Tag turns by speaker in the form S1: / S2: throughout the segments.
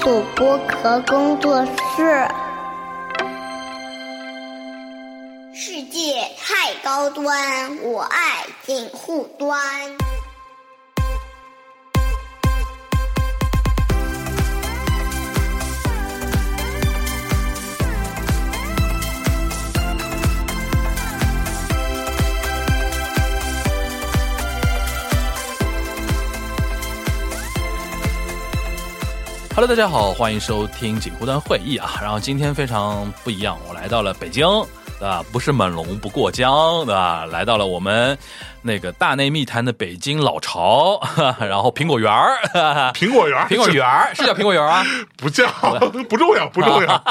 S1: 土剥壳工作室。世界太高端，我爱锦户端。
S2: Hello，大家好，欢迎收听锦湖端会议啊。然后今天非常不一样，我来到了北京，啊，不是猛龙不过江，对吧？来到了我们那个大内密谈的北京老巢，哈哈然后苹果园儿，哈哈
S3: 苹果园儿，
S2: 苹果园儿是叫苹果园儿啊？
S3: 不叫， 不重要，不 重要。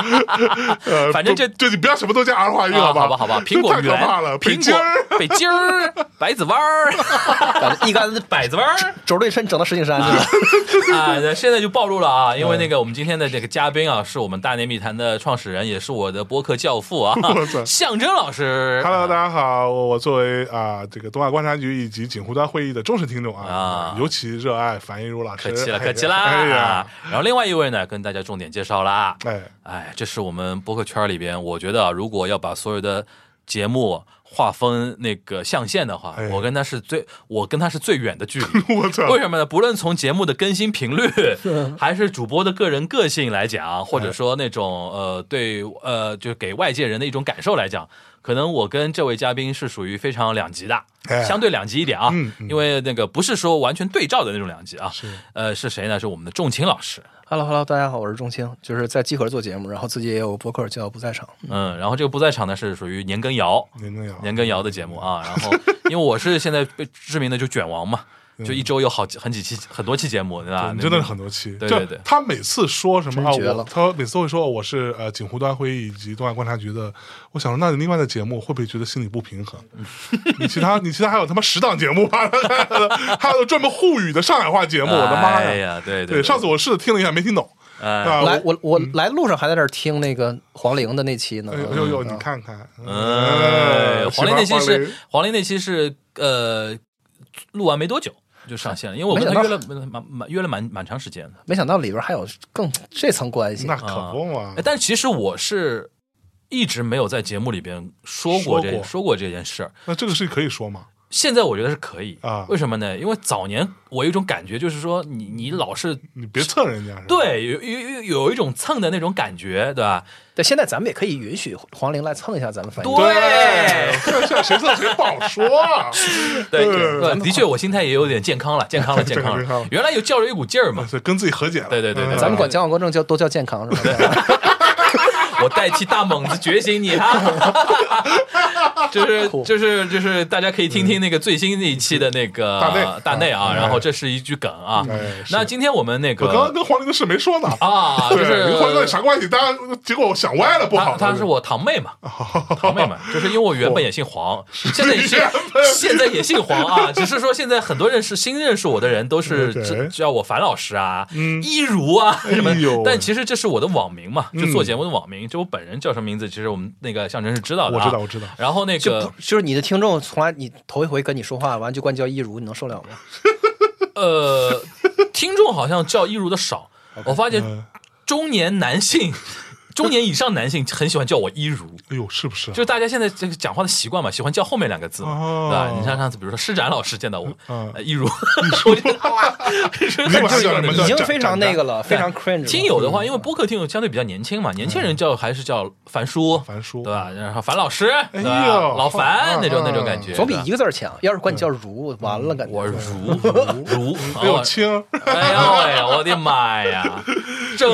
S3: 呃，
S2: 反正这
S3: 就你不要什么都加儿化音，
S2: 啊好
S3: 吧？好
S2: 吧，好吧，苹果
S3: 太可
S2: 园
S3: 怕了，，
S2: 苹
S3: 京儿
S2: 果，北京儿， 百子湾儿，
S4: 搞啊得一竿子
S2: 百子湾儿，
S4: 肘对称整到石景山去 了。
S2: 啊，那现在就暴露了啊！因为那个我们今天的这个嘉宾啊，是我们大内密谈的创始人，也是我的播客教父啊
S3: 我操，
S2: 象征老师。
S3: Hello，大家好，我作为啊、这个东亚观察局以及锦湖端会议的忠实听众啊
S2: 啊，
S3: 尤其热爱樊一茹老师，
S2: 客气了，
S3: 哎呀
S2: 客气啦！
S3: 哎呀
S2: 啊，然后另外一位呢，跟大家重点介绍啦。
S3: 哎，
S2: 哎，这是我们播客圈里边，我觉得啊，如果要把所有的节目划分那个象限的话
S3: 哎，
S2: 我跟他是最，我跟他是最远的距离。
S3: 我操，
S2: 为什么呢？不论从节目的更新频 率，
S3: 啊
S2: 还是主播的个人个性来讲，或者
S3: 哎
S2: 说那种呃对呃，就给外界人的一种感受来讲，可能我跟这位嘉宾是属于非常两极的
S3: 哎，
S2: 相对两极一点啊
S3: 嗯嗯，
S2: 因为那个不是说完全对照的那种两极啊
S3: 是。
S2: 呃，是谁呢？是我们的仲卿老师。
S4: Hello Hello，大家好，我是钟青，就是在集合做节目，然后自己也有博客叫不在场。
S2: 嗯，然后这个不在场呢是属于年羹尧，
S3: 您那样，
S2: 年羹尧的节目啊。 然后因为我是现在被知名的就卷王嘛，就一周有好几很几期很多期节目，对吧？
S3: 你
S2: 啊那
S3: 真的
S2: 个
S3: 是很多期，
S2: 对
S3: 就
S2: 对对
S3: 他每次说什么啊，
S4: 真绝
S3: 我
S4: 了
S3: 他每次会说我是呃锦湖端会议以及东亚观察局的，我想说，那你另外的节目会不会觉得心里不 平衡？你其他你其他还有他妈十档节目吧， 还有专门沪语的上海话节目，我的妈
S2: 哎
S3: 呀！
S2: 呀，对
S3: 对，上次我试着听了一下，没听懂
S2: 哎
S3: 啊，
S4: 来，
S3: 我
S4: 我我来路上还在这儿听那个黄龄的那期呢。
S3: 哎呦呦呦，你看看，哎
S2: 嗯，黄
S3: 磊
S2: 龄那期是黄龄那期是呃录完没多久就上线了，因为我跟他约了蛮蛮约了蛮蛮长时间的。
S4: 没想到里边还有更这层关系
S3: 那。可不嘛
S2: 哎，，但其实我是一直没有在节目里边说过这
S3: 说过
S2: 说过这件事儿。
S3: 那这个是可以说吗？
S2: 现在我觉得是可以
S3: 啊
S2: 为什么呢？因为早年我有一种感觉，就是说你你老是
S3: 你别蹭人家，是吧，
S2: 对有有有有一种蹭的那种感觉，对吧？
S4: 对，现在咱们也可以允许黄龄来蹭一下咱们翻译。
S2: 对
S3: 对， 现在谁蹭谁不好说啊，
S2: 对
S3: 对
S2: 对，的确我心态也有点健康了，健康了，健
S3: 康了
S2: 康
S3: 健康
S2: 了
S3: 了。
S2: 原来有叫着一股劲儿嘛
S3: 啊，对跟自己和解了，
S2: 对对对对
S3: 嗯
S4: 咱们管矫枉过正就都叫健康是吧？
S2: 我代替大猛子觉醒 你哈，就是就是就是，大家可以听听那个最新那一期的那个
S3: 大内
S2: 大内啊，
S3: 哎
S2: 然后这是一句梗啊
S3: 哎。是
S2: 那今天我们那
S3: 我刚刚
S2: 个
S3: 跟黄龄的事没说呢。
S2: 呃啊，就
S3: 对，跟黄龄到底
S2: 是
S3: 啥关系？大家结果我想歪了，不
S2: 她
S3: 好。哦
S2: 她是我堂妹嘛，堂妹嘛，就是因为我原本也姓黄，现在也姓
S3: 原本
S2: 现在也姓黄啊，只是说现在很多认识新认识我的人都是
S3: OK
S2: 只叫我樊老师啊、
S3: 嗯
S2: 一如啊
S3: 哎呦
S2: 什么，但其实这是我的网名嘛，就
S3: 嗯
S2: 做节目的网名，就我本人叫什么名字，其实我们那个象征是知道的、
S3: 我
S2: 啊，
S3: 知道，我知道。
S2: 然后那
S4: 就
S2: 个
S4: 不 就是你的听众从来你头一回跟你说话完就管你叫一如，你能受了吗？
S2: 呃，听众好像叫一如的少，我发现
S3: 嗯，
S2: 中年男性、中年以上男性很喜欢叫我一如，
S3: 哎呦，是不是啊？
S2: 就是大家现在这个讲话的习惯嘛，喜欢叫后面两个字嘛，
S3: 哦
S2: 对吧？你像上次比如说施展老师见到我，
S3: 嗯
S2: 呃一如， 我就哇，是很奇怪
S3: 你把他叫什么
S2: 的
S3: 叫
S4: 已
S2: 事。
S4: 经非常那个了，非常 cringe。
S2: 听友的话，因为播客听友相对比较年轻嘛，年轻人叫还是叫樊叔，
S3: 嗯樊叔
S2: 对吧？然后樊老师，对吧
S3: 哎呦
S2: 老樊
S3: 好
S2: 那种
S3: 嗯
S2: 那种感觉，
S4: 总比
S2: 对吧
S4: 一个字儿强。要是管你叫如，完了感觉。
S2: 我如 如
S3: 哎呦，青，
S2: 哎呦喂，我的妈 呀，真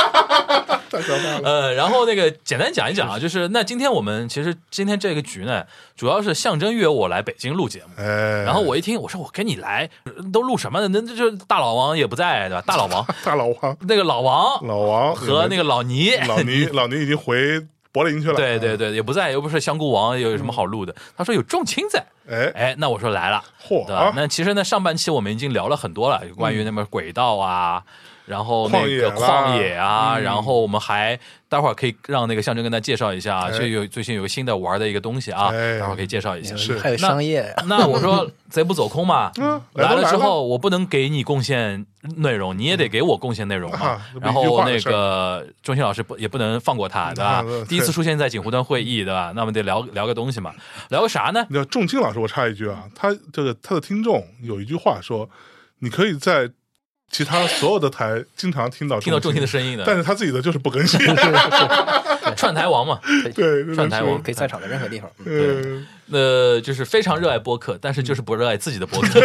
S2: 呃，然后那个简单讲一讲啊，就是那今天我们其实今天这个局呢，主要是象征约我来北京录节目。
S3: 哎，
S2: 然后我一听，我说我跟你来，都录什么呢？那那就是大老王也不在，对吧？大老王
S3: 大老王，
S2: 那个老王
S3: 老王
S2: 和那
S3: 个
S2: 个老倪，
S3: 老倪，老倪已经回柏林去了。
S2: 对对对，也不在，又不是香菇王，有什么好录的？他说有重青在，
S3: 哎，
S2: 哎，那我说来了，
S3: 嚯
S2: 对吧
S3: 啊？嗯
S2: 那其实呢，上半期我们已经聊了很多了，关于那么轨道啊，然后那个
S3: 旷野啦嗯
S2: 旷野啊，然后我们还待会儿可以让那个象征跟大家介绍一下啊，
S3: 哎
S2: 这有最近有个新的玩的一个东西啊，
S3: 哎
S2: 待会儿可以介绍一下。
S3: 是
S4: 嗯还有
S2: 那
S4: 商业呀，
S2: 那我说贼不走空嘛，
S3: 嗯
S2: 来
S3: 来都
S2: 了
S3: 来
S2: 之
S3: 了
S2: 后我不能给你贡献内容，你也得给我贡献内容嘛
S3: 啊。
S2: 然
S3: 一句
S2: 后
S3: 话的
S2: 那
S3: 事
S2: 个钟欣老师不也不能放过他，对吧
S3: 啊对？
S2: 第一次出现在锦湖端会议，对吧？那我们得聊聊个东西嘛，聊个啥 呢？
S3: 你知道仲卿老师，我插一句啊，他这个他的听众有一句话说，你可以在其他所有的台经常听到
S2: 听到重
S3: 仲
S2: 听
S3: 卿
S2: 的声音
S3: 但
S2: 的
S3: 是他自己的就是不更 新。
S2: 串台王嘛，
S3: 对，真的
S2: 上台
S3: 是
S2: 我
S4: 可以在场的任何地方。嗯
S3: 嗯，
S2: 呃，就是非常热爱播客，但是就是不热爱自己的播 客。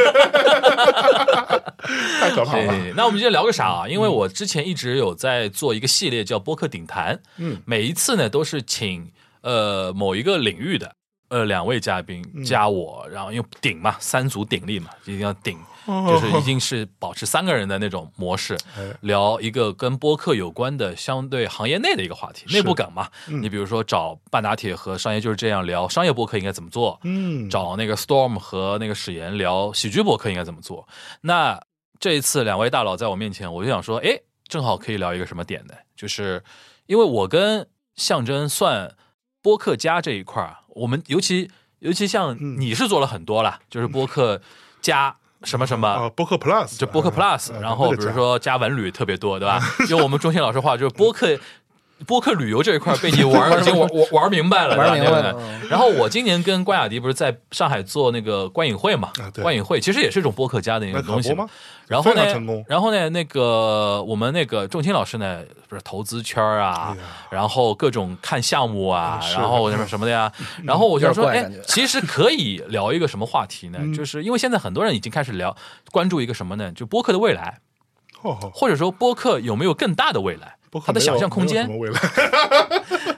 S3: 太可怕
S2: 对
S3: 了。
S2: 对，那我们今天聊个啥啊？因为我之前一直有在做一个系列叫播客顶谈，
S3: 嗯，
S2: 每一次呢都是请呃某一个领域的呃两位嘉
S3: 嗯
S2: 宾加我，然后因为顶嘛，三足鼎立嘛，一定要顶，
S3: 哦
S2: 就是一定是保持三个人的那种模式
S3: 哎，
S2: 聊一个跟播客有关的相对行业内的一个话题，内部梗嘛。你比如说找半打铁和商业就是这样聊商业播客应该怎么做，
S3: 嗯，
S2: 找那个 Storm 和那个史岩聊喜剧博客应该怎么做。那这一次两位大佬在我面前，我就想说，哎，正好可以聊一个什么点呢？就是因为我跟象征算播客家这一块儿，我们尤其尤其像你是做了很多啦，就是播客加什么什么。
S3: 啊，播客 Plus，
S2: 就播客
S3: 啊
S2: Plus，、
S3: 啊
S2: 然后比
S3: 那个
S2: 如
S3: 家
S2: 说加文旅特别多，对吧？ 用我们中心老师话就是播客。播客旅游这一块被你玩 儿已经玩玩玩明白了，
S4: 玩
S2: 对
S4: 明
S2: 吧
S4: 白了
S2: 对
S3: 嗯
S2: 不对然后我今年跟关雅迪不是在上海做那个观影会嘛
S3: 啊？对
S2: 观影会其实也是一种播客家的一
S3: 那
S2: 种
S3: 可
S2: 东西
S3: 不吗。
S2: 然后
S3: 非
S2: 呢
S3: 常成功，
S2: 然后呢，那个我们那个仲卿老师呢，不是投资圈儿啊
S3: 哎呀，
S2: 然后各种看项目啊，
S3: 是
S2: 然后什么什么的 呀。然后我就
S4: 有点
S2: 说，
S4: 怪
S2: 哎
S4: 感觉，
S2: 其实可以聊一个什么话题
S3: 嗯
S2: 呢？就是因为现在很多人已经开始聊关注一个什么呢？就播客的未来。
S3: 哦，
S2: 或者说播客有没有更大的未来
S3: 播？客
S2: 它的
S3: 没有
S2: 想象空
S3: 没
S2: 间？
S3: 有什么未来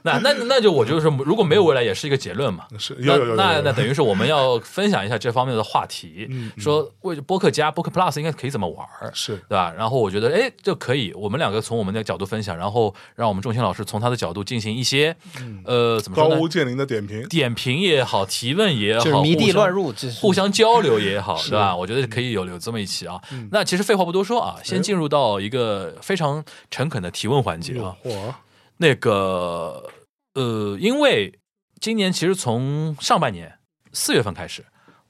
S2: 那那那就我就是说，如果没有未来，也是一个结论嘛。
S3: 是 有
S2: 那
S3: 有有有
S2: 那
S3: 有
S2: 那等于是我们要分享一下这方面的话题，
S3: 嗯
S2: 说为播客加播客 Plus 应该可以怎么玩儿，
S3: 是
S2: 对吧？然后我觉得，哎，这可以，我们两个从我们的角度分享，然后让我们仲卿老师从他的角度进行一些，
S4: 嗯
S2: 呃，怎么
S3: 高
S2: 说呢
S3: 屋？建瓴的点评，
S2: 点评也好，提问也好，
S4: 就是迷
S2: 互
S4: 地
S2: 相
S4: 乱入，就是
S2: 互相交流也 好，对吧？我觉得可以有有这么一期啊。
S4: 嗯
S2: 那其实废话不多说啊，
S4: 哎
S2: 先进入到一个非常诚恳的提问环节
S3: 有
S2: 啊。
S3: 嚯，
S2: 那个呃，因为今年其实从上半年四月份开始，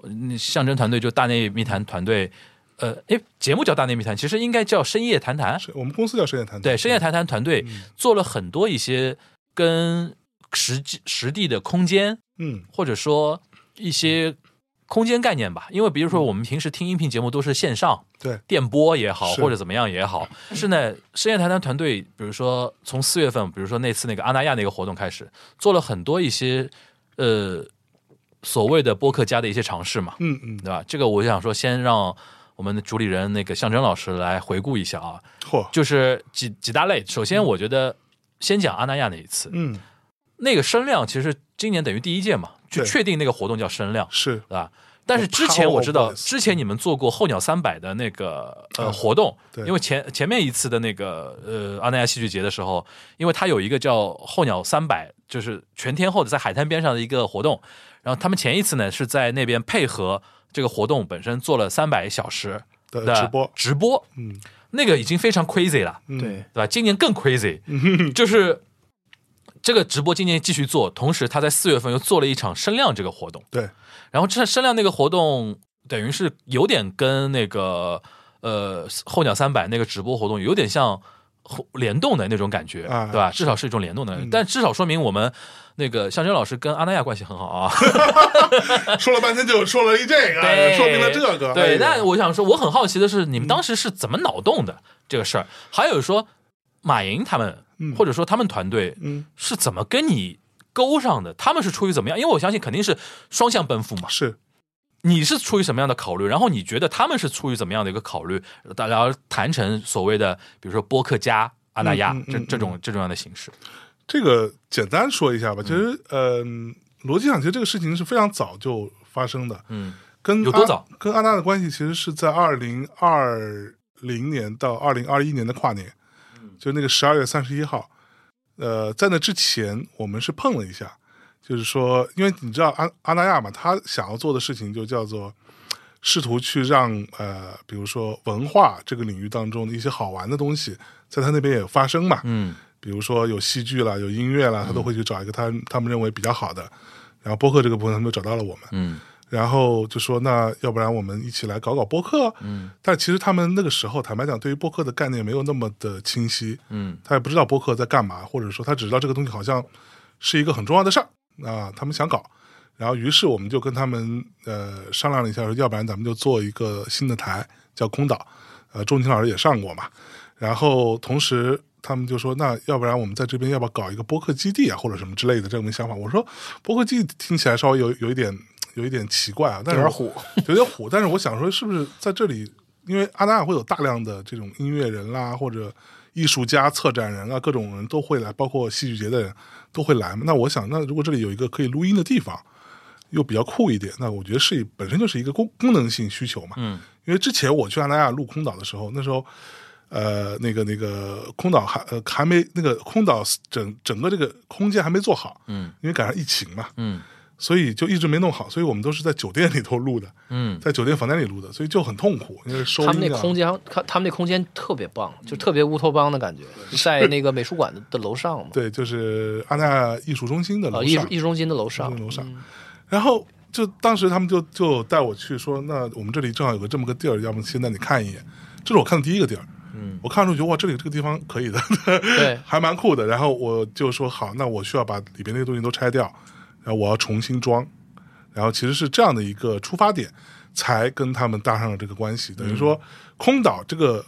S2: 嗯象征团队就大内密谈团队，呃，诶，节目叫大内密谈，其实应该叫深夜谈谈，
S3: 是我们公司叫深夜谈谈，
S2: 对，深夜谈谈团队做了很多一些跟实际实地的空间
S3: 嗯，
S2: 或者说一些空间概念吧。因为比如说我们平时听音频节目都是线上
S3: 对，
S2: 电波也好，
S3: 是
S2: 或者怎么样也 好，是呢，深夜谈谈团队，比如说从四月份，比如说那次那个阿那亚那个活动开始，做了很多一些呃所谓的播客家的一些尝试嘛，
S3: 嗯嗯，
S2: 对吧？这个我想说，先让我们的主理人那个象征老师来回顾一下啊，
S3: 嚯，
S2: 就是几几大类。首先，我觉得先讲阿那亚那一次，
S3: 嗯
S2: 那个声量其实今年等于第一届嘛，就
S3: 对
S2: 确定那个活动叫声量，
S3: 是
S2: 对吧？啊但是之前
S3: Power
S2: 我知道，
S3: Voice
S2: 之前你们做过候鸟三百的那个呃
S3: 嗯
S2: 活动，
S3: 对
S2: 因为前前面一次的那个呃阿那亚戏剧节的时候，因为它有一个叫候鸟三百，就是全天候的在海滩边上的一个活动，然后他们前一次呢是在那边配合这个活动本身做了三百小时
S3: 的
S2: 的
S3: 直播，
S2: 直播，
S3: 嗯，
S2: 那个已经非常 crazy 了，
S3: 嗯
S4: 对，
S2: 对吧？今年更 crazy，就是这个直播今年继续做，同时他在四月份又做了一场声量这个活动，
S3: 对，
S2: 然后这声量那个活动等于是有点跟那个呃候鸟三百那个直播活动有点像后联动的那种感觉，
S3: 啊嗯
S2: 对吧？至少是一种联动的，但至少说明我们那个向真老师跟阿那亚关系很好 啊。
S3: 说了半天就说了一这个，
S2: 对，
S3: 说明了这个，
S2: 对，
S3: 哎嗯
S2: 那
S3: 呦
S2: 我想说，我很好奇的是，你们当时是怎么脑洞的这个事儿？还有说，马云他们，或者说他们团队，
S3: 嗯，
S2: 是怎么跟你勾上的？他们是出于怎么样？因为我相信肯定是双向奔赴嘛。
S3: 是
S2: 你是出于什么样的考虑？然后你觉得他们是出于怎么样的一个考虑？大家谈成所谓的，比如说播客加阿那亚
S3: 嗯嗯
S2: 这
S3: 嗯
S2: 这种这种样的形式。
S3: 这个简单说一下吧，其实，嗯，逻辑上其实这个事情是非常早就发生的，
S2: 嗯，
S3: 跟
S2: 有多
S3: 阿
S2: 早？
S3: 跟阿娜的关系其实是在二零二零年到二零二一年的跨年，
S2: 嗯
S3: 就那个十二月三十一号。呃，在那之前，我们是碰了一下，就是说，因为你知道阿阿那亚嘛，他想要做的事情就叫做试图去让呃，比如说文化这个领域当中的一些好玩的东西，在他那边也发生嘛。
S2: 嗯，
S3: 比如说有戏剧啦，有音乐啦，他都会去找一个他他们认为比较好的。然后播客这个部分，他们就找到了我们。
S2: 嗯，
S3: 然后就说那要不然我们一起来搞搞播客。嗯，但其实他们那个时候，坦白讲，对于播客的概念没有那么的清晰。
S2: 嗯，
S3: 他也不知道播客在干嘛，或者说他只知道这个东西好像是一个很重要的事儿啊，他们想搞。然后于是我们就跟他们呃商量了一下，说要不然咱们就做一个新的台叫空岛，呃，钟情老师也上过嘛。然后同时他们就说，那要不然我们在这边要不要搞一个播客基地啊，或者什么之类的这种想法。我说播客基地听起来稍微有有一点有一点奇怪啊，但是
S4: 有点
S3: 我
S4: 虎，
S3: 有点虎。但是我想说，是不是在这里，因为阿那亚会有大量的这种音乐人啦，或者艺术家、策展人啊，各种人都会来，包括戏剧节的人都会来嘛。那我想，那如果这里有一个可以录音的地方，又比较酷一点，那我觉得是本身就是一个功功能性需求嘛。
S2: 嗯，
S3: 因为之前我去阿那亚录空岛的时候，那时候。呃，那个那个空岛还呃还没那个空岛整整个这个空间还没做好，
S2: 嗯，
S3: 因为赶上疫情嘛，
S2: 嗯
S3: 所以就一直没弄好，所以我们都是在酒店里头录的，
S2: 嗯，
S3: 在酒店房间里录的，所以就很痛苦，因为收音
S4: 他
S3: 啊
S4: 们那空间，他他们那空间特别棒，就特别乌托邦的感觉，
S3: 嗯
S4: 在那个美术馆的的楼上嘛，
S3: 对，就是阿那亚艺术中心的
S4: 啊，
S3: 楼
S4: 艺
S3: 上，
S4: 术艺术中心的楼
S3: 中
S4: 上嗯
S3: 心，楼上。然后就当时他们就就带我去说，那我们这里正好有个这么个地儿，要么先带你看一眼。这是我看的第一个地儿，
S2: 嗯，
S3: 我看上去觉得哇，这里这个地方可以的，
S4: 对，
S3: 还蛮酷的。然后我就说好，那我需要把里边那些东西都拆掉，然后我要重新装。然后其实是这样的一个出发点，才跟他们搭上了这个关系。等于说，空岛这个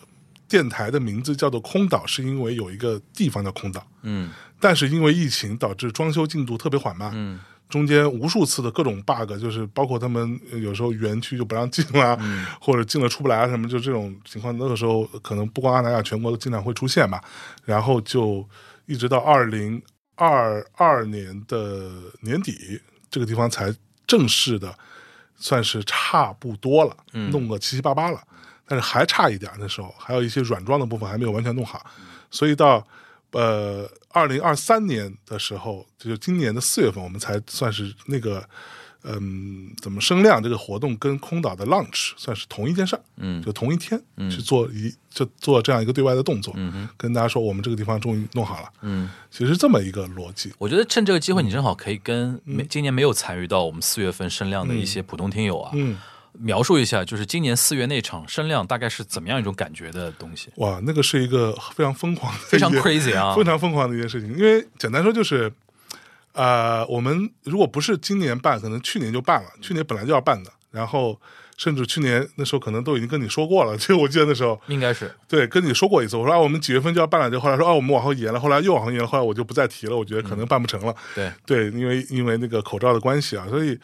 S3: 电台的名字叫做空岛，是因为有一个地方叫空岛，
S2: 嗯
S3: 但是因为疫情导致装修进度特别缓慢，
S2: 嗯
S3: 中间无数次的各种 bug，就是包括他们呃有时候园区就不让进啦、或者进了出不来啊什么，就这种情况，那个时候可能不光阿啊那亚，全国都经常会出现吧。然后就一直到二零二二年的年底，这个地方才正式的算是差不多了，弄个七七八八了，但是还差一点儿。那时候还有一些软装的部分还没有完全弄好，所以到呃二零二三年的时候，就是今年的四月份，我们才算是那个嗯，怎么声量这个活动跟空岛的 launch 算是同一件事儿，
S2: 嗯
S3: 就同一天、去做一就做这样一个对外的动作，嗯、跟大家说我们这个地方终于弄好了，
S2: 嗯，
S3: 其实这么一个逻辑，
S2: 我觉得趁这个机会，你正好可以跟
S3: 嗯
S2: 没今年没有参与到我们四月份声量的一些普通听友啊，
S3: 嗯。
S2: 描述一下，就是今年四月那场声量大概是怎么样一种感觉的东西，
S3: 哇，那个是一个非常疯狂的一件、
S2: 非常 crazy 啊
S3: 非，常疯狂的一件事情。因为简单说就是，呃，我们如果不是今年办，可能去年就办了，去年本来就要办的，然后甚至去年那时候可能都已经跟你说过了，就我记得那时候
S2: 应该是
S3: 对跟你说过一次，我说啊我们几月份就要办了，就后来说啊我们往后延了，后来又往后延了，后来我就不再提了，我觉得可能办不成了。
S2: 对，
S3: 对，因为因为那个口罩的关系啊，所以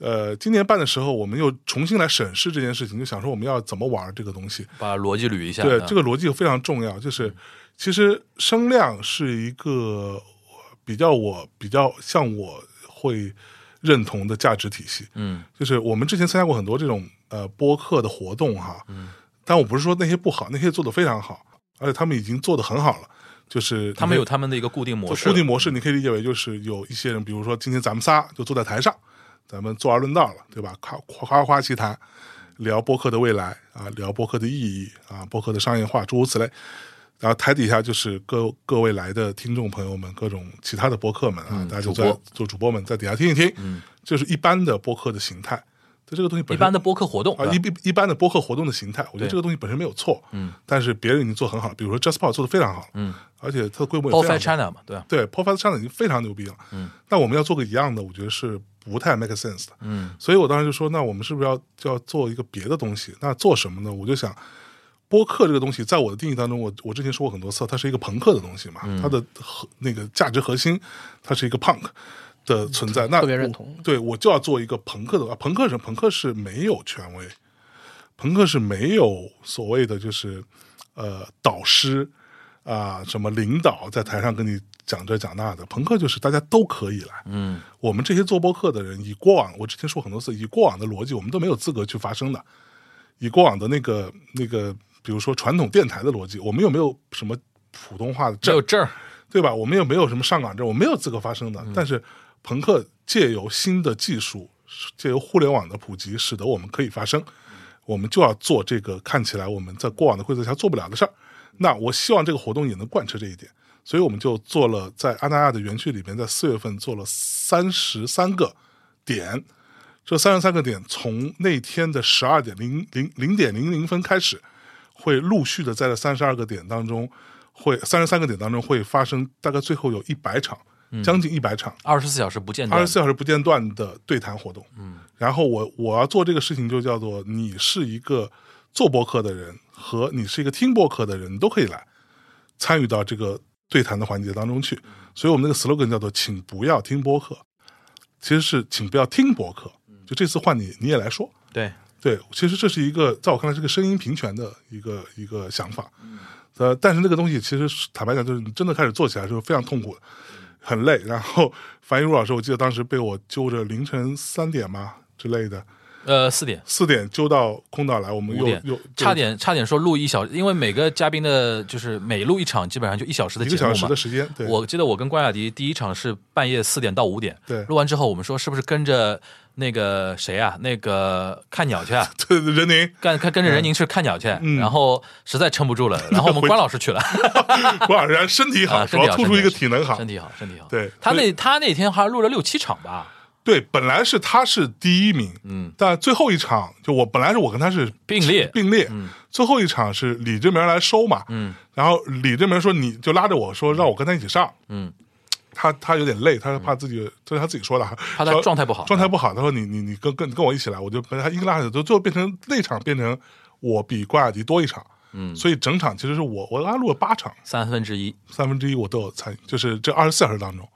S3: 呃，今年办的时候，我们又重新来审视这件事情，就想说我们要怎么玩这个东西。
S2: 把逻辑捋一下，
S3: 对，这个逻辑非常重要。
S2: 嗯
S3: 就是其实声量是一个比较我比较像我会认同的价值体系。
S2: 嗯
S3: 就是我们之前参加过很多这种呃播客的活动哈，
S2: 嗯
S3: 但我不是说那些不好，那些做的非常好，而且他们已经做的很好了。就是
S2: 他们
S3: 有。
S2: 有他们的一个固定模式，
S3: 固定模式你可以理解为就是有一些人，比如说今天咱们仨就坐在台上，咱们坐而论道了，对吧？夸夸夸夸其谈，聊播客的未来啊，聊播客的意义啊，播客的商业化，诸如此类。然后台底下就是各各位来的听众朋友们，各种其他的播客们啊，
S2: 嗯
S3: 大家就
S2: 主
S3: 在
S2: 播嗯
S3: 做主播们在底下听一听，就是一般的播客的形态。就这个东西
S2: 一
S3: 本身
S2: 般的播客活动
S3: 啊，一一一般的播客活动的形态，我觉得
S2: 对
S3: 这个东西本身没有错，
S2: 嗯，
S3: 但是别人已经做很好了，比如说 JustPod 做的非常好，
S2: 嗯，
S3: 而且它的规模
S2: 包
S3: 也非
S2: Five
S3: 常大
S2: China 嘛，对啊吧？
S3: 对 p o f i c e China 已经非常牛逼了。
S2: 嗯，
S3: 但我们要做个一样的，我觉得是不太 make sense 的。
S2: 嗯，
S3: 所以我当时就说，那我们是不是要就要做一个别的东西？那做什么呢？我就想，播客这个东西，在我的定义当中，我我之前说过很多次，它是一个朋克的东西嘛，
S4: 嗯
S3: 它的核那个价值核心，它是一个 punk 的存在。那
S4: 嗯特别认
S3: 我
S4: 同
S3: 对我就要做一个朋克的，啊朋克是什么朋克是没有权威，朋克是没有所谓的就是呃导师啊、什么领导在台上跟你讲这讲那的，朋克就是大家都可以来。
S2: 嗯
S3: 我们这些做播客的人，以过往我之前说很多次，以过往的逻辑，我们都没有资格去发声的。以过往的那个那个，比如说传统电台的逻辑，我们又没有什么普通话的
S2: 只
S3: 证
S2: 有，证儿，
S3: 对吧？我们又没有什么上岗证，我没有资格发声的。但是朋克借由新的技术，借由互联网的普及，使得我们可以发声。我们就要做这个看起来我们在过往的规则下做不了的事儿。那我希望这个活动也能贯彻这一点，所以我们就做了在阿那亚的园区里边，在四月份做了三十三个点。这三十三个点从那天的十二点零零零点零零分开始，会陆续的在这三十二个点当中，会三十三个点当中会发生大概最后有一百场，将近一百场
S2: 二十四小时不间
S3: 二
S2: 断
S3: 十。四小时不间断的对谈活动。嗯，然后我我要做这个事情就叫做你是一个做播客的人和你是一个听播客的人，你都可以来参与到这个对谈的环节当中去。所以我们那个 slogan 叫做“请不要听播客”，其实是“请不要听播客”。就这次换你，你也来说。
S2: 对，
S3: 对，其实这是一个，在我看来是个声音平权的一个一个想法。
S2: 嗯
S3: 呃，但是那个东西其实是坦白讲，就是你真的开始做起来是非常痛苦的，
S2: 嗯
S3: 很累。然后樊一茹老师，我记得当时被我揪着凌晨三点嘛之类的，
S2: 呃，四点。
S3: 四点揪到空岛来，我们
S2: 五
S3: 又
S2: 点
S3: 又
S2: 差点差点说录一小，因为每个嘉宾的就是每录一场，基本上就一小时的
S3: 一
S2: 节
S3: 个
S2: 目嘛。
S3: 小时的时间，对，
S2: 我记得我跟关雅迪第一场是半夜四点到五点，
S3: 对
S2: 录完之后我们说是不是跟着那个谁啊，那个看鸟去啊，
S3: 对人 宁
S2: 跟跟跟着任宁去看鸟去，
S3: 嗯
S2: 然后实在撑不住 了，然后我们关老师去了，
S3: 哇，人家身体好，
S2: 啊，
S3: 哎主
S2: 身体
S3: 要
S2: 好，
S3: 突出一个体能好
S2: 身。体好，身体好。
S3: 对
S2: 他
S3: 所
S2: 那他那天好像录了六七场吧，
S3: 对，本来是他是第一名，
S2: 嗯，
S3: 但最后一场就我本来是我跟他是
S2: 并列，
S3: 并列。最后一场是李志明来收嘛，
S2: 嗯
S3: 然后李志明说你就拉着我说让我跟他一起上，
S2: 嗯，
S3: 他他有点累，他是怕自己，这是他自己说的啊，
S2: 怕他
S3: 说
S2: 状态不好
S3: 状态不好，他说你你你跟跟跟我一起来，我就把他硬拉下去，就最后变成那场变成我比关雅迪多一场，
S2: 嗯
S3: 所以整场其实是我我拉录了八场，
S2: 三分之一，
S3: 三分之一我都有参与，就是这二十四小时当中。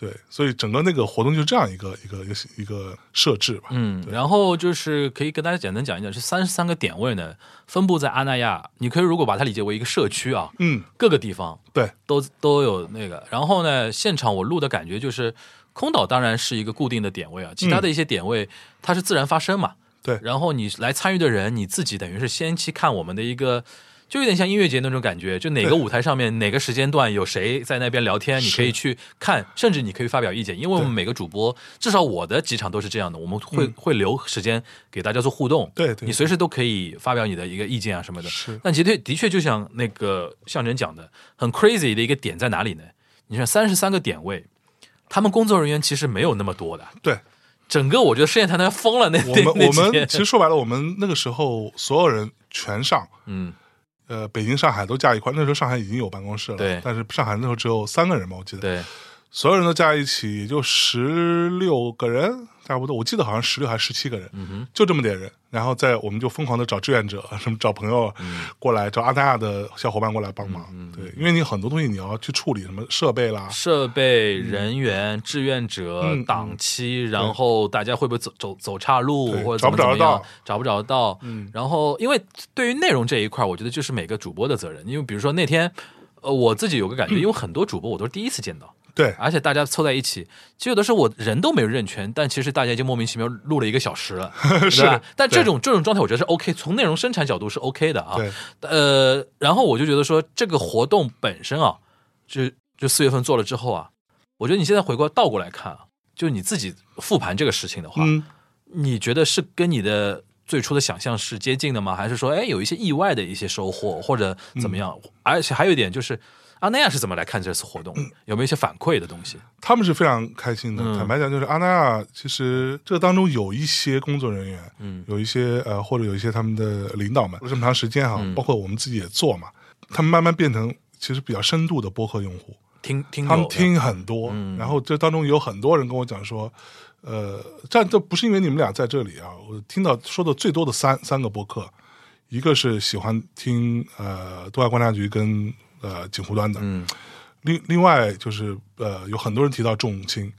S3: 对，所以整个那个活动就是这样一个一个一个一个设置吧。
S2: 嗯，然后就是可以跟大家简单讲一讲，这三十三个点位呢，分布在阿那亚，你可以如果把它理解为一个社区啊，
S3: 嗯，
S2: 各个地方
S3: 对，
S2: 都都有那个。然后呢，现场我录的感觉就是，空岛当然是一个固定的点位啊，其他的一些点位它是自然发生嘛。
S3: 嗯对
S2: 然后你来参与的人，你自己等于是先期看我们的一个。就有点像音乐节那种感觉，就哪个
S3: 对
S2: 舞台上面哪个时间段有谁在那边聊天，你可以去看，甚至你可以发表意见，因为我们每个主播，至少我的几场都是这样的，我们会、会留时间给大家做互动，
S3: 嗯对对
S2: 你随时都可以发表你的一个意见啊什么的。
S3: 是
S2: 但其实的确就像那个向真讲的，很 crazy 的一个点在哪里呢？你看三十三个点位，他们工作人员其实没有那么多的，
S3: 对，
S2: 整个我觉得实验台台疯了那
S3: 我
S2: 那
S3: 们
S2: 那
S3: 我
S2: 几天
S3: 们其实说白了，我们那个时候所有人全上，
S2: 嗯
S3: 呃，北京、上海都加一块。那时候上海已经有办公室了，
S2: 对
S3: 但是上海那时候只有三个人嘛，我记得。，
S2: 对
S3: 所有人都加一起也就十六个人，差不多。我记得好像十六还是十七个人，
S2: 嗯
S3: 就这么点人。然后在我们就疯狂的找志愿者， 什么找朋友过来，找阿那亚的小伙伴过来帮忙。
S2: 嗯
S3: 对，因为你很多东西你要去处理，什么设备啦，
S2: 设备人员、志愿者、
S3: 嗯
S2: 档期，然后大家会不会走走走岔路，
S3: 对
S2: 或者
S3: 找不
S2: 怎么
S3: 找得
S2: 样
S3: 到，
S2: 找不找得到？嗯，然后因为对于内容这一块，我觉得就是每个主播的责任，因为比如说那天。呃，我自己有个 感觉，因为很多主播我都是第一次见到，
S3: 对，
S2: 而且大家凑在一起，其实有的时候我人都没有认全，但其实大家已经莫名其妙录了一个小时 了，是
S3: 啊
S2: 吧？但这种这种状态，我觉得是 OK，从内容生产角度是 OK 的啊。
S3: 对，
S2: 呃，然后我就觉得说这个活动本身啊，就就四月份做了之后啊，我觉得你现在回过倒过来看啊，就你自己复盘这个事情的话，
S3: 嗯，
S2: 你觉得是跟你的最初的想象是接近的吗？还是说，哎，有一些意外的一些收获或者怎么
S3: 嗯
S2: 样？而且还有一点就是，阿那亚是怎么来看这次活动？
S3: 嗯
S2: 有没有一些反馈的东西？
S3: 他们是非常开心的。
S2: 嗯
S3: 坦白讲，就是阿那亚其实这当中有一些工作人员，嗯，有一些呃，或者有一些他们的领导
S2: 嗯
S3: 们，这么长时间哈，包括我们自己也做嘛，他们慢慢变成其实比较深度的播客用户，
S2: 听听
S3: 他们
S2: 友的嗯
S3: 听很多，然后这当中有很多人跟我讲说。呃，这这不是因为你们俩在这里啊，我听到说的最多的三三个播客，一个是喜欢听呃东亚观察局跟呃锦湖端的，
S2: 嗯，
S3: 另另外就是呃有很多人提到重青，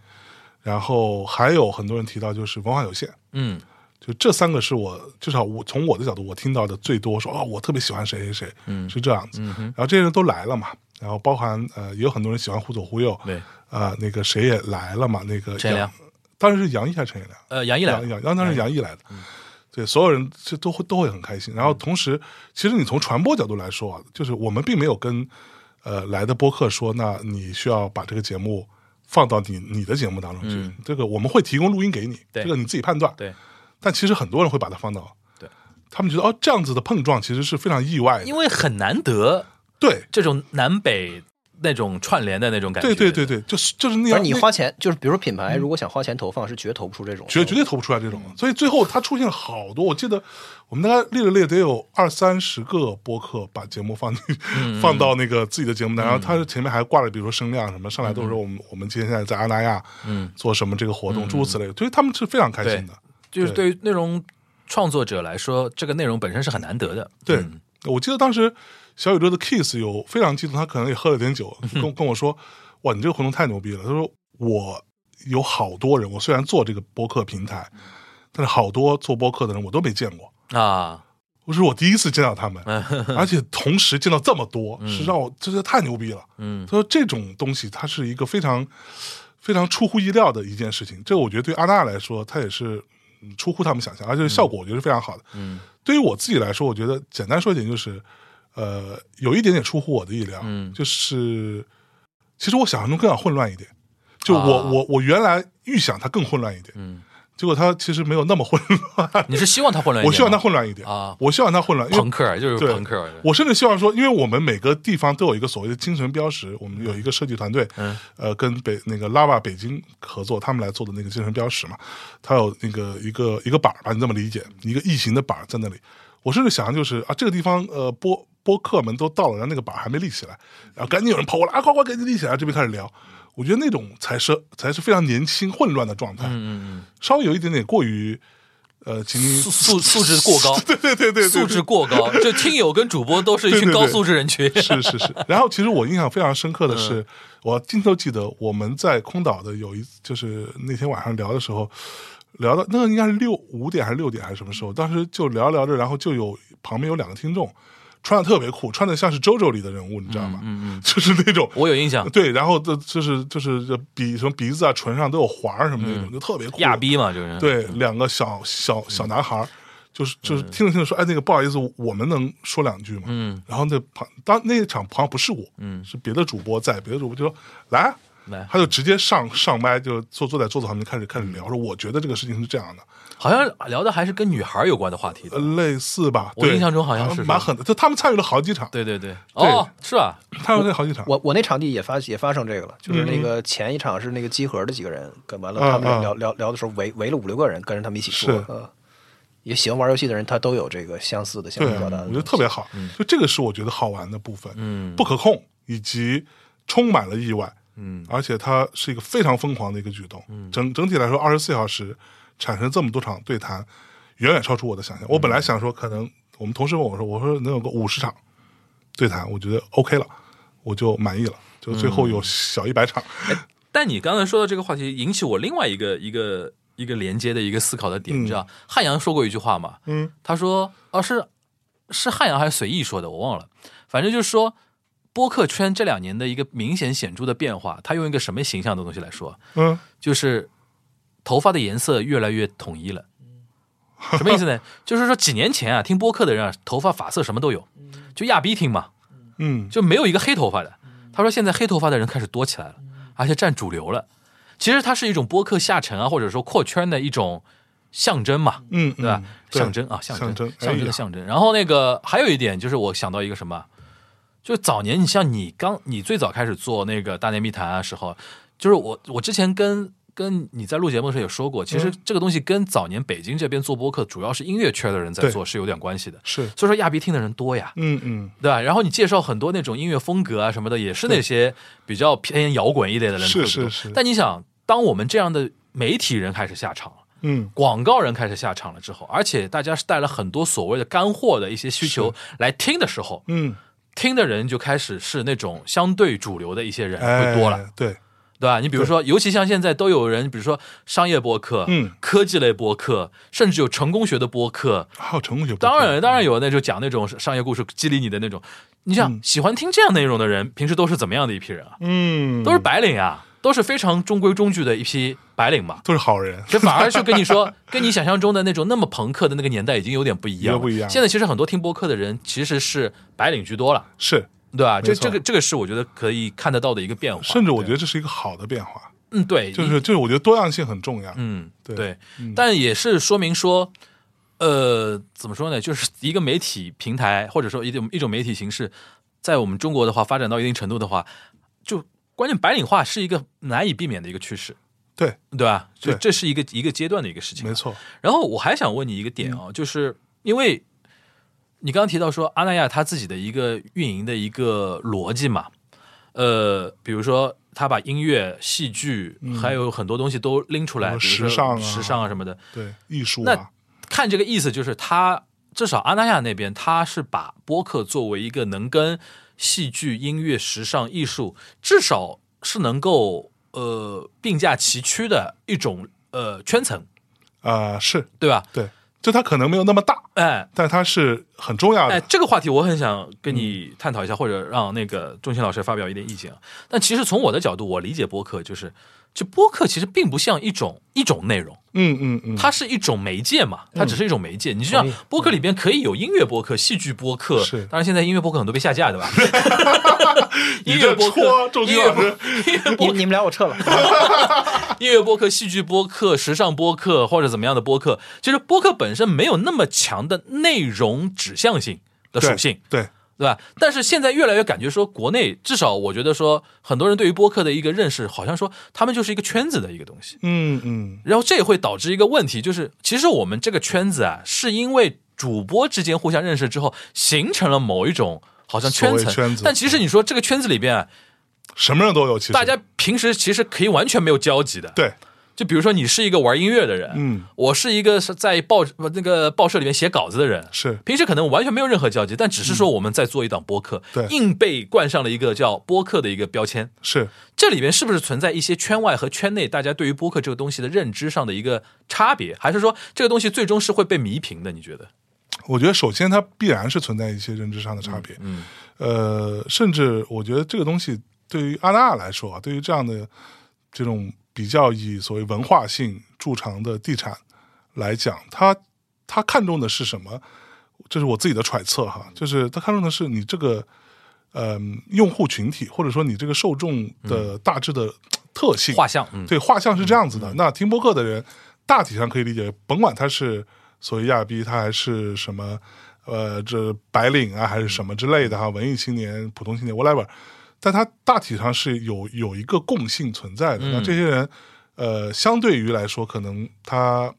S3: 然后还有很多人提到就是文化有限，
S2: 嗯
S3: 就这三个是我至少我从我的角度我听到的最多说，哦，我特别喜欢谁谁谁，嗯，是这样子。然后这些人都来了嘛，然后包含呃也有很多人喜欢忽左忽右，
S2: 对，
S3: 啊、那个谁也来了嘛，那个
S2: 陈良
S3: 杨，当然是杨毅还是陈也良，
S2: 呃，杨一来嗯
S3: 杨杨杨当然是杨毅来的。对，所有人这都会都会很开心。然后同时，其实你从传播角度来说啊，就是我们并没有跟呃来的播客说，那你需要把这个节目放到你你的节目当中去。这个我们会提供录音给你，
S2: 嗯对
S3: 这个你自己判断。
S2: 对，
S3: 但其实很多人会把它放到
S2: 对
S3: 他们觉得哦，这样子的碰撞其实是非常意外的
S2: 因。为很难得
S3: 对，
S2: 这种南北那种串联的那种感觉。
S3: 对对对对，就是就是那
S4: 不是
S3: 样，
S4: 你
S3: 那
S4: 花钱，就是比如说品牌，如果想花钱投放，是绝投不出这种，嗯
S3: 绝绝对投不出来这
S2: 嗯
S3: 种。所以最后他出现了好多，我记得我们大概列了列，得有二三十个播客把节目放进、
S2: 嗯
S3: 放到那个自己的节目单，然后他是前面还挂了，比如说声量什么，上来都是我们、我们今天现在在阿那亚
S2: 嗯，
S3: 做什么这个活动，诸如此类的，所以他们是非常开心的。
S2: 就是对
S3: 对
S2: 于内容创作者来说，这个内容本身是很难得的。
S3: 对，
S2: 嗯
S3: 我记得当时小宇宙的 Kiss 有非常激动，他可能也喝了点酒，就跟跟我说：“哇，你这个活动太牛逼了！”他说：“我有好多人，我虽然做这个播客平台，但是好多做播客的人我都没见过，
S2: 啊，嗯
S3: 我是我第一次见到他们，而且同时见到这么多，是让我真的太牛逼了。”
S2: 嗯
S3: 他说：“这种东西它是一个非常非常出乎意料的一件事情，这个我觉得对阿娜来说，她也是嗯出乎他们想象，而且效果我觉得是非常好的。
S2: 嗯
S3: 对于我自己来说，我觉得简单说一点就是，呃，有一点点出乎我的意料，
S2: 嗯
S3: 就是其实我想象中更要混乱一点，就我、
S2: 啊
S3: 我我原来预想它更混乱一点，
S2: 嗯，
S3: 结果它其实没有那么混 乱，
S2: 你是希望它混乱一点吗？
S3: 我希望它混乱一点
S2: 啊
S3: 我希望它混乱，因为
S2: 朋克就是
S3: 对
S2: 朋克，
S3: 我甚至希望说，因为我们每个地方都有一个所谓的精神标识，我们有一个设计团队，
S2: 嗯，
S3: 呃，跟北那个拉瓦北京合作，他们来做的那个精神标识嘛，它有那个一个一个板儿吧，你这么理解，一个异形的板儿在那里。我甚至想象就是啊，这个地方呃播播客们都到了，然后那个板儿还没立起来，然后赶紧有人跑过来啊，快快赶紧立起来，这边开始聊。我觉得那种才是才是非常年轻混乱的状态，
S2: 嗯嗯
S3: 稍微有一点点过于呃，情
S2: 嗯，
S3: 绪
S2: 素素素质过高，
S3: 对对对对对
S2: 素质过高，就听友跟主播都是一
S3: 对
S2: 群
S3: 对对
S2: 高素质人群。
S3: 是是是。然后其实我印象非常深刻的
S2: 嗯
S3: 是，我今天都记得我们在空岛的有一，就是那天晚上聊的时候，聊到那个应该是六五点还是六点还是什么时候，当时就聊着聊着，然后就有旁边有两个听众穿的特别酷，穿的像是 JoJo 里的人物，你知道吗？
S2: 嗯嗯，
S3: 就是那 种。
S2: 我有印象，
S3: 对，然后就就是就是就鼻什么鼻子啊、唇上都有环儿什么那种，就特别酷。
S2: 嗯亚逼嘛，就是，
S3: 对，两个小小小
S2: 嗯
S3: 男孩儿，就是就是听着听着说，哎，那个不好意思，我们能说两句吗？
S2: 嗯，
S3: 然后那旁当那场好像不是我，
S2: 嗯
S3: 是别的主播在，别的主播就说来啊，
S2: 来嗯
S3: 他就直接上上麦，就坐坐在桌子旁边开始开始聊，说我觉得这个事情是这样的，
S2: 好像聊的还是跟女孩有关的话题
S3: 呃
S2: 的。
S3: 类似吧？
S2: 我
S3: 对
S2: 印象中好像是
S3: 蛮
S2: 是
S3: 狠的，就他们参与了好几场，
S2: 对对对，哦，是吧？
S3: 参与了好几场，
S4: 我我那场地也发也发生这个了，就是那个前一场是那个集合的几个人，跟完了
S3: 嗯
S4: 他们
S3: 嗯
S4: 聊聊聊的时候围围了五六个人，跟着他们一起做
S3: 是，
S4: 呃，也喜欢玩游戏的人他都有这个相似的相
S3: 对啊
S4: 互表达的
S3: 我
S4: 东西，
S3: 觉得特别好，就这个是我觉得好玩的部分，
S2: 嗯
S3: 不可控以及充满了意外，
S2: 嗯，
S3: 而且它是一个非常疯狂的一个举动。整整体来说，二十四小时产生这么多场对谈，远远超出我的想
S2: 嗯
S3: 象。我本来想说，可能我们同事问我说，我说能有个五十场对谈，我觉得 OK 了，我就满意了。就最后有小一百场，
S2: 但你刚才说到这个话题，引起我另外一个一个一个连接的一个思考的点，
S3: 嗯
S2: 你知道汉阳说过一句话嘛？
S3: 嗯，
S2: 他说，哦，是是汉阳还是随意说的，我忘了，反正就是说。播客圈这两年的一个明显显著的变化，他用一个什么形象的东西来说，
S3: 嗯，
S2: 就是头发的颜色越来越统一了。
S3: 嗯
S2: 什么意思呢？ 就是说几年前啊，听播客的人啊，头发发色什么都有，就亚逼听嘛，
S3: 嗯，
S2: 就没有一个黑头发的。他说现在黑头发的人开始多起来了，而且占主流了。其实它是一种播客下沉啊，或者说扩圈的一种象征嘛，
S3: 嗯，
S2: 对吧？
S3: 对
S2: 象征啊，象
S3: 象征
S2: 征，象征
S3: 哎
S2: 的
S3: 呀
S2: 象征。然后那个还有一点就是，我想到一个什么，就是早年你像你刚你最早开始做那个大内密谈啊时候，就是我我之前跟跟你在录节目的时候也说
S3: 嗯
S2: 过，其实这个东西跟早年北京这边做播客，主要是音乐圈的人在
S3: 对
S2: 做是有点关系的。
S3: 是，
S2: 所以说亚逼听的人多呀，
S3: 嗯嗯，
S2: 对吧？然后你介绍很多那种音乐风格啊什么的，也是那些比较偏摇滚一类的人
S3: 是
S2: 特别多
S3: 是是
S2: 但你想，当我们这样的媒体人开始下场了。
S3: 嗯，
S2: 广告人开始下场了之后，而且大家是带了很多所谓的干货的一些需求来听的时候，
S3: 嗯，
S2: 听的人就开始是那种相对主流的一些人
S3: 哎，
S2: 会多了，，
S3: 对，
S2: 对吧？你比如说，尤其像现在都有人，比如说商业播客、
S3: 嗯
S2: 科技类播客，甚至有成功学的播客，
S3: 还有成功学，
S2: 当然，当然有那就讲那种商业故事激励你的那种。你想、喜欢听这样内容的人，平时都是怎么样的一批人啊？
S3: 嗯，
S2: 都是白领啊，都是非常中规中矩的一批白领 嘛。
S3: 都是好人，
S2: 这反而是跟你说，跟你想象中的那种那么朋克的那个年代已经有点不一样了。
S3: 有点不一样
S2: 现在其实很多听播客的人其实是白领居多了，
S3: 是，
S2: 对吧？这
S3: 没错
S2: 这个这个是我觉得可以看得到的一个变化。
S3: 甚至我觉得这是一个好的变化，
S2: 嗯，对，
S3: 就是就是我觉得多样性很重要，
S2: 嗯，
S3: 对
S2: 对
S3: 嗯，
S2: 但也是说明说，呃，怎么说呢？就是一个媒体平台，或者说一种一种媒体形式，在我们中国的话，发展到一定程度的话，就关键白领化是一个难以避免的一个趋势，
S3: 对，
S2: 对吧？就
S3: 对
S2: 这是一个一个阶段的一个事情，
S3: 没。错，
S2: 然后我还想问你一个点
S3: 嗯
S2: 啊、就是因为你刚刚提到说阿那亚他自己的一个运营的一个逻辑嘛，呃，比如说他把音乐、戏剧、还有很多东西都拎出来，
S3: 什么
S2: 比如说
S3: 嗯时尚啊
S2: 时尚啊什么的，
S3: 对，艺术
S2: 那
S3: 啊，
S2: 看这个意思，就是他至少阿那亚那边，他是把播客作为一个能跟戏剧、音乐、时尚、艺术，至少是能够呃并驾齐驱的一种呃圈层，
S3: 啊是
S2: 对吧？
S3: 对，就它可能没有那么大，
S2: 哎
S3: 但它是很重要
S2: 哎，
S3: 的。
S2: 这个话题我很想跟你探讨一下，或者让那个钟情老师发表一点意见啊。但其实从我的角度，我理解播客就是，就播客其实并不像一种一种内容。
S3: 嗯嗯嗯，
S2: 它是一种媒介嘛，它只是一种媒介。你就像
S4: 同意
S2: 播客里边可以有音乐播客、戏剧播客，
S3: 是
S2: 当然现在音乐播客很多被下架，对 吧？音
S3: 你
S2: 乐
S3: 这
S2: 播
S3: 戳
S2: 客，
S3: 周
S2: 音
S3: 军
S2: 乐
S3: 老
S2: 播
S3: 师，
S2: 音乐
S4: 你
S2: 播
S4: 你们俩我撤了。
S2: 音乐播客、戏剧播客、时尚播客或者怎么样的播客，其实播客本身没有那么强的内容指向性的属
S3: 对
S2: 性。
S3: 对
S2: 对吧？但是现在越来越感觉说，国内至少我觉得说，很多人对于播客的一个认识，好像说他们就是一个圈子的一个东西。
S3: 嗯嗯，
S2: 然后这也会导致一个问题，就是其实我们这个圈子啊，是因为主播之间互相认识之后，形成了某一种好像圈
S3: 所
S2: 层。
S3: 谓圈子
S2: 但其实你说这个圈子里边啊，
S3: 什么人都有，其实
S2: 大家平时其实可以完全没有交集的。，
S3: 对
S2: 就比如说你是一个玩音乐的人，
S3: 嗯，
S2: 我是一个是在报那个报社里面写稿子的人，
S3: 是
S2: 平时可能完全没有任何交集，但只是说我们在做一档播客，
S3: 嗯对
S2: 硬被冠上了一个叫播客的一个标签。
S3: 是
S2: 这里边是不是存在一些圈外和圈内大家对于播客这个东西的认知上的一个差别，还是说这个东西最终是会被弥平的？你觉得？
S3: 我觉得首先它必然是存在一些认知上的差别，嗯，呃，甚至我觉得这个东西对于阿那亚来说啊，对于这样的这种比较以所谓文化性著称的地产来讲，它它看重的是什么？这是我自己的揣测哈，就是它看重的是你这个。嗯，用户群体或者说你这个受众的大致的特性，
S2: 画像，嗯，
S3: 对，画像是这样子的。那听播客的人大体上可以理解，甭管他是所谓亚逼，他还是什么呃，这白领啊，还是什么之类的哈，文艺青年、普通青年，whatever，但他大体上是有有一个共性存在的。那这些人，呃，相对于来说，可能他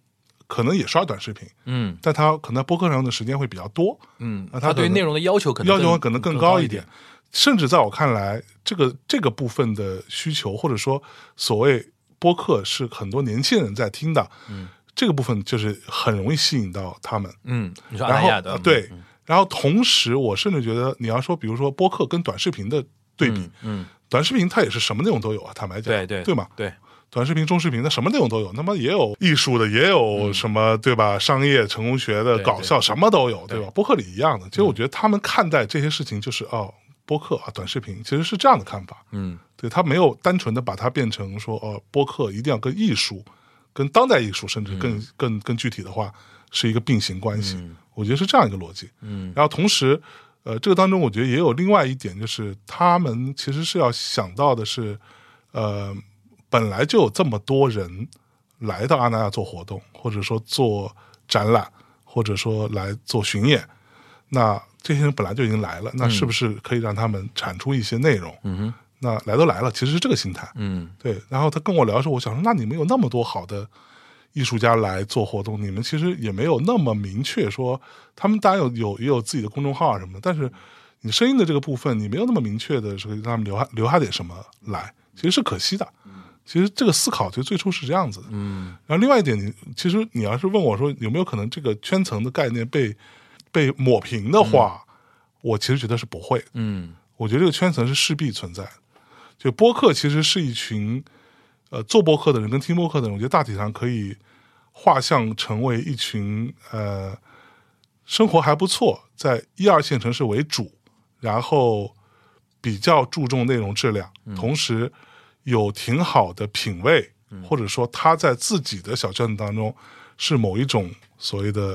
S3: 可能也刷短视频，
S2: 嗯
S3: 但他可能在播客上的时间会比较多，
S2: 嗯，
S3: 啊那他
S2: 他对于
S3: 可能
S2: 内容的要求可能
S3: 要求
S2: 更
S3: 可能
S2: 更
S3: 更高
S2: 一
S3: 一点。。甚至在我看来，这个这个部分的需求，或者说所谓播客是很多年轻人在听的，嗯，这个部分就是很容易吸引到他们。
S2: 嗯，你说阿
S3: 然
S2: 那
S3: 后
S2: 亚的
S3: 呃对，然后同时，我甚至觉得你要说，比如说播客跟短视频的对比，
S2: 嗯，
S3: 短视频它也是什么内容都有啊，坦白讲，
S2: 对对
S3: 对嘛，
S2: 对，
S3: 短视频、中视频，它什么内容都有，那么也有艺术的，也有什么、对吧？商业、成功学的、
S2: 嗯对
S3: 搞笑，什么都有，
S2: 对嗯
S3: 对吧？播客里一样的。其实我觉得他们看待这些事情，就是哦，播客啊，短视频，其实是这样的看法。
S2: 嗯
S3: 对他没有单纯的把它变成说哦，播客一定要跟艺术、跟当代艺术，甚至更、更更具体的话，是一个并行关系。我觉得是这样一个逻辑。
S2: 嗯，
S3: 然后同时，呃，这个当中我觉得也有另外一点，就是他们其实是要想到的是，呃，本来就有这么多人来到阿那亚做活动，或者说做展览，或者说来做巡演，那这些人本来就已经来了，那是不是可以让他们产出一些内容？嗯
S2: 哼，
S3: 那来都来了，其实是这个心态。
S2: 嗯
S3: 对，然后他跟我聊的时候，我想说，那你们有那么多好的艺术家来做活动，你们其实也没有那么明确说，他们当然有有也有自己的公众号啊什么的，但是你声音的这个部分，你没有那么明确的说让他们留下留下点什么来，其实是可惜的。其实这个思考就最初是这样子的。
S2: 嗯
S3: 然后另外一点，你其实你要是问我说有没有可能这个圈层的概念被被抹平的话，我其实觉得是不会的。
S2: 嗯
S3: 我觉得这个圈层是势必存在的。就播客其实是一群，呃，做播客的人跟听播客的人，我觉得大体上可以画像成为一群呃，生活还不错，在一二线城市为主，然后比较注重内容质量，同时有挺好的品味，或者说他在自己的小圈子当中是某一种所谓的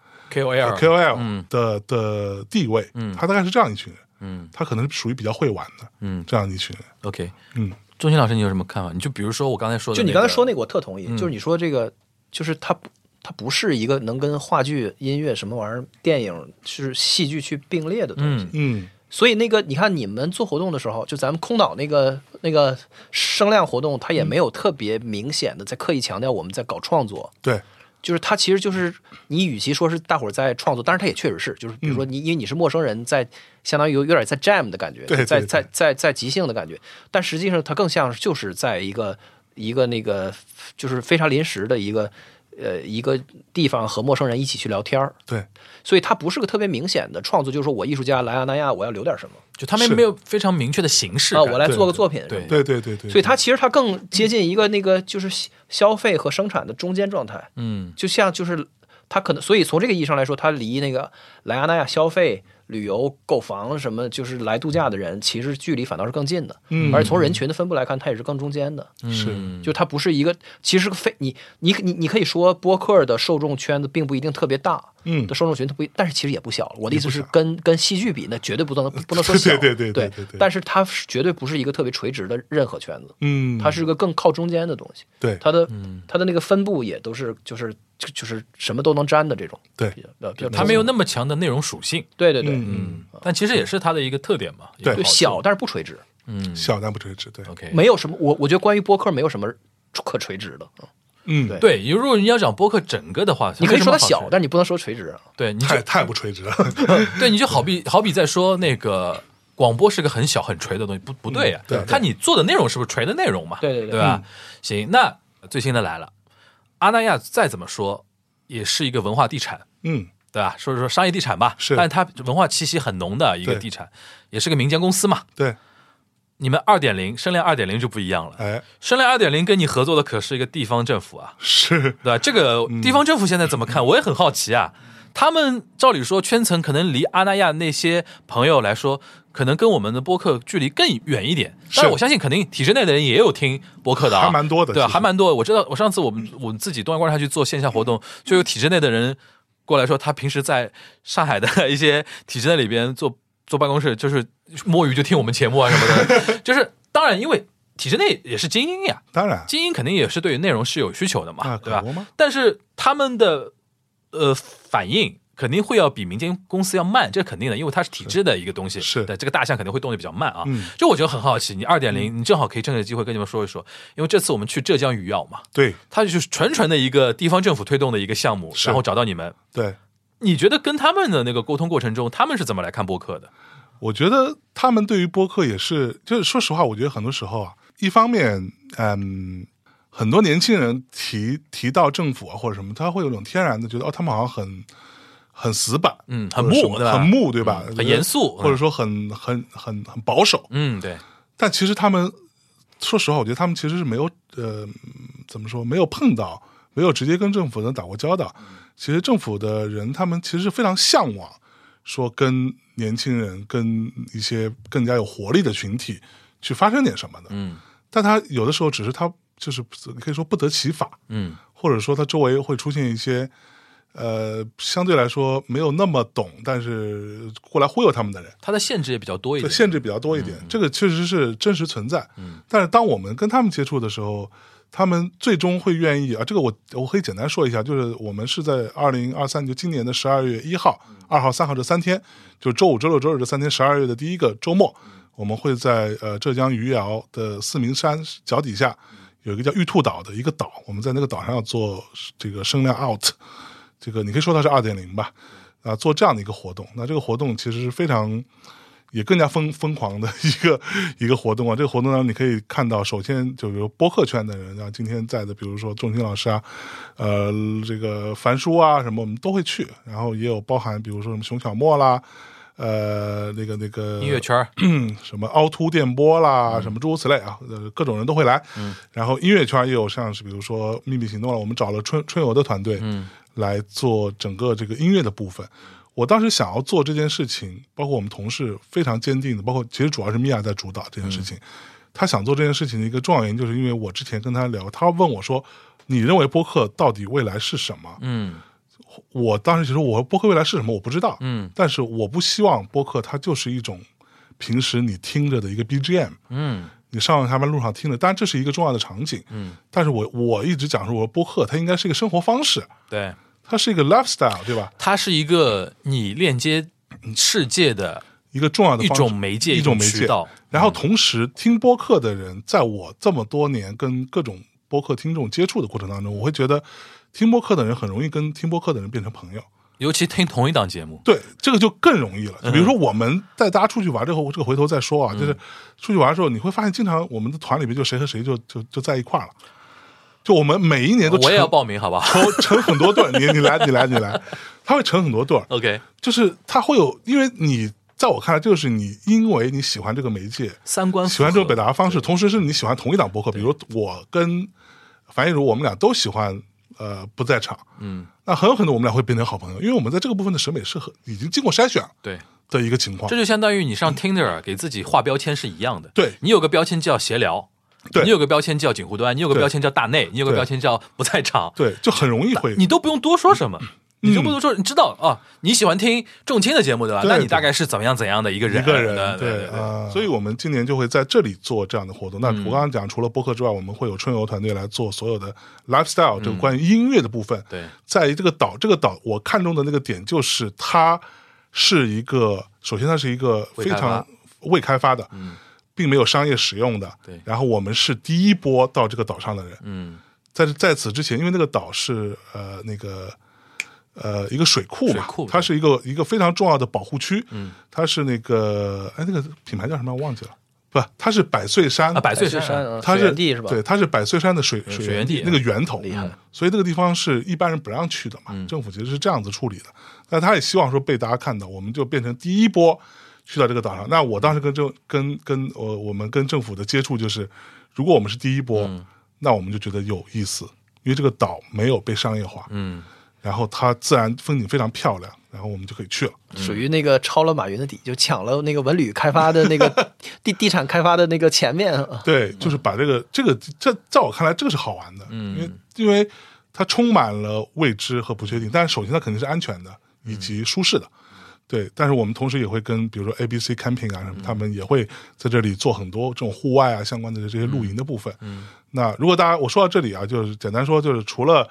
S3: 啊
S2: ，KOL
S3: KOL
S2: 嗯
S3: 的、的地位，
S2: 嗯
S3: 他大概是这样一群人。
S2: 嗯
S3: 他可能是属于比较会玩的
S2: 嗯
S3: 这样一群人。
S2: ，OK，
S3: 嗯，
S2: 钟情老师你有什么看法？你就比如说我刚才说的
S4: 就
S2: 那个，
S4: 你刚才说那个，我特同意。
S2: 嗯
S4: 就是你说这个，就是他不它不是一个能跟话剧、音乐什么玩意儿、电影是戏剧去并列的东西。
S2: 嗯
S3: 嗯，
S4: 所以那个，你看你们做活动的时候，就咱们空岛那个那个声量活动，
S2: 嗯
S4: 它也没有特别明显的在刻意强调我们在搞创作，
S3: 对，
S4: 就是它其实就是你与其说是大伙儿在创作，当然它也确实是，就是比如说
S3: 嗯
S4: 你、因为你是陌生人在，相当于有有点在 jam 的感觉，
S3: 对对
S4: 在
S3: 对
S4: 在在在即兴的感觉，但实际上它更像是就是在一个一个那个就是非常临时的一个呃一个地方和陌生人一起去聊天儿，
S3: 对，
S4: 所以它不是个特别明显的创作，就是说我艺术家莱昂纳亚，我要留点什么。
S2: 就他们
S3: 是
S2: 没有非常明确的形式
S4: 啊，
S2: 感
S4: 我来
S3: 对
S4: 做个
S3: 对
S4: 作品，
S2: 对
S3: 对对对对，
S4: 所以它其实它更接近一个那个就是消消费和生产的中间状态，
S2: 嗯
S4: 就像就是它可能，所以从这个意义上来说，它离那个莱阿纳亚消费、旅游、购房什么，就是来度假的人，其实距离反倒是更近的，
S3: 嗯
S4: 而从人群的分布来看，它也是更中间的，
S3: 是
S2: 嗯
S4: 就它不是一个，其实是个非你你你你可以说播客的受众圈子并不一定特别大，
S3: 嗯
S4: 的，受众群它不一，但是其实也不小了。我的意思是
S3: 也不小
S4: 跟，跟戏剧比，那绝对不能不能说小，
S3: 对
S4: 对
S3: 对对对对对
S4: 但是它是绝对不是一个特别垂直的任何圈子，
S3: 嗯，
S4: 它是个更靠中间的东西。
S3: 对
S4: 它的
S2: 嗯
S4: 它的那个分布也都是就是就就是什么都能沾的这种。
S3: 对
S4: 比较，呃比较
S2: 他没有那么强的内容属性，
S4: 对对对，
S3: 嗯
S2: 但其实也是它的一个特点嘛，
S3: 对
S2: 一个
S4: 就
S2: 好处
S4: 小，但是不垂直，
S2: 嗯
S3: 小但不垂直，对，
S2: ，OK，
S4: 没有什么。我我觉得关于播客没有什么可垂直的，嗯
S3: 嗯，
S4: 对
S2: 对，如果你要讲播客整个的话，
S4: 你可以说它小，
S2: 没什么好处
S4: 但你不能说垂直啊。
S2: 对，你就
S3: 太太不垂直了，
S2: 对，你就好比好比在说那个广播是个很小很锤的东西，不不对呀、
S3: 嗯对嗯
S2: 看你做的内容是不是锤的内容嘛，
S4: 对对对
S2: 吧？行，那最新的来了，阿那亚再怎么说也是一个文化地产，
S3: 嗯，
S2: 对吧？说是说商业地产吧，
S3: 是
S2: 但是它文化气息很浓的一个
S3: 对
S2: 地产，也是个民间公司嘛。
S3: 对，
S2: 你们二点零声量二点零就不一样了，
S3: 哎，
S2: 声量二点零跟你合作的可是一个地方政府啊，
S3: 是，
S2: 对吧？这个
S3: 嗯
S2: 地方政府现在怎么看？我也很好奇啊。他们照理说圈层可能离阿那亚那些朋友来说，可能跟我们的播客距离更远一点。
S3: 是
S2: 但是我相信，肯定体制内的人也有听播客的、啊，
S3: 还蛮多的
S2: 对、啊，
S3: 其实
S2: 还蛮多。我知道，我上次我们我们自己东阳观察去做线下活动，就有体制内的人过来说，他平时在上海的一些体制内里边做坐办公室，就是摸鱼就听我们节目啊什么的。 就是当然，因为体制内也是精英呀，
S3: 当然
S2: 精英肯定也是对于内容是有需求的嘛，
S3: 啊，
S2: 对吧
S3: 可不？吗？
S2: 但是他们的呃反应肯定会要比民间公司要慢，这是肯定的，因为它是体制的一个东西，
S3: 是
S2: 对这个大象肯定会动得比较慢啊。
S3: 嗯
S2: 就我觉得很好奇，你二点零，你正好可以趁这个机会跟你们说一说，因为这次我们去浙江余姚嘛，
S3: 对
S2: 它就是纯纯的一个地方政府推动的一个项目，
S3: 是
S2: 然后找到你们，
S3: 对，
S2: 你觉得跟他们的那个沟通过程中，他们是怎么来看播客的？
S3: 我觉得他们对于播客也是，就是说实话，我觉得很多时候啊，一方面，嗯，很多年轻人提提到政府啊或者什么，他会有种天然的觉得，哦，他们好像很很死板，
S2: 嗯，很
S3: 或呃者什么
S2: 木，对吧？嗯
S3: 很木，对吧？
S2: 很严肃，
S3: 或者说很很很很保守。
S2: 嗯，对，
S3: 但其实他们，说实话，我觉得他们其实是没有呃，怎么说，没有碰到，没有直接跟政府人打过交道。其实政府的人，他们其实是非常向往，说跟年轻人、跟一些更加有活力的群体去发生点什么的。
S2: 嗯
S3: 但他有的时候只是他就是你可以说不得其法，
S2: 嗯
S3: 或者说他周围会出现一些呃相对来说没有那么懂，但是过来忽悠他们的人。
S2: 它的限制也比较多一
S3: 对
S2: 点，嗯
S3: 限制比较多一点，这个确实是真实存在。嗯，但是当我们跟他们接触的时候，他们最终会愿意啊，这个我我可以简单说一下，就是我们是在二零二三就今年的十二月一号、二号、三号这三天，就周五、周六、周日这三天，十二月的第一个周末，我们会在呃浙江余姚的四明山脚底下有一个叫玉兔岛的一个岛，我们在那个岛上要做这个声量 out，这个你可以说它是二点零吧。啊，做这样的一个活动，那这个活动其实是非常也更加疯疯狂的一个 一个活动啊！这个活动呢，你可以看到，首先就比如播客圈的人啊，今天在的，比如说仲青老师啊，呃，这个樊叔啊什么，我们都会去。然后也有包含，比如说什么熊小莫啦，呃，那个那个
S2: 音乐圈儿
S3: 嗯什么凹凸电波啦，什么诸如此类啊，呃，各种人都会来。然后音乐圈也有像是比如说秘密行动了，我们找了春春游的团队，来做整个这个音乐的部分。我当时想要做这件事情，包括我们同事非常坚定的，包括其实主要是米娅在主导这件事情。他想做这件事情的一个重要原因，就是因为我之前跟他聊，他问我说：“你认为播客到底未来是什么？”
S2: 嗯
S3: 我当时其实我播客未来是什么我不知道，
S2: 嗯，
S3: 但是我不希望播客它就是一种平时你听着的一个 BGM，
S2: 嗯
S3: 你上完下班路上听的，当然这是一个重要的场景，嗯，但是我我一直讲说，我说播客它应该是一个生活方式，
S2: 对，
S3: 它是一个 lifestyle，对吧？
S2: 它是一个你链接世界的
S3: 一个重要的
S2: 一
S3: 方
S2: 种媒介
S3: 一
S2: 种
S3: 种媒
S2: 渠
S3: 介
S2: 道。嗯
S3: 然后同时听播客的人，在我这么多年跟各种播客听众接触的过程当中，我会觉得听播客的人很容易跟听播客的人变成朋友。
S2: 尤其听同一档节目，
S3: 对，这个就更容易了。就比
S2: 嗯
S3: 如说，我们带大家出去玩之后，这个回头再说啊。就是出去玩的时候，你会发现，经常我们的团里面就谁和谁就就就在一块儿了。就我们每一年都
S2: 我也要
S3: 成
S2: 报名，好不好
S3: 成很多对儿，你你来你来你来，他会成很多对儿。
S2: ？OK，
S3: 就是他会有，因为你在我看来，就是你因为你喜欢这个媒介，
S2: 三观
S3: 喜欢这种表
S2: 达，
S3: 达方式，同时是你喜欢同一档播客，比如我跟樊一茹，我们俩都喜欢呃不在场，
S2: 嗯，
S3: 那很有可能我们俩会变成好朋友，因为我们在这个部分的审美是很已经经过筛选
S2: 对，
S3: 的一个情况
S2: 这。就相当于你
S3: 嗯
S2: 上 Tinder 啊给自己画标签是一样的。
S3: 对
S2: 你有个标签叫闲聊，
S3: 对
S2: 你有个标签叫锦湖端，你有个
S3: 对
S2: 标签叫大内，你有个
S3: 对
S2: 标签叫不在场，
S3: 对，嗯就很容易会，
S2: 你都不用多说什么。你就不能说，你知道啊？你喜欢听重青的节目对吧？
S3: 对
S2: 那你
S3: 对
S2: 大概是怎么样怎样的一个人？
S3: 一个人，
S2: 对对嗯
S3: 啊，所以我们今年就会在这里做这样的活动。那我刚刚讲，除了播客之外，我们会有春游团队来做所有的
S2: 嗯
S3: lifestyle 这个关于音乐的部分。
S2: 对
S3: 在这个岛，这个岛我看中的那个点就是它是一个，首先它是一个非
S2: 未开发嗯
S3: 常未开发的，并没有商业使用的。
S2: 对
S3: 然后我们是第一波到这个岛上的人。
S2: 嗯，
S3: 在在此之前，因为那个岛是呃那个呃一个水库
S2: 水
S3: 嘛，
S2: 库
S3: 它是一个一个非常重要的保护区。嗯，它是那个哎那个品牌叫什么我忘记了，不，它是百岁山
S2: 啊，百岁
S4: 岁山啊，
S3: 它
S4: 水
S3: 是
S4: 源地是吧？
S3: 对，它是百岁山的水水
S2: 水源地
S3: 那个源头，
S4: 嗯
S3: 嗯
S4: 厉害嗯
S3: 所以那个地方是一般人不让去的嘛，政府其实是这样子处理的。那他也希望说被大家看到，我们就变成第一波去到这个岛上。那我当时跟政跟跟我、我们跟政府的接触就是，如果我们是第一波，
S4: 嗯
S3: 那我们就觉得有意思，因为这个岛没有被商业化，
S2: 嗯，
S3: 然后它自然风景非常漂亮，然后我们就可以去了。
S2: 嗯
S4: 属于那个抄了马云的底，就抢了那个文旅开发的那个地 地产开发的那个前面啊。
S3: 对，就是把这个这个这在我看来这个是好玩的，因为因为它充满了未知和不确定，但是首先它肯定是安全的以及舒适的。对，但是我们同时也会跟，比如说 A、B、C Camping 啊什么，他们也会在这里做很多这种户外啊相关的这些露营的部分。嗯，那如果大家我说到这里啊，就是简单说，就是除了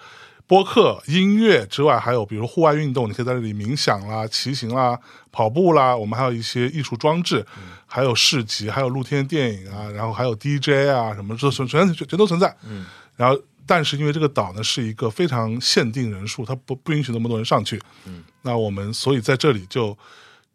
S3: 播客、音乐之外，还有比如户外运动，你可以在这里冥想啦、骑行啦、跑步啦。我们还有一些艺术装置，还有市集，还有露天电影啊，然后还有 DJ 啊什么，这全全全全都存在。嗯，然后但是因为这个岛呢是一个非常限定人数，它不不允许那么多人上去。
S2: 嗯
S3: 那我们所以在这里就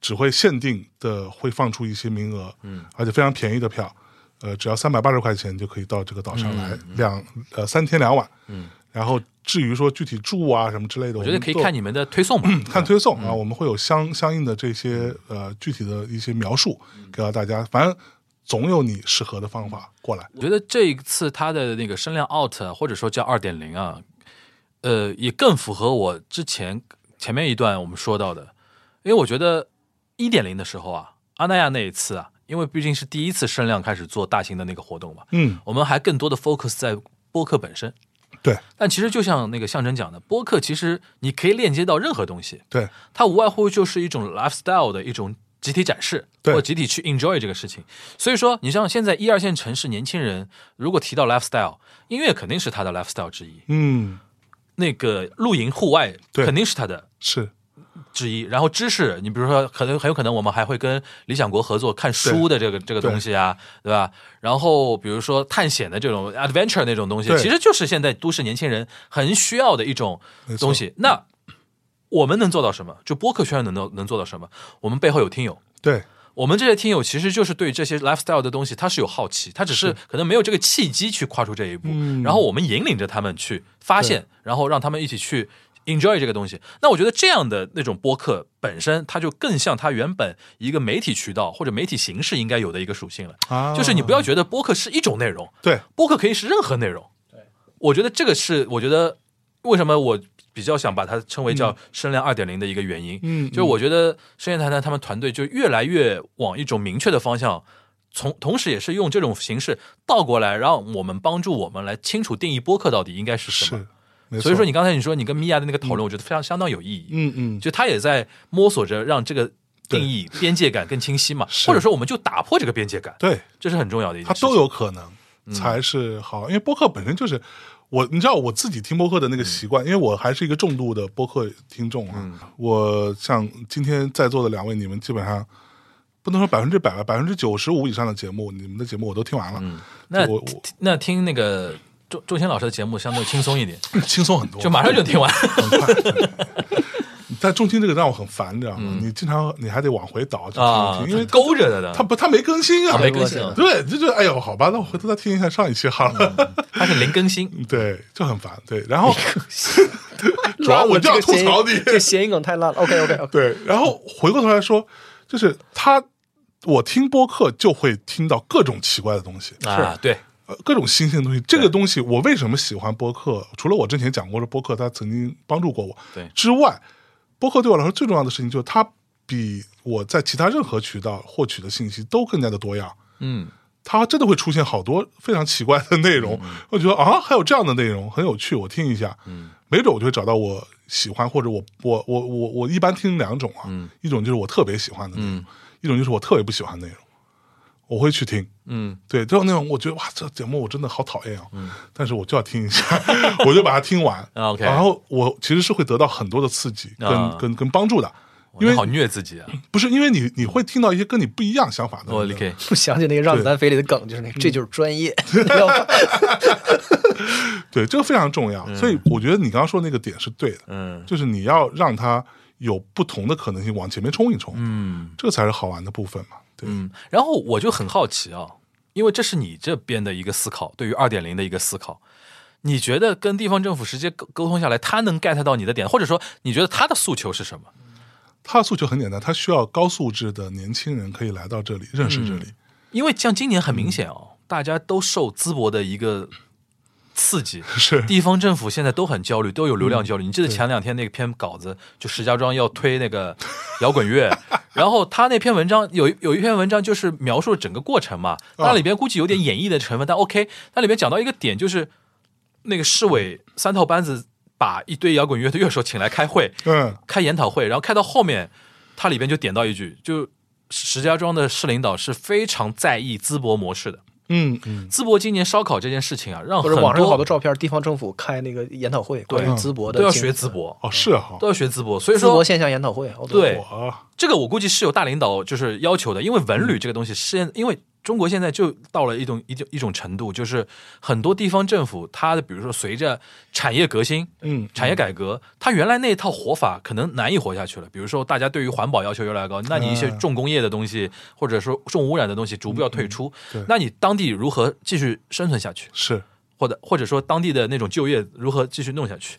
S3: 只会限定的会放出一些名额，嗯，而且非常便宜的票，呃，只要三百八十块钱就可以到这个岛上来、
S2: 嗯
S3: 两呃三天两晚，嗯，然后至于说具体住啊什么之类
S2: 我
S3: 的，我
S2: 觉得可以看嗯
S3: 你
S2: 你们的推送吧。
S3: 看推送啊，我们会有相相应的这些
S2: 嗯
S3: 呃具体的一些描述给到大家，反正总有你适合的方法过来，
S2: 我觉得这一次它的那个声量 out 啊或者说叫二点零啊，呃，也更符合我之前前面一段我们说到的，因为我觉得一点零的时候啊，阿那亚那一次啊，因为毕竟是第一次声量开始做大型的那个活动嘛，
S3: 嗯，
S2: 我们还更多的 focus 在播客本身。
S3: 对
S2: 但其实就像那个象征讲的，播客其实你可以链接到任何东西，
S3: 对
S2: 它无外乎就是一种 lifestyle 的一种集体展示，
S3: 对
S2: 或集体去 enjoy 这个事情。所以说，你像现在一二线城市年轻人，如果提到 lifestyle，音乐肯定是他的 lifestyle 之一，
S3: 嗯，
S2: 那个露营户外
S3: 对
S2: 肯定是他的
S3: 是
S2: 之一。然后知识，你比如说，可能很有可能我们还会跟理想国合作看书的这个这个东西啊，对吧？然后比如说探险的这种 adventure 那种东西，
S3: 对
S2: 其实就是现在都市年轻人很需要的一种东西。那我们能做到什么？就播客圈能能能做到什么？我们背后有听友。
S3: 对
S2: 我们这些听友其实就是对这些 lifestyle 的东西，他是有好奇，他只是可能没有这个契机去跨出这一步。
S3: 嗯
S2: 然后我们引领着他们去发现，然后让他们一起去 enjoy 这个东西。那我觉得这样的那种播客本身，它就更像它原本一个媒体渠道或者媒体形式应该有的一个属性了。
S3: 啊，
S2: 就是你不要觉得播客是一种内容，
S3: 对
S2: 播客可以是任何内容。我觉得这个是我觉得为什么我比较想把它称为叫“声量二点零”的一个原因。
S3: 嗯
S2: 就是我觉得深夜谈谈他们团队就越来越往一种明确的方向，从同时也是用这种形式倒过来，让我们帮助我们来清楚定义播客到底应该是什
S3: 是
S2: 么。，
S3: 没错
S2: 所以说，你刚才你说你跟米娅的那个讨论，我觉得非常相当有意义。
S3: 嗯嗯
S2: 就他也在摸索着让这个定义边界感更清晰嘛，
S3: 是
S2: 或者说我们就打破这个边界感，
S3: 对，
S2: 这是很嗯重要的一件
S3: 它
S2: 事情。
S3: 都有可能才是好，因为播客本身就是我，你知道我自己听播客的
S2: 嗯
S3: 那个习惯，因为我还是一个重度的播客听众啊。我像今天在座的两位，你们基本上不能说百分之百吧，百分之九十五以上的节目，你们的节目我都听完
S2: 嗯
S3: 了，
S2: 那
S3: 我我
S2: 那听那个周周谦老师的节目相对轻松一点，
S3: 轻松很多，
S2: 就马上就听完。
S3: 很快。 但重听这个让我很烦，你知道吗？你经常你还得往回倒去听一
S2: 嗯啊
S3: 听，，因为
S2: 勾着的的，
S3: 它不它没更新啊，
S2: 它没更新
S3: 对，就就哎呦，好吧，那我回头再听一下上一期好了。
S2: 它是零更新，
S4: 嗯
S3: 对，就很烦。对，然 后主
S4: 烂
S3: 要
S4: 了
S3: 我就要
S4: 这个
S3: 吐
S4: 谐音
S3: 槽你。
S4: 这个谐音梗太烂了。OK OK OK，
S3: 对，然后回过头来说，就是他，我听播客就会听到各种奇怪的东西，
S2: 啊，对，
S3: 呃，各种新鲜的东西。这个东西我为什么喜欢播客？除了我之前讲过的播客，它曾经帮助过我，
S2: 对
S3: 之外，播客对我来说最重要的事情就是它比我在其他任何渠道获取的信息都更加的多样。
S2: 嗯，
S3: 它真的会出现好多非常奇怪的内容，我觉得啊，还有这样的内容很有趣，我听一下，嗯，没准我就会找到我喜欢或者我我我我我一般听两种啊，
S2: 嗯
S3: 一种就是我特别喜欢的内容，一种就是我特别不喜欢的内容，我会去听，
S2: 嗯，
S3: 对，这种内容我觉得哇，这节目我真的好讨厌啊，但是我就要听一下， 我就把它听完
S2: OK
S3: 然后我其实是会得到很多的刺激跟、
S2: 啊
S3: 跟跟帮助的，因
S2: 你
S3: 为
S2: 好虐自 己啊，哦
S3: 不是因为你你会听到一些跟你不一样想法的
S2: 我
S3: 人
S2: K，
S4: 我想起那个《让子弹飞》里的梗，就是那个，
S2: 嗯
S4: 这就是 专业。你知道吗
S3: 对，这个非常重要。所以我觉得你刚刚说那个点是对的，
S2: 嗯
S3: 就是你要让它有不同的可能性往前面冲一冲，
S2: 嗯
S3: 这才是好玩的部分嘛。对，
S2: 嗯，然后我就很好奇啊，因为这是你这边的一个思考，对于二点零的一个思考。你觉得跟地方政府直接沟沟通下来，他能 get 到你的点，或者说你觉得他的诉求是什么？
S3: 他的诉求很简单，他需要高素质的年轻人可以来到这里，认识这里。
S2: 因为像今年很明显哦，大家都受淄博的一个刺激，
S3: 是
S2: 地方政府现在都很焦虑，都有流量
S4: 嗯
S2: 焦虑。你记得前两天那篇稿子，就石家庄要推那个摇滚 乐，然后他那篇文章有一有一篇文章就是描述整个过程嘛，
S4: 啊
S2: 那里边估计有点演绎的成分，但 OK，那里边讲到一个点就是那个市委三套班子把一堆摇滚乐的乐手请来开会，
S3: 嗯，
S2: 开研讨会，然后开到后面，它里边就点到一句，就石家庄的市领导是非常在意淄博模式的。
S3: 嗯嗯，
S2: 淄博今年烧烤这件事情啊，让
S4: 或
S2: 很多嗯
S4: 者网上有好多照片，地方政府开那个研讨会，关于淄博的
S2: 都要
S4: 经
S2: 学淄博，
S3: 哦，是哈
S2: 都，要学淄博。所以
S4: 淄博
S2: 说，
S4: 现象研讨会，好多
S2: 对
S3: 我
S2: 这个我估计是有大领导就是要求的，因为文
S3: 嗯
S2: 旅这个东西是因为中国现在就到了一种一种一种程度，就是很多地方政府它的比如说随着产业革新，
S3: 嗯
S2: 产业改革，它原来那一套活法可能难以活下去了。比如说，大家对于环保要求越来越高，那你一些
S3: 嗯
S2: 重工业的东西，或者说重污染的东西，逐步要退出
S3: 嗯对。
S2: 那你当地如何继续生存下去，
S3: 是
S2: 或者或者说当地的那种就业如何继续弄下去？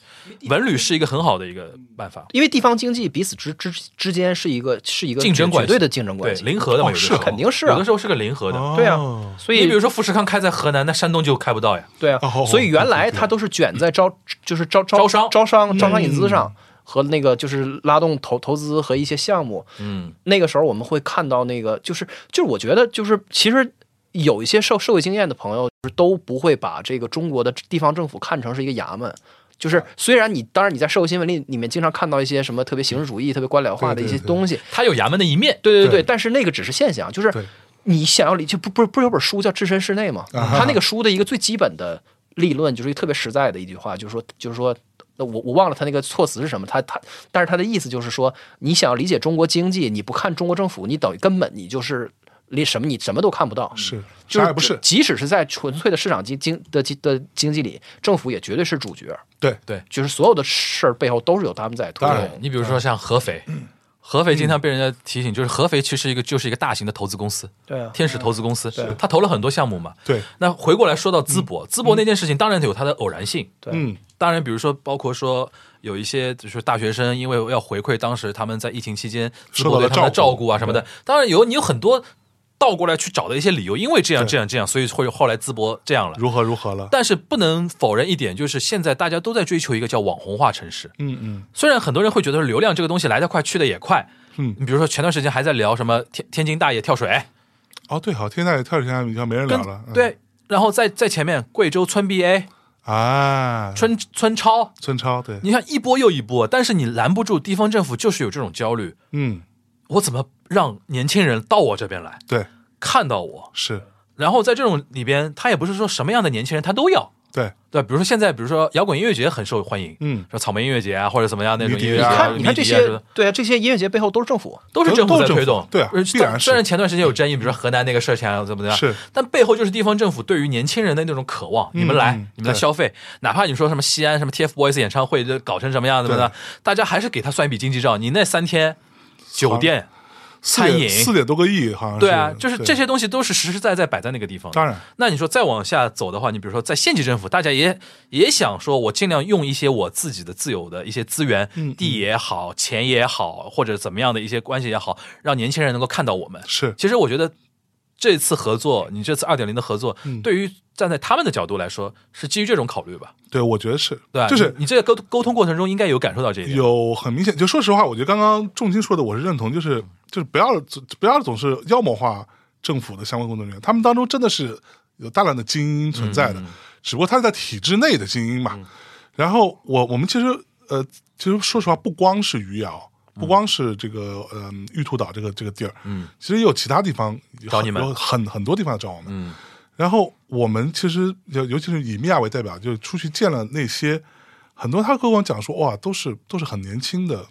S2: 文旅是一个很好的一个办法，
S4: 因为地方经济彼此之之之间是一个是一个
S2: 竞争
S4: 绝
S2: 关系
S4: 绝对的竞争
S2: 对
S4: 关系，
S2: 零和的嘛，
S3: 哦
S2: 有的
S3: 是
S2: 时候
S4: 肯定是啊
S2: 有的时候是个零和的。
S3: 哦
S4: 对啊所
S2: 你比
S4: 以
S2: 如说富士康开在河南，那山东就开不到呀。
S4: 对啊
S3: 哦，嗯
S4: 所以原来它都是卷在招就是招招
S2: 招商
S4: 招商招商引资上和那个就是拉动投投资和一些项目，
S2: 嗯，
S4: 那个时候我们会看到那个，就是就是我觉得就是其实有一些受社会经验的朋友，就是都不会把这个中国的地方政府看成是一个衙门。
S3: 啊
S4: 就是虽然你当然你在社会新闻里里面经常看到一些什么特别形式主义、特别官僚化的一些
S3: 对对对
S4: 东西，
S2: 它有衙门的一面。
S4: 对对
S3: 对
S4: 对，但是那个只是现象，就是
S3: 对
S4: 你想要理就不不是不是有本书叫《置身事内》吗？
S3: 啊哈
S4: 他那个书的一个最基本的立论就是一个特别实在的一句话，就是说就是说。那我我忘了他那个措辞是什么，他他，但是他的意思就是说，你想要理解中国经济，你不看中国政府，你等于根本你就是连什么你什么都看不到，
S3: 是，
S4: 就
S3: 啥也不是，
S4: 即使是在纯粹的市场经经的经的经济里，政府也绝对是主角，
S3: 对，
S4: 就是所有的事儿背后都是有他们在推
S3: 当
S4: 动
S3: 然
S4: 的。
S2: 你比如说像合肥， 合肥经常被人家提醒，就是合肥其实一个就是一个大型的投资公司。
S4: 对啊，
S2: 天使投资公司，他投了很多项目嘛。
S3: 对，
S2: 那回过来说到淄博，淄博那件事情当然有它的偶然性，
S4: 对
S3: 嗯
S2: 当然比如说包括说有一些就是大学生，因为要回馈当时他们在疫情期间淄博对他们的照顾啊什么的，当然有你有很多倒过来去找的一些理由，因为这样
S3: 对
S2: 这样这样，所以会后来淄博这样了。
S3: 如何如何了，
S2: 但是不能否认一点，就是现在大家都在追求一个叫网红化城市，
S3: 嗯嗯，
S2: 虽然很多人会觉得流量这个东西来得快，去得也快。
S3: 嗯
S2: 你比如说前段时间还在聊什么天天津大爷跳水，
S3: 哦对，好，天下也跳水，现在已经没人聊
S2: 跟
S3: 了，嗯，
S2: 对，然后在在前面贵州村 BA、
S3: 啊，
S2: 村村超，
S3: 村超，对，
S2: 你看一波又一波，但是你拦不住地方政府就是有这种焦虑，
S3: 嗯，
S2: 我怎么让年轻人到我这边来
S3: 对，
S2: 看到我，
S3: 是，
S2: 然后在这种里边，他也不是说什么样的年轻人他都要。
S3: 对，
S2: 对，比如说现在，比如说摇滚音乐节很受欢迎，
S3: 嗯
S2: 说草莓音乐节啊，或者怎么样那种
S3: 迷笛
S2: 音乐节
S3: 啊
S2: 啊，
S4: 看你看这
S2: 迷笛啊
S4: 些
S2: 什么的，
S4: 对啊，这些音乐节背后都是政府，
S2: 都是政府在
S3: 都是政府
S2: 推动，
S3: 对啊
S2: 呃
S3: 必然是
S2: 虽然前段时间有争议，比如说河南那个涉嫌啊怎么怎么样，
S3: 是，
S2: 但背后就是地方政府对于年轻人的那种渴望，你们来
S3: 嗯，
S2: 你们来消费，哪怕你说什么西安什么 TFBOYS 演唱会这搞成什么样怎么的，大家还是给他算一笔经济账，你那三天酒店、
S3: 四
S2: 餐
S3: 点
S2: 饮，
S3: 四点多个亿，好像
S2: 对啊，就是
S3: 对
S2: 这些东西都是实实在在摆在那个地方的。
S3: 当然
S2: 那你说再往下走的话，你比如说在县级政府，大家也也想说，我尽量用一些我自己的自有的一些资源，
S3: 嗯
S2: 地也好，钱也好，或者怎么样的一些关系也好，让年轻人能够看到我们。
S3: 是
S2: 其实我觉得这次合作，你这次二点零的合作，
S3: 嗯
S2: 对于站在他们的角度来说，是基于这种考虑吧？
S3: 对，我觉得是，
S2: 对吧？啊
S3: 就是
S2: 你你这个沟沟通过程中应该有感受到这一点。
S3: 有很明显，就说实话，我觉得刚刚重金说的，我是认同，就是就是不要总不要总是妖魔化政府的相关工作人员，他们当中真的是有大量的精英存
S2: 嗯
S3: 在的，只不过他是在体制内的精英嘛。然后我我们其实呃，其实说实话，不光是余姚。
S2: 嗯
S3: 不光是这个，嗯、玉兔岛这个这个地儿，嗯，其实也有其他地方
S2: 找你们
S3: 有很很多地方找我们，
S2: 嗯，
S3: 然后我们其实尤尤其是以米娅为代表，就出去见了那些很多，他跟我讲说，哇，都是都是很年轻的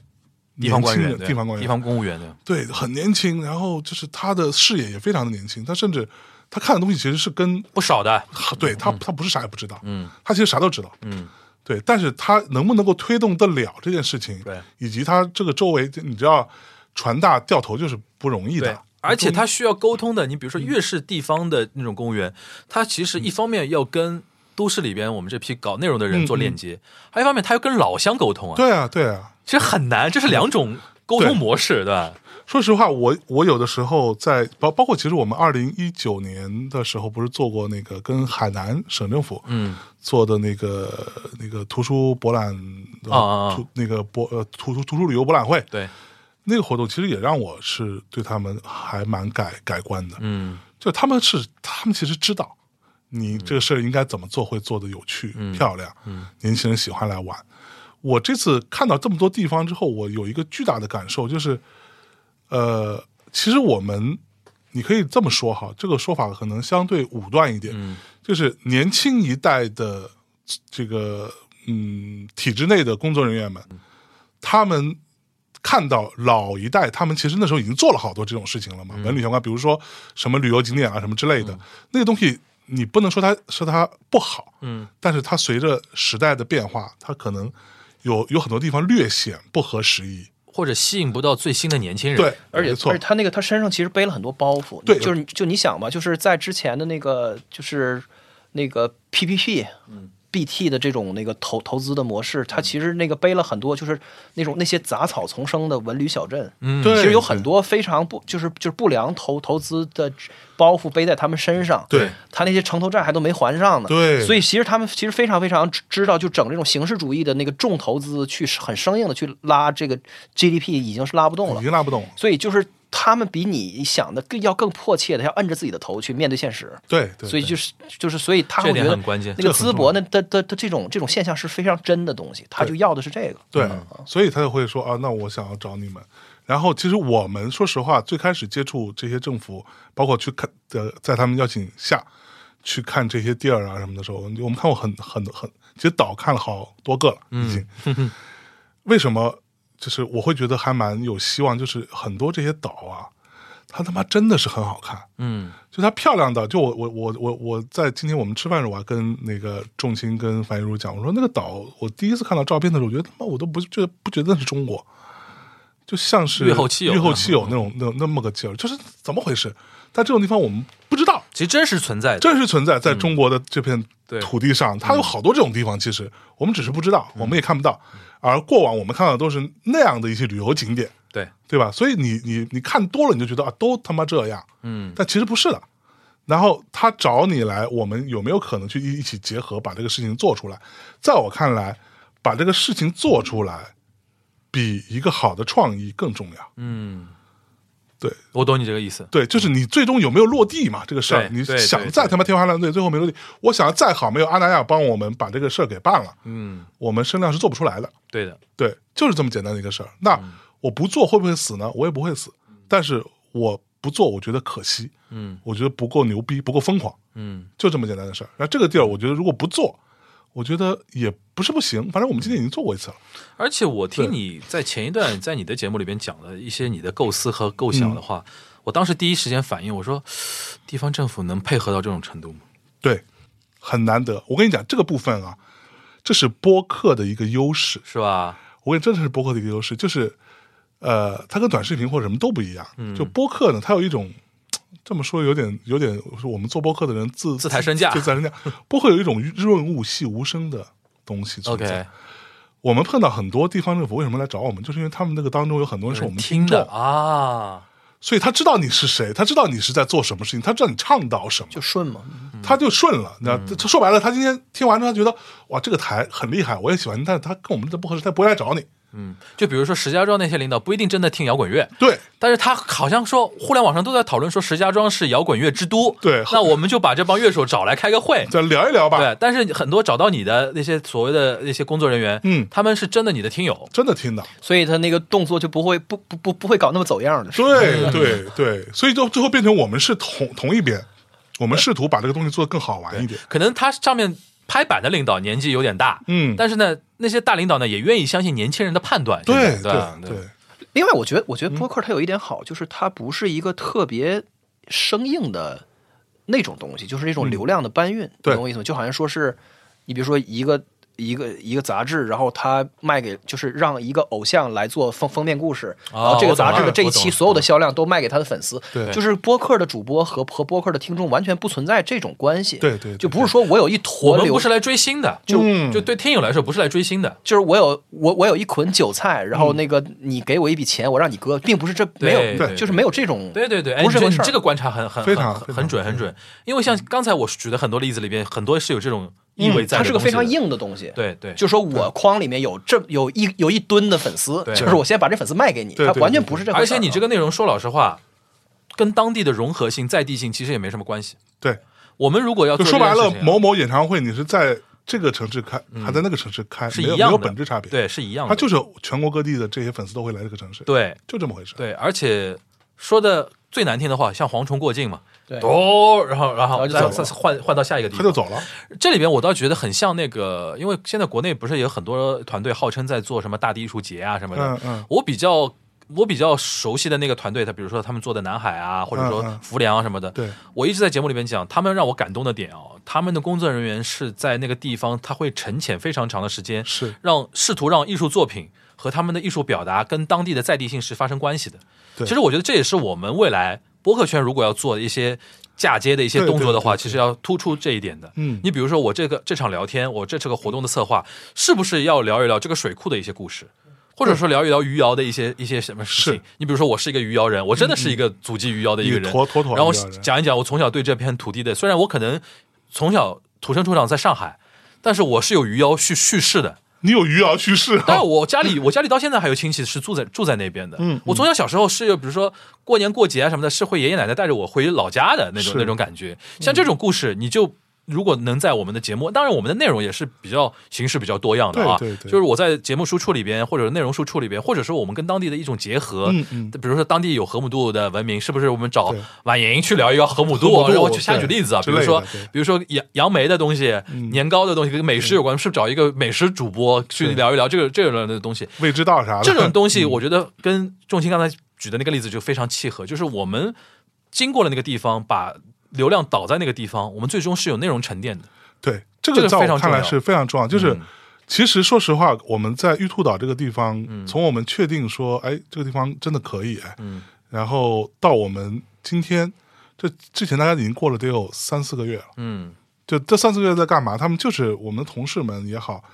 S2: 地方官员
S3: 年轻，人
S2: 对
S3: 地方官员，
S2: 地方公务员的，
S3: 对，很年轻。然后就是他的视野也非常的年轻，他甚至他看的东西其实是跟
S2: 不少的。
S3: 对他他不是啥也不知道，
S2: 嗯，
S3: 他其实啥都知道，
S2: 嗯，
S3: 对，但是他能不能够推动得了这件事情，
S2: 对，
S3: 以及他这个周围，你知道传达掉头就是不容易
S2: 对
S3: 的，，
S2: 而且他需要沟通的，你比如
S3: 嗯
S2: 说越是地方的那种公务员，他其实一方面要跟都市里边我们这批搞内容的人做链接，还有一方面他要跟老乡沟通啊，
S3: 嗯对啊，对啊，
S2: 其实很难，这是两种沟通
S3: 对
S2: 模式，对吧？
S3: 说实话，我我有的时候在包包括，其实我们二零一九年的时候，不是做过那个跟海南省政府
S2: 嗯
S3: 做的那个、那个图书博览
S2: 啊啊啊
S3: 图那个博呃图书图书旅游博览会
S2: 对，
S3: 那个活动，其实也让我是对他们还蛮改改观的。
S2: 嗯
S3: 就他们是他们其实知道你这个事儿应该怎么做会做的有趣、漂亮，年轻人喜欢来玩。我这次看到这么多地方之后，我有一个巨大的感受，就是，呃，其实我们你可以这么说哈，这个说法可能相对武断一点，就是年轻一代的这个嗯体制内的工作人员们，他们看到老一代，他们其实那时候已经做了好多这种事情了嘛，
S4: 嗯
S3: 文旅相关，比如说什么旅游景点啊什么之类的，那个东西你不能说它说它不好，
S2: 嗯，
S3: 但是它随着时代的变化，它可能有有很多地方略显不合时宜。
S2: 或者吸引不到最新的年轻人，
S3: 对，，
S4: 而且
S3: 没错
S4: 而且，他那个他身上其实背了很多包袱，
S3: 对
S4: 就是就你想吧，就是在之前的那个就是那个 PPP，嗯。BT 的这种那个投投资的模式，它其实那个背了很多，就是那种那些杂草丛生的文旅小镇，
S2: 嗯
S3: 对
S4: 其实有很多非常不就是就是不良投投资的包袱背在他们身上，
S3: 对，
S4: 他那些城投债还都没还上呢，
S3: 对
S4: 所以其实他们其实非常非常知知道，就整这种形式主义的那个重投资去很生硬的去拉这个 GDP 已经是拉不动了
S3: 已，经拉不动了。
S4: 所以就是他们比你想的更要更迫切的要摁着自己的头去面对现实，
S3: 对，对
S4: 所以
S3: 对
S4: 就是就是所以他
S2: 这
S4: 会觉
S2: 点
S4: 得
S2: 很关键
S4: 那
S3: 这
S4: 个
S3: 很
S4: 淄
S3: 重要
S4: 博那的的的这种这种现象是非常真的东西，他就要的是这个。
S3: 对，所以他就会说啊，那我想要找你们。然后其实我们说实话，最开始接触这些政府，包括去看呃，在他们邀请下去看这些地儿啊什么的时候，我们看过很很很， 其实岛看了好多个了，已经。为什么？就是我会觉得还蛮有希望，就是很多这些岛啊，它他妈真的是很好看。
S2: 嗯
S3: 就它漂亮到，就我我我我我在今天我们吃饭的时候，我还跟那个仲卿跟樊一茹讲，我说那个岛，我第一次看到照片的时候，我觉得他妈我都不觉得不觉得那是中国，就像是
S2: 越后妻有
S3: 越后妻有那种那那么个劲儿，就是怎么回事？但这种地方我们不知道，
S2: 其实真实存在的，
S3: 真实存在在中国的这片
S2: 对
S3: 土地上，它有好多这种地方，其实我们只是不知道，我们也看不到，而过往我们看到的都是那样的一些旅游景点，
S2: 对，
S3: 对吧？所以你你你看多了，你就觉得啊，都他妈这样，
S2: 嗯，
S3: 但其实不是的。然后他找你来，我们有没有可能去一一起结合把这个事情做出来？在我看来，把这个事情做出来，比一个好的创意更重要。
S2: 嗯我懂你这个意思，
S3: 对，就是你最终有没有落地嘛？这个事儿，
S2: 对
S3: 你
S2: 对
S3: 想
S2: 对
S3: 再
S2: 对
S3: 他妈天花乱坠，最后没落地。我想再好，没有阿那亚帮我们把这个事儿给办了，
S2: 嗯，
S3: 我们声量是做不出来的。
S2: 对的，嗯
S3: 对，就是这么简单的一个事儿。那我不做会不会死呢？我也不会死，但是我不做，我觉得可惜，
S2: 嗯
S3: 我觉得不够牛逼，不够疯狂，
S2: 嗯
S3: 就这么简单的事儿。那这个地儿，我觉得如果不做，我觉得也不是不行。反正我们今天已经做过一次了，
S2: 而且我听
S3: 对
S2: 你在前一段在你的节目里边讲的一些你的构思和构想的话，
S3: 嗯
S2: 我当时第一时间反应我说，地方政府能配合到这种程度吗？
S3: 对，很难得。我跟你讲，这个部分啊，这是播客的一个优势。
S2: 是吧？
S3: 我跟你，真的是播客的一个优势，就是呃，它跟短视频或者什么都不一样。
S2: 嗯
S3: 就播客呢，它有一种这么说有点有点，我们做播客的人自
S2: 自抬身价
S3: 自抬身价。播客有一种润物细无声的东西存在。
S2: OK，
S3: 我们碰到很多地方政府为什么来找我们，就是因为他们那个当中有很多人是我们
S2: 听
S3: 众
S2: 的，啊，
S3: 所以他知道你是谁，他知道你是在做什么事情，他知道你倡导什么。
S4: 就顺嘛。
S2: 嗯
S3: 他就顺了。那、他说白了，他今天听完之后，他觉得哇，这个台很厉害，我也喜欢，但是他跟我们这不合适，他不会来找你。
S2: 嗯，就比如说石家庄那些领导不一定真的听摇滚乐，
S3: 对，
S2: 但是他好像说互联网上都在讨论说石家庄是摇滚乐之都，
S3: 对
S2: 那我们就把这帮乐手找来开个会。
S3: 再聊一聊吧。
S2: 对，但是很多找到你的那些所谓的那些工作人员，
S3: 嗯
S2: 他们是真的你的听友，
S3: 真 的听的，
S4: 所以他那个动作就不会不不不不会搞那么走样的。
S2: 嗯
S3: 对对对，所以就最后变成我们是同同一边，我们试图把这个东西做得更好玩一点。
S2: 可能他上面拍板的领导年纪有点大，
S3: 嗯
S2: 但是呢，那些大领导呢也愿意相信年轻人的判断，
S3: 对
S2: 现在对
S3: 对对，
S4: 另外，我觉得我觉
S2: 嗯
S4: 得播客它有一点好，就是它不是一个特别生硬的那种东西，就是那种
S2: 嗯
S4: 流量的搬运，
S3: 对
S4: 你懂我意思吗？就好像说是你比如说一个。一个一个杂志，然后它卖给就是让一个偶像来做封封面故事，
S2: 哦
S4: 然后这个杂
S2: 我
S4: 志
S2: 懂了
S4: 的这一
S2: 我懂
S4: 期
S2: 了嗯
S4: 所有的销量都卖给他的粉丝，
S3: 对
S4: 就是播客的主播和和播客的听众完全不存在这种关系，
S3: 对对对
S4: 就不是说我有一坨
S2: 我们
S4: 流
S2: 不是来追星的，就、
S3: 嗯
S2: 就对听友来说不是来追星的，
S4: 就是我有我我有一捆韭菜，
S3: 嗯
S4: 然后那个你给我一笔钱，我让你割，并不是这没
S2: 对
S4: 有，
S2: 对
S4: 就是没有这种
S2: 对对对，哎
S4: 嗯不是
S2: 你
S4: 回
S2: 这
S4: 事儿
S2: 你这个观察很很
S3: 非常
S2: 很
S3: 非常
S2: 很准很准，因为像
S4: 嗯
S2: 刚才我举的很多例子里边，很多是有这种意味在的东西的，
S4: 它嗯是个非常硬的东西。，
S2: 对对，
S4: 就说我筐里面有这有一有一吨的粉丝，
S2: 对
S4: 就是我先把这粉丝卖给你，
S3: 对
S4: 它
S3: 对
S4: 完全
S3: 对
S4: 不是这回
S2: 而
S4: 事
S2: 且
S4: 儿啊
S2: 你这个内容说老实话，跟当地的融合性、在地性其实也没什么关系。
S3: 对，
S2: 我们如果要
S3: 就
S2: 做
S3: 说白
S2: 这件
S3: 了
S2: 事，情啊
S3: 某某演唱会你是在这个城市开，还在那个城市开，
S2: 是
S3: 没
S2: 一
S3: 有
S2: 样
S3: 没
S2: 的，
S3: 有本质差别。，
S2: 对，是一样的，
S3: 它就是全国各地的这些粉丝都会来这个城市，
S2: 对
S3: 就这么回事。
S2: 对，而且说的最难听的话，像蝗虫过境嘛，
S4: 对
S2: 哦，然后然后
S4: 然后就走了
S2: 再再换换到下一个地
S3: 他
S2: 方，
S3: 就走 了，
S2: 这里边我倒觉得很像那个，因为现在国内不是也有很多团队号称在做什么大地艺术节啊什么的。
S3: 嗯嗯
S2: 我比较我比较熟悉的那个团队，他比如说他们做的南海啊，或者说
S3: 嗯嗯
S2: 浮梁啊什么的。
S3: 对，
S2: 我一直在节目里面讲，他们让我感动的点哦，他们的工作人员是在那个地方，他会沉潜非常长的时间，
S3: 是
S2: 让试图让艺术作品和他们的艺术表达跟当地的在地性是发生关系的。
S3: 对
S2: 其实我觉得这也是我们未来播客圈如果要做一些嫁接的一些
S3: 对
S2: 动作的话，
S3: 对对
S2: 其实要突出这一点的。
S3: 嗯
S2: 你比如说我这个这场聊天，我这次个活动的策划，是不是要聊一聊这个水库的一些故事？或者说聊一聊余姚的一些一些什么事情
S3: 是？嗯
S2: 你比如说，我是一个余姚人，我真的是一个祖籍余姚的一个
S3: 你
S2: 人，
S3: 妥妥妥
S2: 然后
S3: 余姚人
S2: 讲一讲我从小对这片土地的，虽然我可能从小土生土长在上海，但是我是有余姚叙叙事的。
S3: 你有余姚去世啊
S2: 但是我家里，我家里到现在还有亲戚是住在住在那边的。嗯，我从小小时候是有，比如说过年过节啊什么的，是会爷爷奶奶带着我回老家的那种
S3: 是
S2: 那种感觉。像这种故事，你就。如果能在我们的节目，当然我们的内容也是比较形式比较多样的啊，
S3: 对对对
S2: 就是我在节目输出里边，或者内容输出里边，或者说我们跟当地的一种结合，
S3: 嗯嗯
S2: 比如说当地有河姆渡的文明，是不是我们找
S3: 对
S2: 婉莹去聊一个河姆
S3: 河姆
S2: 渡？
S3: 渡
S2: 然后我举瞎举
S3: 对
S2: 例子啊，比
S3: 之
S2: 如
S3: 类的
S2: 说
S3: 对嗯
S2: 比如说杨杨梅的东西、年糕的东西，跟美食有关，是不是找一个美食主播去
S3: 对
S2: 聊一聊这个这种的东西？
S3: 未知道啥的， 嗯
S2: 这种东西，我觉得跟仲卿刚才举的那个例子就非常契合，就是我们经过了那个地方，把流量导在那个地方，我们最终是有内容沉淀的。
S3: 对，这
S2: 这个
S3: 个在
S2: 非常
S3: 我看来
S2: 重要
S3: 是非常重要。就是
S2: 嗯
S3: 其实说实话，我们在玉兔岛这个地方，从我们确定说，哎，这个地方真的可以，哎，
S2: 嗯
S3: 然后到我们今天，这之前大家已经过了得有三四个月了。
S2: 嗯，
S3: 就这三四个月在干嘛？他们就是我们的同事们也好，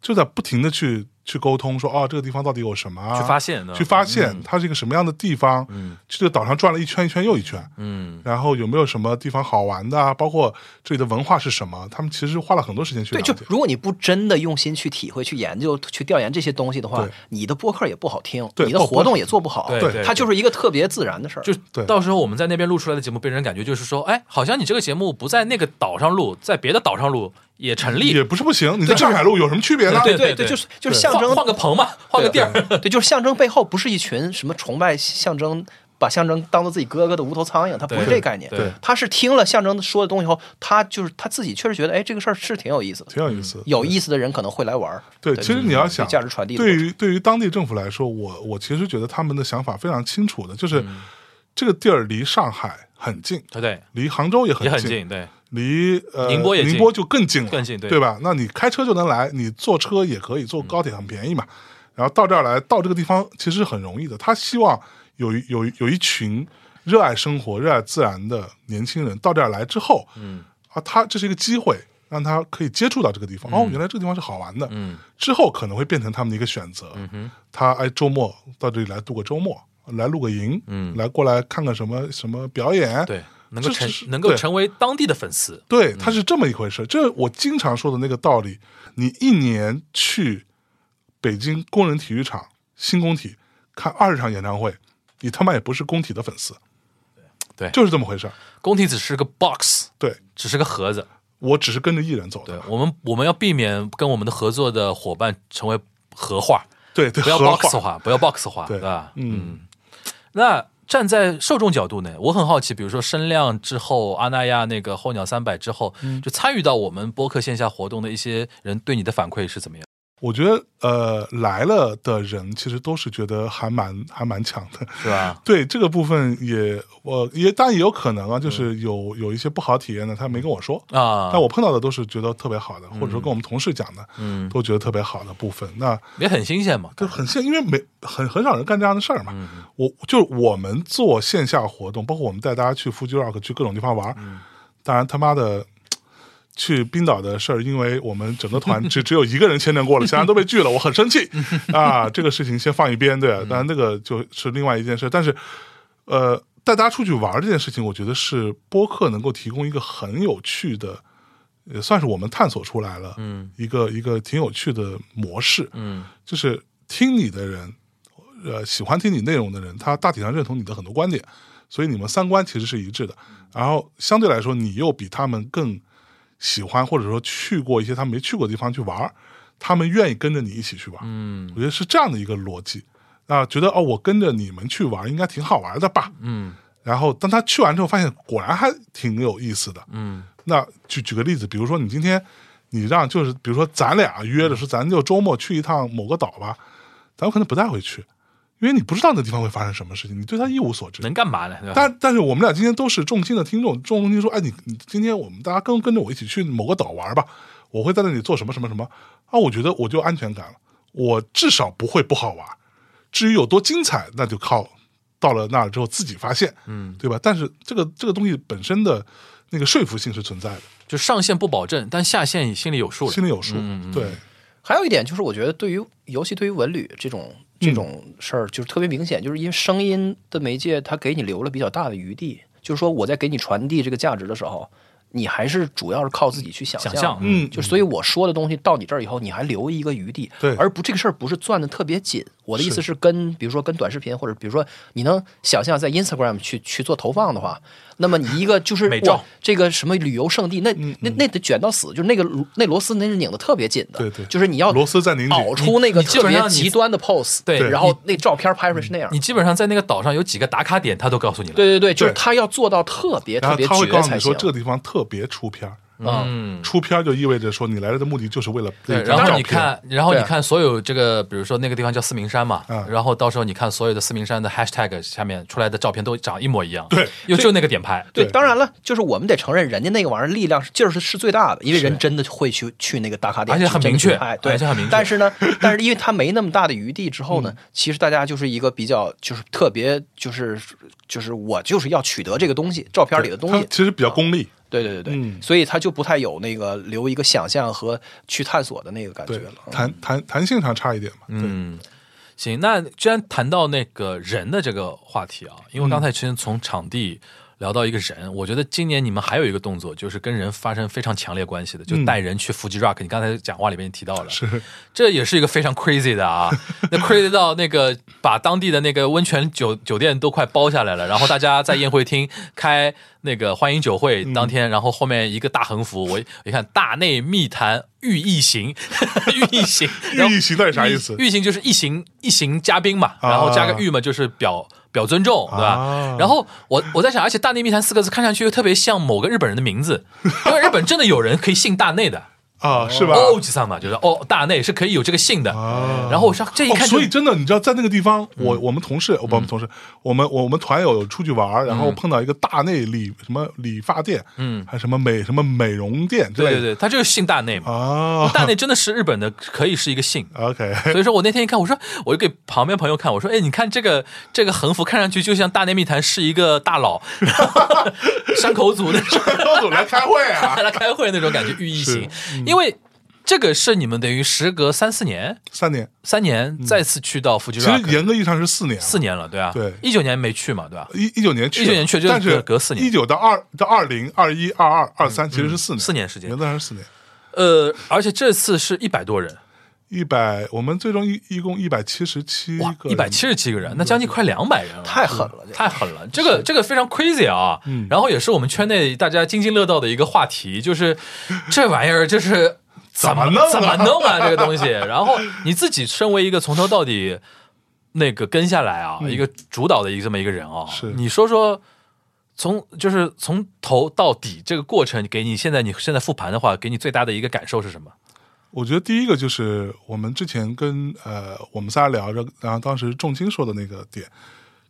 S3: 就在不停的去去沟通说，哦，这个地方到底有什么啊、
S2: 去发现呢，
S3: 去发
S4: 嗯
S3: 现它是一个什么样的地方，
S2: 嗯
S3: 去这个岛上转了一圈一圈又一圈，
S2: 嗯，
S3: 然后有没有什么地方好玩的啊？包括这里的文化是什么？他们其实花了很多时间去
S4: 对，
S3: 了
S4: 就
S3: 解。
S4: 如果你不真的用心去体会、去研究、去调研这些东西的话
S3: 对，
S4: 你的播客也不好听，
S3: 对
S4: 你的
S3: 不
S4: 活动也做不好，
S2: 对对
S4: 它就是一个特别自然的事儿。
S2: 就
S3: 对
S2: 到时候我们在那边录出来的节目，被人感觉就是说，哎，好像你这个节目不在那个岛上录，在别的岛上录也成立，
S3: 也不是不行，你在上海路有什么区别呢？
S2: 对
S4: 对
S2: 对
S4: 就是就是
S3: 对
S4: 象
S2: 换
S4: 征
S2: 换个棚嘛，换个地儿。
S4: 对，就是象征背后不是一群什么崇拜象征把象征当做自己哥哥的无头苍蝇，他不是
S2: 对
S4: 这概念，
S2: 对
S4: 他是听了象征说的东西后，他就是他自己确实觉得，哎，这个事儿是挺有意思的，
S3: 挺有意思的。
S4: 有意思的人可能会来玩儿。
S3: 对，其实你要想
S4: 价值传递的过
S3: 对
S4: 程，
S3: 于对于当地政府来说，我我其实觉得他们的想法非常清楚的，就是
S4: 嗯
S3: 这个地儿离上海很近，
S2: 对 对，
S3: 离杭州也很
S2: 也很
S3: 近，
S2: 近，对，
S3: 离呃
S2: 宁波也近
S3: 宁波就更近了，
S2: 更近对
S3: 对吧？那你开车就能来，你坐车也可以，坐高铁很便宜嘛。然后到这儿来，到这个地方其实很容易的。他希望有一有一有一群热爱生活、热爱自然的年轻人到这儿来之后，嗯啊，他这是一个机会，让他可以接触到这个地方。哦，原来这个地方是好玩的，
S2: 嗯，
S3: 之后可能会变成他们的一个选择。嗯、他哎，周末到这里来度个周末，来露个营，嗯，来过来看看什么什么表演，
S2: 对，能够
S3: 这
S2: 成
S3: 是
S2: 能够
S3: 对
S2: 成为当地的粉丝，
S3: 对，它是这么一回事。这我经常说的那个道理，你一年去北京工人体育场新工体看二十场演唱会，你他妈也不是工体的粉丝，
S2: 对
S3: 就是这么回事儿。
S2: 工体只是个 box，
S3: 对
S2: 只是个盒子，
S3: 我只是跟着艺人走
S2: 对
S3: 的，
S2: 我们我们要避免跟我们的合作的伙伴成为合画，
S3: 对 对，
S2: 不要
S3: 合
S2: box
S3: 画
S2: 化，不要 box 化，
S3: 对
S2: 吧？
S3: 嗯，
S2: 那站在受众角度呢，我很好奇，比如说声量之后，阿那亚那个候鸟三百之后，
S3: 嗯
S2: 就参与到我们播客线下活动的一些人对你的反馈是怎么样？
S3: 我觉得呃来了的人其实都是觉得还蛮还蛮强的，
S2: 是吧？
S3: 对这个部分也我也当然也有可能啊，就是有有一些不好体验的他没跟我说，
S2: 嗯啊，
S3: 但我碰到的都是觉得特别好的，或者说跟我们同事讲的，
S2: 嗯
S3: 都觉得特别好的部分。那
S2: 也很新鲜嘛，
S3: 就很现，因为没很很少人干这样的事儿嘛。我就是我们做线下活动，包括我们带大家去 Fuji Rock 去各种地方玩儿。当然他妈的去冰岛的事儿，因为我们整个团只只有一个人签证过了，其他人都被拒了，我很生气啊！这个事情先放一边，对，啊当然那个就是另外一件事，但是呃，带大家出去玩儿这件事情，我觉得是播客能够提供一个很有趣的。也算是我们探索出来了，嗯，一个一个挺有趣的模式，
S2: 嗯，
S3: 就是听你的人，呃，喜欢听你内容的人，他大体上认同你的很多观点，所以你们三观其实是一致的。然后相对来说，你又比他们更喜欢，或者说去过一些他们没去过的地方去玩儿，他们愿意跟着你一起去玩。嗯，我觉得是这样的一个逻辑。啊，觉得哦，我跟着你们去玩儿应该挺好玩的吧？嗯。然后当他去完之后，发现果然还挺有意思的。嗯。那举举个例子，比如说你今天你让就是比如说咱俩约着说，咱就周末去一趟某个岛吧，咱有可能不带回去，因为你不知道那地方会发生什么事情，你对他一无所知。
S2: 能干嘛呢？对吧
S3: 但但是我们俩今天都是重金的听众，重金说，哎，你你今天我们大家跟跟着我一起去某个岛玩吧，我会在那里做什么什么什么啊？我觉得我就有安全感了，我至少不会不好玩。至于有多精彩，那就靠到了那儿之后自己发现，嗯，对吧？但是这个这个东西本身的那个说服性是存在的，
S2: 就上限不保证，但下限心里有数了嗯
S3: 心。里有数，
S4: 嗯
S3: 对，
S4: 还有一点就是，我觉得对于尤其对于文旅这种这种事儿，就是特别明显，就是因为声音的媒介，它给你留了比较大的余地。就是说，我在给你传递这个价值的时候，你还是主要是靠自己去想象。
S2: 想象
S3: 嗯
S4: 就所以我说的东西到你这儿以后，你还留一个余地。
S3: 对
S4: 而不这个事儿不是攥的特别紧。我的意思是跟，比如说跟短视频，或者比如说你能想象在 Instagram 去去做投放的话，那么你一个就是
S2: 美照
S4: 哇这个什么旅游胜地，那
S3: 嗯
S4: 那那得卷到死，就是那个螺那螺丝那是拧的特别紧的。
S3: 对对
S4: 就是你要
S3: 螺丝在拧紧
S4: 熬出那个
S2: 你基
S4: 特
S2: 本
S4: 别
S2: 上你
S4: 极端的 pose，
S2: 对
S4: 然后那照片拍出来是那样
S2: 你。基本上在那个岛上有几个打卡点，他都告诉你了。
S4: 对对对，就是
S3: 对
S4: 他要做到特
S3: 然
S4: 别特
S3: 后
S4: 别
S3: 他会
S4: 绝
S3: 告诉
S4: 才
S3: 你说
S4: 行。
S3: 这个地方特别出片儿
S4: 嗯，
S3: 出片儿就意味着说你来的目的就是为了
S2: 对，
S3: 那张
S2: 然
S3: 照
S2: 后你
S3: 片啊
S2: 看，然后你
S4: 对
S2: 看所有这个，比如说那个地方叫四明山嘛，
S3: 嗯
S2: 然后到时候你看所有的四明山的 hashtag 下面出来的照片都长一模一样，
S3: 对，
S2: 又就那个点拍，
S4: 对，
S3: 对
S4: 当然了，就是我们得承认，人家那个玩意儿力量是劲儿是是最大的，因为人真的会去去那个打卡点，
S2: 而且很明确
S4: 哎，对，
S2: 而且很明确
S4: 但是 呢，但是因为他没那么大的余地之后呢，其实大家就是一个比较就是特别就是就是我就是要取得这个东西，照片里的东
S3: 它
S4: 西，
S3: 其实比较功利，
S4: 对对对对，
S3: 嗯
S4: 所以他就不太有那个留一个想象和去探索的那个感觉
S3: 对
S4: 了。，
S3: 弹弹弹性上差一点嘛，对。
S2: 嗯，行，那既然谈到那个人的这个话题啊，因为
S3: 嗯
S2: 刚才其实从场地聊到一个人，我觉得今年你们还有一个动作，就是跟人发生非常强烈关系的，就带人去腹肌 rock、你刚才讲话里面提到了，
S3: 嗯是
S2: 这也是一个非常 crazy 的啊，那 crazy 到那个把当地的那个温泉酒酒店都快包下来了，然后大家在宴会厅开那个欢迎酒
S3: 嗯
S2: 会当天，然后后面一个大横幅，我一我一看大内密谈寓意行， 寓意 行，然后
S3: 寓意行到底啥意思
S2: 寓意行就是一行一行嘉宾嘛，
S3: 啊
S2: 然后加个寓嘛，就是表。表尊重，对吧？
S3: 啊
S2: 然后我我在想，而且“大内密谈”四个字看上去又特别像某个日本人的名字，因为日本真的有人可以姓大内的，
S3: 啊， 是吧？
S2: 哦，吉桑嘛，就是哦，大内是可以有这个姓的。
S3: 啊
S2: 然后我上这一
S3: 哦，
S2: 看就，
S3: 所以真的，你知道，在那个地方，我我们同事，我不我们同事，我们我我们团友出去玩儿，然后碰到一个大内理什么理发店，
S2: 嗯
S3: 还什么美什么美容店之
S2: 对
S3: 类
S2: 对
S3: 的
S2: 对，他就是姓大内嘛，
S3: 啊
S2: 大内真的是日本的，可以是一个姓。
S3: ，OK，
S2: 所以说我那天一看，我说我就给旁边朋友看，我说，哎，你看这个这个横幅，看上去就像大内密谈是一个大佬， 山口组那种
S3: 高总来开会啊，
S2: 来开会那种感觉，寓意型，
S3: 嗯
S2: 因为。这个是你们等于时隔三四年、
S3: 三年，
S2: 三年再次去到福吉
S3: 嗯其实
S2: rock，
S3: 严格意义上是四年啊，
S2: 四年了，对啊，
S3: 对
S2: 一九年没去嘛，对吧？
S3: 一一九年去了，
S2: 19年去就是
S3: 但是
S2: 隔四年嗯
S3: 一九到二到二零二一二二二三其实是四年，
S2: 四年时间
S3: 原则上是四年，
S2: 呃，而且这次是一百多人，
S3: 一百，我们最终一一共一百七十七
S2: 哇，
S3: 个，
S2: 一百七十七个人，那将近快两百人了，
S4: 太狠了，这
S2: 太狠了，这个这个非常 crazy 啊！
S3: 嗯
S2: 然后也是我们圈内大家津津乐道的一个话题，就是 这玩意儿就是怎
S3: 么弄啊
S2: 怎么弄 啊这个东西。然后你自己身为一个从头到底那个跟下来啊，一个主导的一个这么一个人啊，
S3: 嗯是
S2: 你说说。从就是从头到底这个过程，给你现在你现在复盘的话，给你最大的一个感受是什么？
S3: 我觉得第一个就是我们之前跟呃我们仨聊着，然后当时重金说的那个点，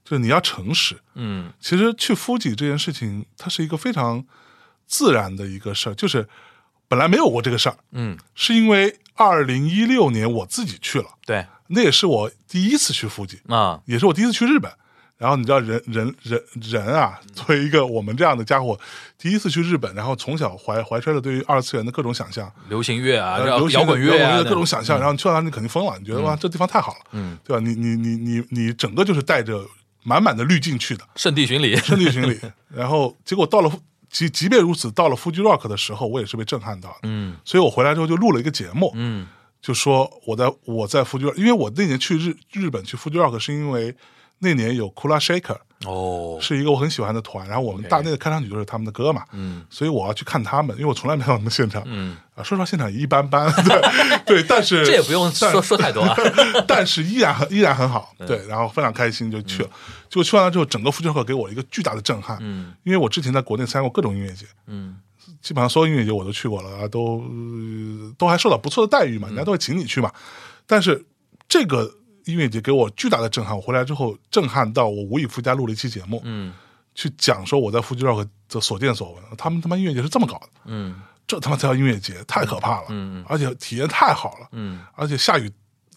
S3: 就是你要诚实。
S2: 嗯
S3: 其实去夫几这件事情，它是一个非常自然的一个事儿，就是本来没有过这个事儿，
S2: 嗯，
S3: 是因为二零一六年我自己去了，
S2: 对
S3: 那也是我第一次去夫几，
S2: 啊，
S3: 也是我第一次去日本。然后你知道人人人人啊，
S2: 嗯
S3: 作为一个我们这样的家伙，第一次去日本，然后从小怀怀揣着对于二次元的各种想象，
S2: 流行乐啊，
S3: 呃
S2: 摇
S3: 流行
S2: 摇滚乐啊，
S3: 的
S2: 那
S3: 各种想象，然后你去到那里肯定疯了，你觉得哇，这地方太好了，
S2: 嗯，
S3: 对吧？你你你你你整个就是带着满满的滤 镜去的，
S2: 圣地巡 礼，
S3: 圣地巡礼，然后结果到了夫即即便如此，到了 Fuji Rock 的时候，我也是被震撼到的，
S2: 嗯
S3: 所以我回来之后就录了一个节目，
S2: 嗯
S3: 就说我在我在 Fuji，Rock，因为我那年去日日本去 Fuji Rock 是因为那年有 Kula Shaker，
S2: 哦，
S3: 是一个我很喜欢的团，然后我们
S2: OK
S3: 大内的开场曲就是他们的歌嘛，
S2: 嗯
S3: 所以我要去看他们，因为我从来没到他们现场。
S2: 嗯，
S3: 啊，说实话，现场也一 般般，对对，但是
S2: 这也不用
S3: 但
S2: 说嗯说太多 啊，
S3: 但是依然很依然很好，对，然后非常开心就去了，结果去完了之后，整个福州课给我一个巨大的震撼，
S2: 嗯
S3: 因为我之前在国内参加过各种音乐节，
S2: 嗯
S3: 基本上所有音乐节我都去过了，啊，都呃都还受到不错的待
S2: 嗯
S3: 遇嘛，人家都会请你去嘛，但是这个音乐节给我巨大的震撼，我回来之后震撼到我无以复加，录了一期节目，
S2: 嗯
S3: 去讲说我在福州课的所见所闻，他们他妈音乐节是这么搞的，
S2: 嗯
S3: 这他妈叫音乐节，太可怕了，
S2: 嗯
S3: 而且体验太好了，
S2: 嗯
S3: 而且下雨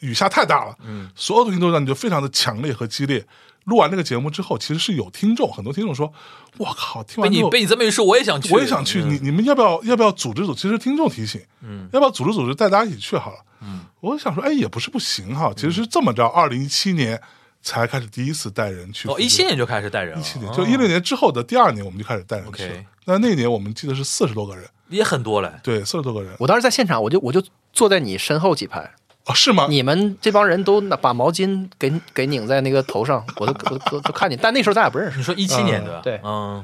S3: 雨下太大了，
S2: 嗯，
S3: 所有东西都让你觉得非常的强烈和激烈。录完这个节目之后，其实是有听众，很多听众说：“我靠，听
S2: 被
S3: 完之
S2: 你
S3: 后
S2: 被你这么一说，我也想去，
S3: 我也想去，你你们要不要要不要组织组织？”其实听众提醒，
S2: 嗯
S3: 要不要组织组织带大家一起去好了？
S2: 嗯，
S3: 我想说，哎，也不是不行哈。其实是这么着，二零一七年才开始第一次带人去
S2: 哦，
S3: 福州，
S2: 一七年就开始带人了，
S3: 一七年
S2: 哦
S3: 就一六年之后的第二年，我们就开始带人去了
S2: OK。
S3: 那那年我们记得是四十多个人，
S2: 也很多了，
S3: 对，四十多个人
S4: 我当时在现场，我就我就坐在你身后几排，
S3: 哦，是吗？
S4: 你们这帮人都拿把毛巾给给拧在那个头 上，我都我都都看见，但那时候咱俩不认识
S2: 你。说一七年对吧？
S4: 对
S2: 嗯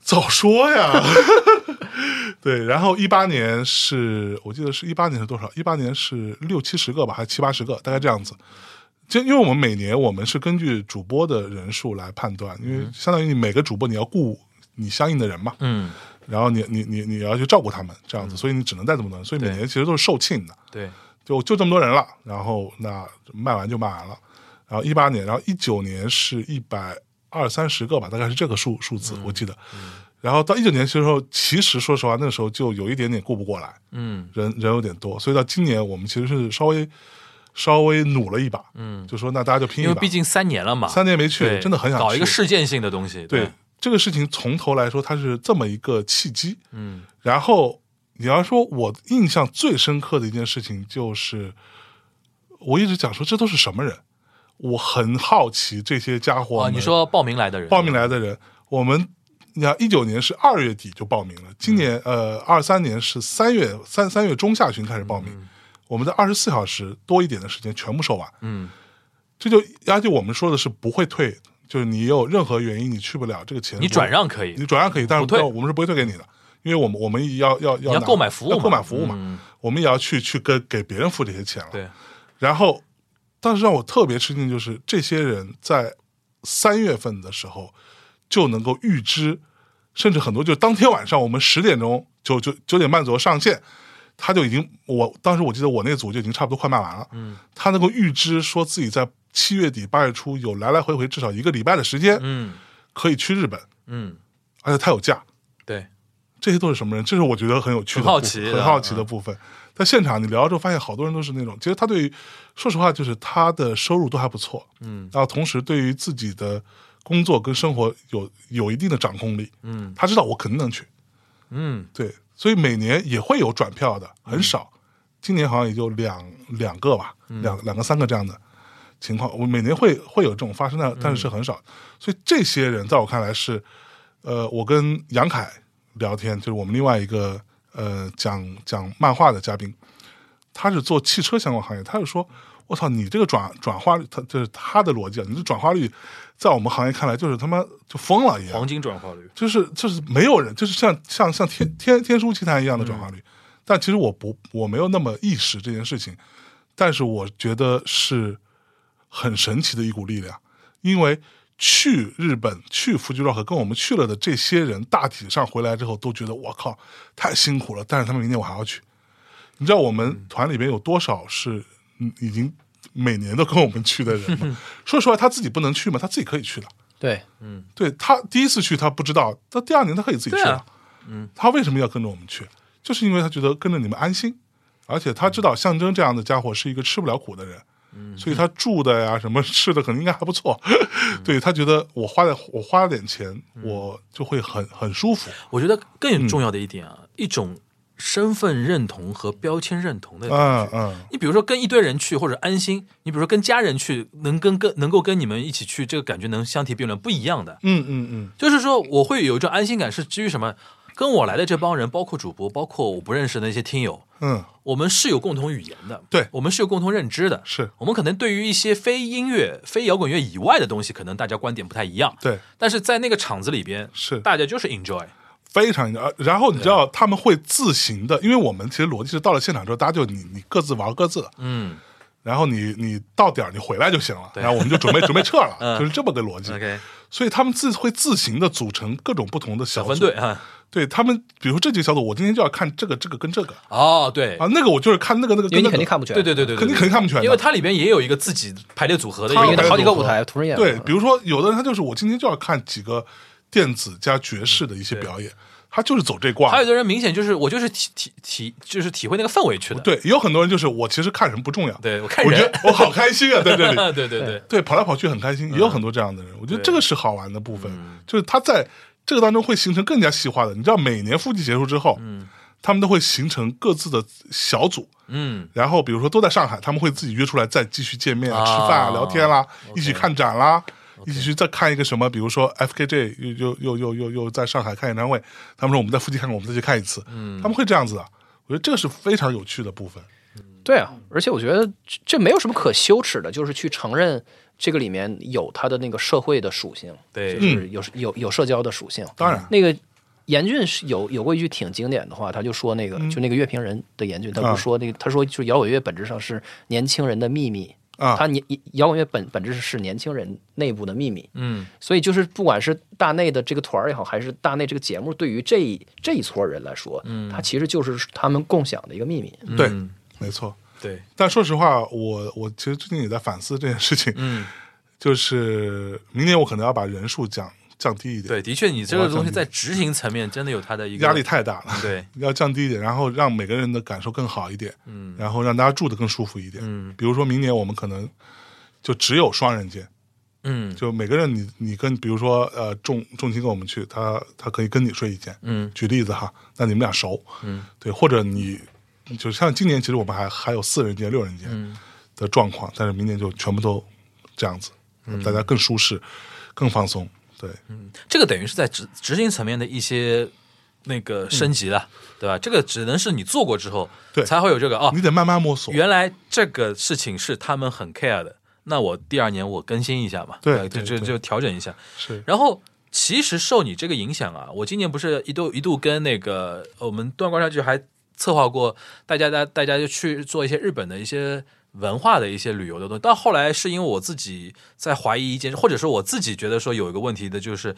S3: 早说呀！ 对，然后一八年是我记得是一八年是多少？一八年是六七十个吧，还是七八十个，大概这样子。就因为我们每年我们是根据主播的人数来判断，因为相当于你每个主播你要雇你相应的人嘛，
S2: 嗯，
S3: 然后你你你你要去照顾他们这样子，所以你只能带这么多人，所以每
S2: 对
S3: 年其实都是售罄的，
S2: 对，
S3: 就就这么多人了，然后那卖完就卖完了。然后一八年，然后一九年是一百二三十个吧，大概是这个数数
S2: 嗯
S3: 字，我记得。然后到一九年的时候，其实说实话，那个时候就有一点点顾不过来，
S2: 嗯
S3: 人人有点多，所以到今年我们其实是稍微稍微努了一把，
S2: 嗯，
S3: 就说那大家就
S2: 因
S3: 拼一
S2: 为
S3: 把
S2: 毕。竟三年了嘛，
S3: 三年没去，
S2: 对，
S3: 真的很想
S2: 搞一个
S3: 去
S2: 事嗯件性的东西，
S3: 对，这个事情从头来说，它是这么一个契机。
S2: 嗯
S3: 然后你要说我印象最深刻的一件事情，就是我一直讲说这都是什么人，我很好奇这些家伙
S2: 哦，
S3: 们、
S2: 你说报名来的人，
S3: 报名来的人，我们你看一九年是二月底就报名了，今年、
S2: 嗯
S3: 呃二三年是三月三三月中下旬开始报名，我们在二十四小时多一点的时间全部收完，
S2: 嗯
S3: 这就而且我们说的是不会退，就是你有任何原因你去不了这个钱，
S2: 你转让可以
S3: 你，转让可以，但是
S2: 不退
S3: 但我们是不会退给你的，因为我们我们也要要要
S2: 你要
S3: 拿
S2: 购买服务
S3: 要
S2: 嘛
S3: 购买服务嘛，
S2: 嗯
S3: 我们也要去去跟给别人付这些钱了。
S2: 对，
S3: 然后当时让我特别吃惊就是，这些人在三月份的时候就能够预知，甚至很多就当天晚上我们十点钟九九九点半左右上线，他就已经我当时我记得我那个组就已经差不多快卖完了，嗯，他能够预知说自己在七月底八月初有来来回回至少一个礼拜的时间
S2: 嗯
S3: 可以去日本，
S2: 嗯，
S3: 而且他有假，
S2: 对，
S3: 这些都是什么人？这是我觉得很有趣的部
S2: 很好
S3: 分、
S2: 奇的嗯
S3: 很好奇的部分。在现场你聊了之后，发现好多人都是那种，其实他对于，说实话，就是他的收入都还不错，
S2: 嗯，
S3: 然后同时对于自己的工作跟生活有有一定的掌控力，
S2: 嗯
S3: 他知道我肯定能去，
S2: 嗯
S3: 对，所以每年也会有转票的，很少，今年好像也就两两个吧，两两个三个这样的情况，我每年会会有这种发生的，但是是很少，所以这些人在我看来是，呃，我跟杨凯聊天，就是我们另外一个呃讲讲漫画的嘉宾，他是做汽车相关行业，他就说。我操，你这个转转化率，他就是他的逻辑啊！你这转化率，在我们行业看来就是他妈就疯了一样，
S2: 黄金转化率，
S3: 就是就是没有人，就是像像像天天天书奇谭一样的转化率。但其实我不我没有那么意识这件事情，但是我觉得是很神奇的一股力量，因为去日本去福居 rock 跟我们去了的这些人，大体上回来之后都觉得我靠太辛苦了，但是他们明年我还要去。你知道我们团里边有多少是嗯已经每年都跟我们去的人吗？说实话，他自己不能去吗？他自己可以去的。
S4: 对，
S3: 对他第一次去他不知道，他第二年他可以自己去
S2: 对
S3: 了。
S2: 啊
S3: 嗯，他为什么要跟着我们去？就是因为他觉得跟着你们安心，而且他知道象征这样的家伙是一个吃不了苦的人，嗯，所以他住的呀什么吃的肯定应该还不错。 对他觉得我花了我花了点钱，我就会很很舒服。
S2: 我觉得
S3: 嗯
S2: 更重要的一点啊，一种身份认同和标签认同的
S3: 嗯嗯，
S2: 你比如说跟一堆人去或者安心，你比如说跟家人去，能跟跟能够跟你们一起去，这个感觉能相提并论，不一样的。
S3: 嗯嗯嗯，
S2: 就是说，我会有一种安心感，是基于什么？跟我来的这帮人，包括主播，包括我不认识的那些听友，
S3: 嗯，
S2: 我们是有共同语言的，
S3: 对
S2: 我们是有共同认知的。
S3: 是
S2: 我们可能对于一些非音乐、非摇滚乐以外的东西，可能大家观点不太一样，
S3: 对，
S2: 但是在那个场子里边，
S3: 是
S2: 大家就是 enjoy，
S3: 非常呃然后你知道他们会自行的，因为我们其实逻辑是到了现场之后，大家就你你各自玩各自的，
S2: 嗯
S3: 然后你你到点儿你回来就行了，
S2: 对
S3: 然后我们就准备准备撤 了，
S2: 嗯
S3: 就是这么个逻辑。
S2: ，OK，
S3: 所以他们自会自行的组成各种不同的小
S2: 小
S3: 组
S2: 分队，啊，
S3: 对他们，比如说这几个小组，我今天就要看这个这个跟这个
S2: 哦，对，
S3: 啊，那个我就是看那个那个
S4: 因
S3: 跟
S4: 为你
S3: 那个，
S4: 肯定看不全，
S2: 对对对对，对
S3: 肯定肯定看不全的，
S2: 因为它里边也有一个自己排列组合的一
S4: 因
S2: 个
S4: 为它
S3: 排列
S4: 好几个
S3: 组合
S4: 舞台同时演嘛，
S3: 对，比如说有的人他就是我今天就要看几个电子加爵士的一些表演，他就是走这挂
S2: 嗯还。有的人明显就是我就是体体体就是体会那个氛围去的，
S3: 对，也有很多人就是我其实看人不重要，
S2: 对我看
S3: 我觉
S2: 人，
S3: 得我好开心啊，在这里，
S2: 对嗯对对，
S3: 对，跑来跑去很开心，也有很多这样的人。我觉得
S2: 对
S3: 这个是好玩的部分，就是他在这个当中会形成更加细化的。你知道，每年复季结束之后，他们都会形成各自的小组，
S2: 嗯，
S3: 然后比如说都在上海，他们会自己约出来再继续见面啊、
S2: 啊
S3: 吃饭啊、聊天啦、
S2: OK
S3: 一起看展啦。一起去再看一个什么，比如说 FKJ 又又又又又又在上海看演唱会，他们说我们在附近看看，我们再去看一次，
S2: 嗯
S3: 他们会这样子的，啊我觉得这个是非常有趣的部分。
S4: 对啊，而且我觉得这这没有什么可羞耻的，就是去承认这个里面有它的那个社会的属性，
S2: 对
S4: 就是有有有社交的属性。
S3: 嗯当然
S4: 那个严俊是有有过一句挺经典的话，他就说那个、就那个乐评人的严俊，他
S3: 嗯啊
S4: 不是说那个、他说就是摇滚乐本质上是年轻人的秘密。
S3: 啊
S4: 他年摇滚乐本本质是年轻人内部的秘密，
S2: 嗯，
S4: 所以就是不管是大内的这个团儿也好，还是大内这个节目，对于这一这一撮人来说，嗯，它其实就是他们共享的一个秘密，
S3: 对
S2: 嗯，
S3: 没错。
S2: 对，
S3: 但说实话，我我其实最近也在反思这件事情，
S2: 嗯，
S3: 就是明年我可能要把人数降降低一点，
S2: 对，的确，你这个东西在执行层面真的有它的一个
S3: 压力，太大了，
S2: 对，
S3: 要降低一点，然后让每个人的感受更好一点，嗯，然后让大家住的更舒服一点，
S2: 嗯，
S3: 比如说明年我们可能就只有双人间，
S2: 嗯
S3: 就每个人你你跟比如说呃重重青跟我们去，他他可以跟你睡一间，
S2: 嗯
S3: 举例子哈，那你们俩熟，
S2: 嗯，
S3: 对，或者你就像今年其实我们还还有四人间、六人间，
S2: 嗯
S3: 的状况，但是明年就全部都这样子，
S2: 嗯
S3: 大家更舒适、更放松。对，
S2: 这个等于是在执执行层面的一些那个升级了，对吧？这个只能是你做过之后，
S3: 嗯对
S2: 才会有这个哦
S3: 你，得慢慢摸索。
S2: 原来这个事情是他们很 care 的，那我第二年我更新一下嘛，
S3: 对
S2: 吧就
S3: 对
S2: 就
S3: 对
S2: 就调整一下。
S3: 是，
S2: 然后其实受你这个影响啊，我今年不是一度一度跟那个呃我们段观察局还策划过，大家大大家就去做一些日本的一些文化的一些旅游的东西。到后来是因为我自己在怀疑一件事，或者说我自己觉得说有一个问题的，就是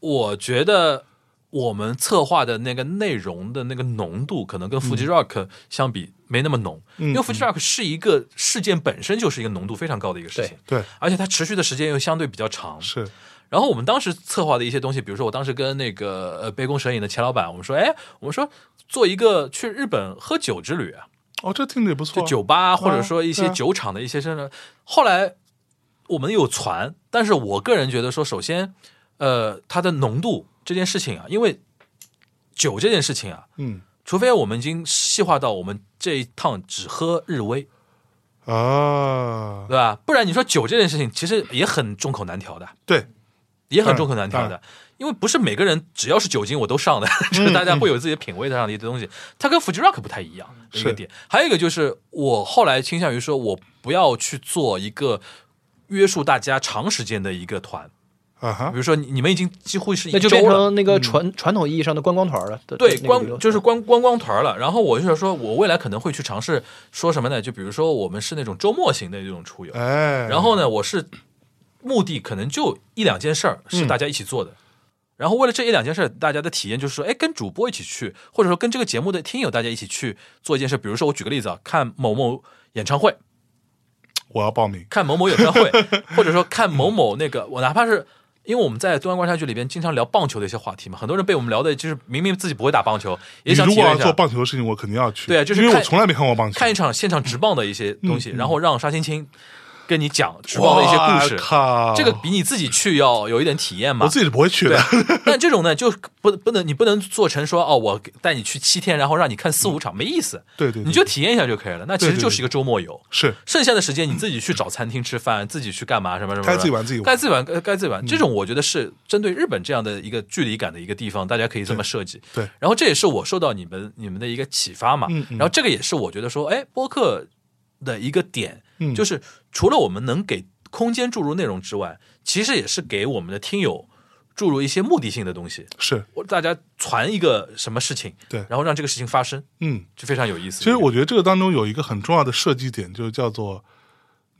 S2: 我觉得我们策划的那个内容的那个浓度，可能跟 Fuji Rock 相比没那么浓，因为 Fuji Rock 是一个事件本身就是一个浓度非常高的一个事情，
S3: 对，
S2: 而且它持续的时间又相对比较长，
S3: 是
S2: 然后我们当时策划的一些东西，比如说我当时跟那个呃杯弓蛇影的钱老板，我们说，哎，我们说做一个去日本喝酒之旅啊，
S3: 哦，这听着也不
S2: 就
S3: 错，
S2: 酒吧或者说一
S3: 对
S2: 些
S3: 啊
S2: 酒厂的一些什么。后来我们有船，但是我个人觉得说，首先，呃，它的浓度这件事情啊，因为酒这件事情啊，
S3: 嗯
S2: 除非我们已经细化到我们这一趟只喝日威，
S3: 啊，
S2: 对吧？不然你说酒这件事情，其实也很众口难调的。
S3: 对，
S2: 也很众口难调
S3: 当然
S2: 的，因为不是每个人只要是酒精我都上的， 就是大家会有自己的品味上的一些东西。它跟 Fuji Rock 不太一样的一个
S3: 是
S2: 点，还有一个就是我后来倾向于说，我不要去做一个约束大家长时间的一个团，
S3: 啊
S2: 比
S3: 哈，
S2: 如说你你们已经几乎是一
S4: 那就
S2: 周
S4: 变
S2: 了。
S4: 成那个传、传统意义上的观嗯光团了。的
S2: 对，
S4: 那个旅游
S2: 观就是观观光团了。然后我就是说，我未来可能会去尝试说什么呢？就比如说，我们是那种周末型的这种出游，
S3: 哎，
S2: 然后呢，我是目的可能就一两件事儿
S3: 嗯
S2: 是大家一起做的。然后为了这一两件事儿，大家的体验就是说，哎，跟主播一起去，或者说跟这个节目的听友大家一起去做一件事。比如说，我举个例子啊，看某某演唱会，
S3: 我要报名，
S2: 看某某演 唱会，或者说看某某那个，我哪怕是因为我们在东安观察局里边经常聊棒球的一些话题嘛，很多人被我们聊的就是明明自己不会打棒球，也
S3: 你
S2: 想
S3: 如
S2: 体
S3: 果
S2: 验
S3: 要
S2: 一
S3: 做
S2: 下。
S3: 棒球的事情，我肯定要去，
S2: 对啊就是
S3: 因为
S2: 看
S3: 我从来没看过棒球，
S2: 看一场现场直棒的一些东
S3: 嗯
S2: 西，然后让沙青青跟你讲直棒
S3: 哇
S2: 的一些故事，
S3: 靠，
S2: 这个比你自己去要有一点体验嘛。
S3: 我自己是不会去的
S2: 对，但这种呢，就不不能你不能做成说哦，我带你去七天，然后让你看四五场，没意思。
S3: 对对对
S2: 你就体验一下就可以了。那其
S3: 对
S2: 实
S3: 对
S2: 就是一个周末游，
S3: 是
S2: 剩下的时间你自己去找餐厅吃饭，自己去干嘛什么什么，
S3: 嗯该自己玩自己玩嗯
S2: 该自己玩呃该该自己玩。这种我觉得是针对日本这样的一个距离感的一个地方，大家可以这么设计。
S3: 对对
S2: 然后这也是我受到你们你们的一个启发嘛。
S3: 嗯嗯
S2: 然后这个也是我觉得说，哎，播客的一个点，
S3: 嗯
S2: 就是除了我们能给空间注入内容之外，其实也是给我们的听友注入一些目的性的东西。
S3: 是，
S2: 我大家传一个什么事情，
S3: 对
S2: 然后让这个事情发生，
S3: 嗯，
S2: 就非常有意思。
S3: 其实我觉得这个当中有一个很重要的设计点，就叫做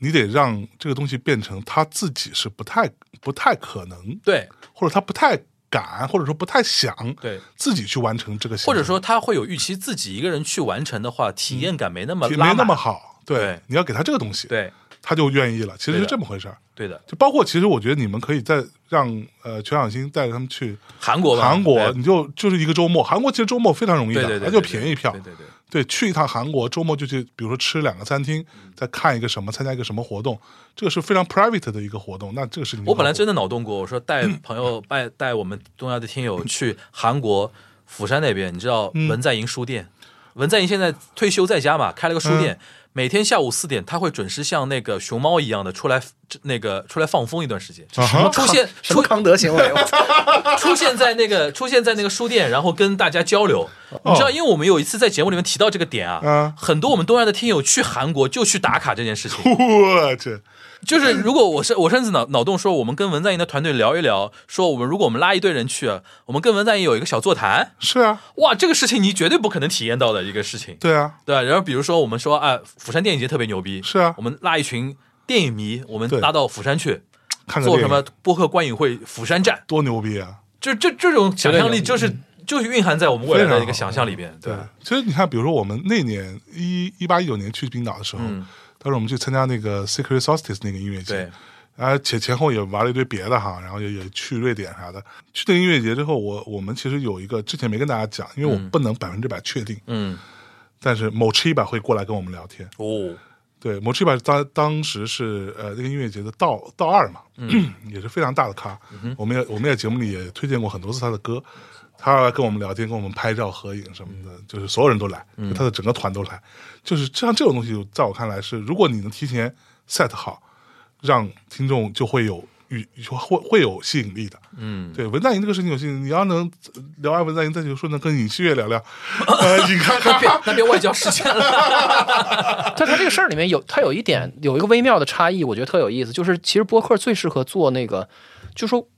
S3: 你得让这个东西变成他自己是不太不太可能，
S2: 对
S3: 或者他不太敢，或者说不太想
S2: 对，
S3: 自己去完成这个行
S2: 或
S3: 程，
S2: 者说他会有预期，自己一个人去完成的话，体验感没那么
S3: 也
S2: 拉
S3: 嗯没那
S2: 满
S3: 么好。对
S2: 对，
S3: 你要给他这个东西，
S2: 对
S3: 他就愿意了。其实
S2: 对
S3: 是
S2: 的
S3: 这么回事儿。
S2: 对的，
S3: 就包括，其实我觉得你们可以再让呃全小星带着他们去
S2: 韩国吧，
S3: 韩国，
S2: 对
S3: 你就就是一个周末。韩国其实周末非常容易
S2: 对
S3: 的
S2: 对，对，
S3: 它就
S2: 对
S3: 便宜票
S2: 对。对对，
S3: 对，去一趟韩国，周末就去，比如说吃两个餐厅，
S2: 嗯
S3: 再看一个什么，参加一个什么活动，这个是非常 private 的一个活动。那这个是你
S2: 我本来真的脑洞过，我说带
S3: 嗯
S2: 朋友带带我们东亚的听友去韩国釜山那边，你知道
S3: 嗯
S2: 文在寅书店，文在寅现在退休在家嘛，开了个
S3: 嗯
S2: 书店，每天下午四点他会准时像那个熊猫一样的出来那个出来放风一段时间，
S3: 啊哈
S2: 出现
S4: 什
S2: 出
S4: 么康德行为？哦 我操
S2: 出现在那 个出现在那个书店，然后跟大家交流。你知道，因为我们有一次在节目里面提到这个点
S3: 嗯
S2: 啊，很多我们东亚的听友去韩国就去打卡这件事情，
S3: 我去，
S2: 就是如果我是我甚至脑脑洞说，我们跟文在寅的团队聊一聊，说我们如果我们拉一堆人去，啊我们跟文在寅有一个小座谈，
S3: 是啊，
S2: 哇，这个事情你绝对不可能体验到的一个事情，
S3: 对啊，
S2: 对吧然后比如说我们说啊，釜山电影节特别牛逼，
S3: 是啊
S2: 我们拉一群电影迷，我们
S3: 对
S2: 拉到釜山去
S3: 看个
S2: 做
S3: 电
S2: 什
S3: 影
S2: 么播客观影会釜山站，
S3: 多牛逼啊！
S2: 就这这种想象力
S4: 绝对
S2: 就
S4: 有
S2: 是就是蕴含在我们未来
S3: 非常
S2: 的
S3: 好
S2: 一个想象里边，对
S3: 对
S2: 吧，
S3: 其实你看，比如说我们那年一一八一九年去冰岛的时候，
S2: 嗯
S3: 当时我们去参加那个 Secret Solstice 那个音乐节
S2: 对，，
S3: 而且前后也玩了一堆别的哈，然后也也去瑞典啥的。去那个音乐节之后，我我们其实有一个之前没跟大家讲，因为我不能百分之百确定，
S2: 嗯，
S3: 但是某吃一百会过来跟我们聊天。
S2: 哦，
S3: 对，某吃一百当当时是呃那个音乐节的道道二嘛， 也是非常大的咖。我们也我们也节目里也推荐过很多次他的歌，他来跟我们聊天，跟我们拍照合影什么的，就是所有人都来，就他的整个团都来。就是像这种东西，在我看来是，如果你能提前 set 好，让听众就会有。与就会会有吸引力的，
S2: 嗯，
S3: 对文在寅这个事情有吸引力。你要能聊完文在寅，再就说能跟尹锡悦聊聊，呃，尹咔咔，
S2: 别那别外交事件了，
S4: 但他这个事儿里面有，他有一点有一个微妙的差异，我觉得特有意思，就是其实播客最适合做那个，就说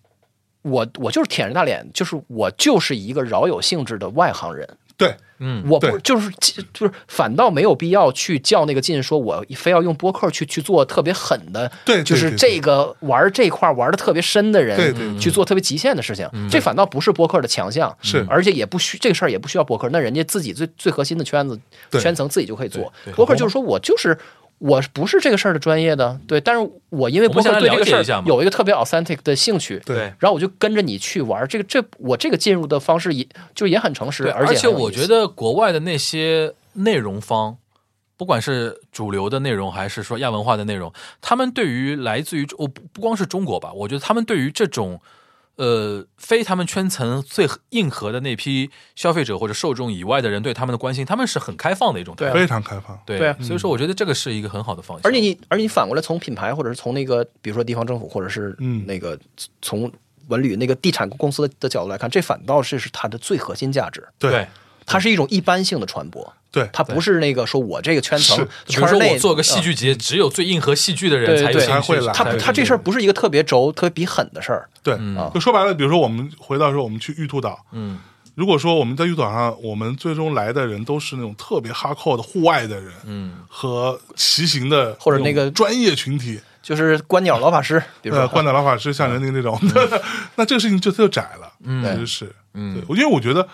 S4: 我我就是舔着大脸，就是我就是一个饶有兴致的外行人，
S3: 对，
S2: 嗯，
S4: 我不
S3: 对
S4: 就是就是反倒没有必要去较那个劲，说我非要用播客去去做特别狠的，
S3: 对对
S4: 就是
S3: 对
S4: 这个玩这块玩的特别深的人，
S3: 对对嗯
S4: 去做特别极限的事情，这反倒不是播客的强项，
S3: 是
S4: 而且也不需这个事儿也不需要播客，那人家自己最最核心的圈子
S3: 对
S4: 圈层自己就可以做
S2: 对对，
S4: 播客就是说我就是。我不是这个事儿的专业的，对，但是我因为播
S2: 我们先
S4: 客
S2: 来
S4: 对这
S2: 了
S4: 个
S2: 解
S4: 事
S2: 一下
S4: 儿
S2: 嘛
S4: 有一个特别 authentic 的兴趣，
S3: 对，
S4: 然后我就跟着你去玩儿这个这我这个进入的方式也就也很诚实，
S2: 对，
S4: 而
S2: 且
S4: 且很有
S2: 我
S4: 意思
S2: 觉得国外的那些内容方，不管是主流的内容还是说亚文化的内容，他们对于来自于我不不光是中国吧，我觉得他们对于这种呃非他们圈层最硬核的那批消费者或者受众以外的人对他们的关心，他们是很开放的一种态
S4: 对
S2: 度。
S4: 啊
S3: 非常开放。
S2: 对
S4: 对啊
S2: 所以说我觉得这个是一个很好的方向。
S4: 而且你，而且你反过来从品牌，或者是从那个，比如说地方政府，或者是
S3: 嗯
S4: 那个从文旅那个地产公司的的角度来看，这反倒是是它的最核心价值。
S2: 对，
S4: 它是一种一般性的传播，
S3: 对
S4: 它不是那个说我这个圈层
S3: 是
S2: 就比如
S4: 圈
S2: 说
S4: 内
S2: 我做个戏
S4: 嗯
S2: 剧节，只有最硬核戏剧的人
S4: 对
S2: 才有
S4: 对
S2: 兴趣
S3: 才会来
S2: 才
S4: 它不
S3: 对
S4: 它这事儿不是一个特别轴、特别比狠的事儿。
S3: 对，
S4: 嗯
S3: 就说白了，比如说我们回到说我们去玉兔岛，
S2: 嗯，
S3: 如果说我们在玉兔岛上，我们最终来的人都是那种特别哈扣的户外的人，嗯，和骑行的
S4: 或者那个
S3: 种专业群体，
S4: 就是观鸟老法师，比如
S3: 呃，
S4: 说
S3: 关岛老法师、像人家那种， 那这个事情就特窄了，嗯其实是，嗯，因为我觉得。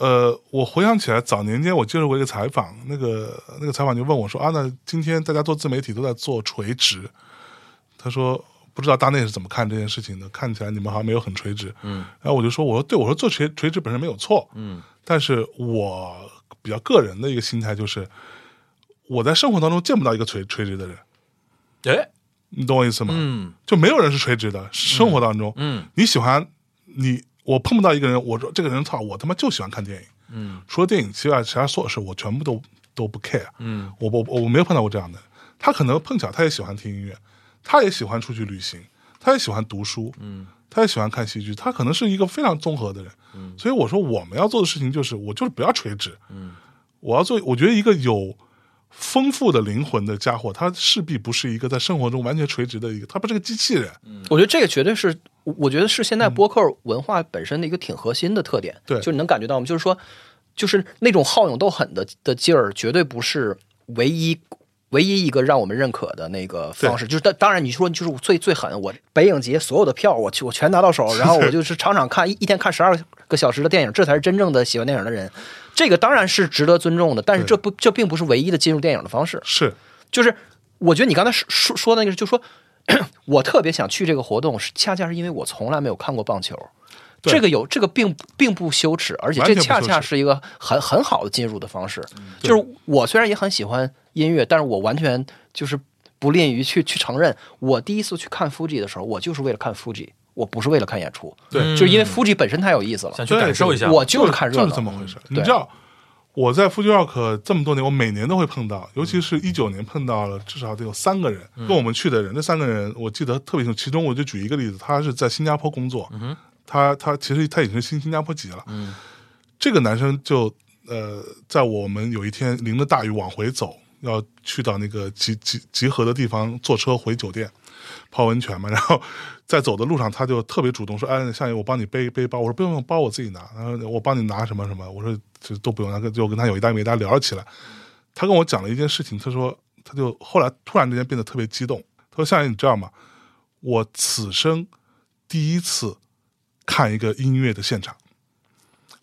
S3: 呃，我回想起来，早年间我接受过一个采访，那个那个采访就问我说啊，那今天大家做自媒体都在做垂直，他说不知道大内是怎么看这件事情的，看起来你们好像没有很垂直。嗯，然后我就说，我说对，我说做垂垂直本身没有错。嗯，但是我比较个人的一个心态就是，我在生活当中见不到一个垂垂直的人，
S2: 哎，
S3: 你懂我意思吗？
S2: 嗯
S3: 就没有人是垂直的，生活当中，
S2: 嗯，
S3: 你喜欢你，我碰不到一个人，我说这个人操，我他妈就喜欢看电影。嗯，除了电影之外，其他所有事我全部都都不 care。嗯，我我我没有碰到过这样的人。他可能碰巧他也喜欢听音乐，他也喜欢出去旅行，他也喜欢读书，嗯，他也喜欢看戏剧，他可能是一个非常综合的人。嗯，所以我说我们要做的事情就是，我就是不要垂直。嗯，我要做，我觉得一个有。丰富的灵魂的家伙，他势必不是一个在生活中完全垂直的一个，他不是个机器人。
S4: 我觉得这个绝对是，我我觉得是现在播客文化本身的一个挺核心的特点。
S3: 对
S4: 就你能感觉到吗？就是说，就是那种好勇斗狠的的劲儿，绝对不是唯一。唯一一个让我们认可的那个方式，就是当当然你说就是最最狠，我北影节所有的票我去我全拿到手，然后我就是场场看一一天看十二个小时的电影，这才是真正的喜欢电影的人。这个当然是值得尊重的，但是这不这并不是唯一的进入电影的方式。
S3: 是，
S4: 就是我觉得你刚才说说说的那个，就说 我特别想去这个活动，是恰恰是因为我从来没有看过棒球。
S3: 对
S4: 这个有这个并并不羞耻，而且
S3: 完
S4: 这
S3: 全不
S4: 恰
S3: 羞
S4: 恰
S3: 耻嗯
S4: 是一个很很好的进入的方式。就是我虽然也很喜欢音乐，但是我完全就是不吝于去去承认，我第一次去看 Fuji 的时候，我就是为了看 Fuji，我不是为了看演出。
S3: 对
S4: 就是因为 Fuji 本身太有意思了，
S2: 想去感受一下。
S4: 我就是看热
S3: 就
S4: 闹，
S3: 是这么回事。
S4: 嗯
S3: 你
S4: 对
S3: 知道，我在 Fuji Rock 这么多年，我每年都会碰到，尤
S4: 嗯
S3: 其是一九年碰到了，至少得有三个人跟我们去的人。这三个人我记得特别清楚，其中我就举一个例子，他是在新加坡工作，
S4: 嗯
S3: 他他其实他已经是新新加坡籍了。这个男生就呃，在我们有一天淋着大雨往回走，要去到那个集集集合的地方坐车回酒店。泡温泉嘛，然后在走的路上，他就特别主动说：“哎，夏雨，我帮你背背包。”我说：“不用，不用包我自己拿。”然后我帮你拿什么什么，我说这都不用。那个就跟他有一搭没一搭聊了起来。他跟我讲了一件事情，他说他就后来突然之间变得特别激动。他说：“夏雨，你知道吗？我此生第一次看一个音乐的现场。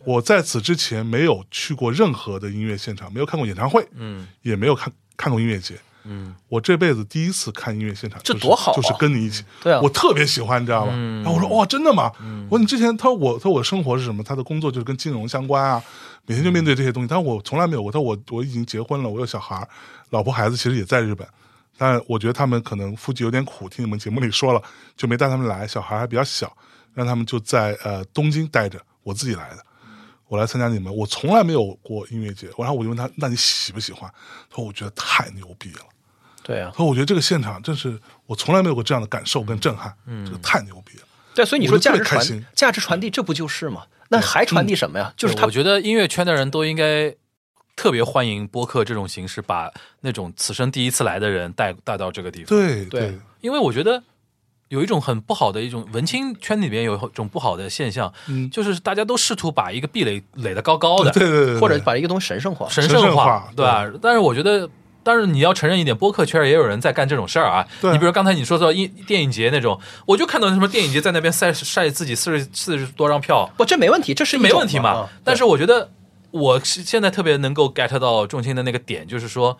S3: 我在此之前没有去过任何的音乐现场，没有看过演唱会，
S2: 嗯，
S3: 也没有看看过音乐节。”
S2: 嗯，
S3: 我这辈子第一次看音乐现场，
S4: 这
S3: 就是
S4: 多好啊
S3: 就是跟你一起，
S4: 对啊嗯
S3: 我特别喜欢，你知道吗？然后我说哇，哦真的吗？我说你之前他说我他说我生活是什么？他的工作就是跟金融相关啊，每天就面对这些东西。但我从来没有过，他说我我已经结婚了，我有小孩儿，老婆孩子其实也在日本，但我觉得他们可能腹肌有点苦，听你们节目里说了，就没带他们来，小孩还比较小，让他们就在呃东京待着，我自己来的。我来参加你们，我从来没有过音乐节。然后我就问他，那你喜不喜欢？他说我觉得太牛逼了。
S4: 对啊，
S3: 所以我觉得这个现场真是我从来没有过这样的感受跟震撼，
S4: 嗯
S3: 这个太牛逼了。
S4: 对，所以你
S3: 我
S4: 说
S3: 就
S4: 价
S3: 特别
S4: 值
S3: 开
S4: 传
S3: 心嗯
S4: 价值传递，这不就是吗？那还传递什么呀？就是
S2: 对
S4: 它
S2: 我觉得音乐圈的人都应该特别欢迎播客这种形式，把那种此生第一次来的人带带到这个地方，
S3: 对
S4: 对
S3: 对
S2: 因为我觉得有一种很不好的一种文青圈里边有一种不好的现象，
S3: 嗯
S2: 就是大家都试图把一个壁垒垒得高高的，
S3: 对对对，
S4: 或者
S3: 对
S4: 把一个东西神圣化。
S2: 神
S3: 神
S2: 圣
S3: 圣化
S2: 对吧？但是我觉得，但是你要承认一点，播客圈也有人在干这种事儿啊。
S3: 对
S2: 你比如刚才你说到音电影节那种，我就看到什么电影节在那边晒晒自己四十四十多张票，
S4: 不，这没问题，这是
S2: 这
S4: 一
S2: 没
S4: 种
S2: 问题
S4: 啊
S2: 嘛。但
S4: 对
S2: 是我觉得，我是现在特别能够 get 到重心的那个点，就是说，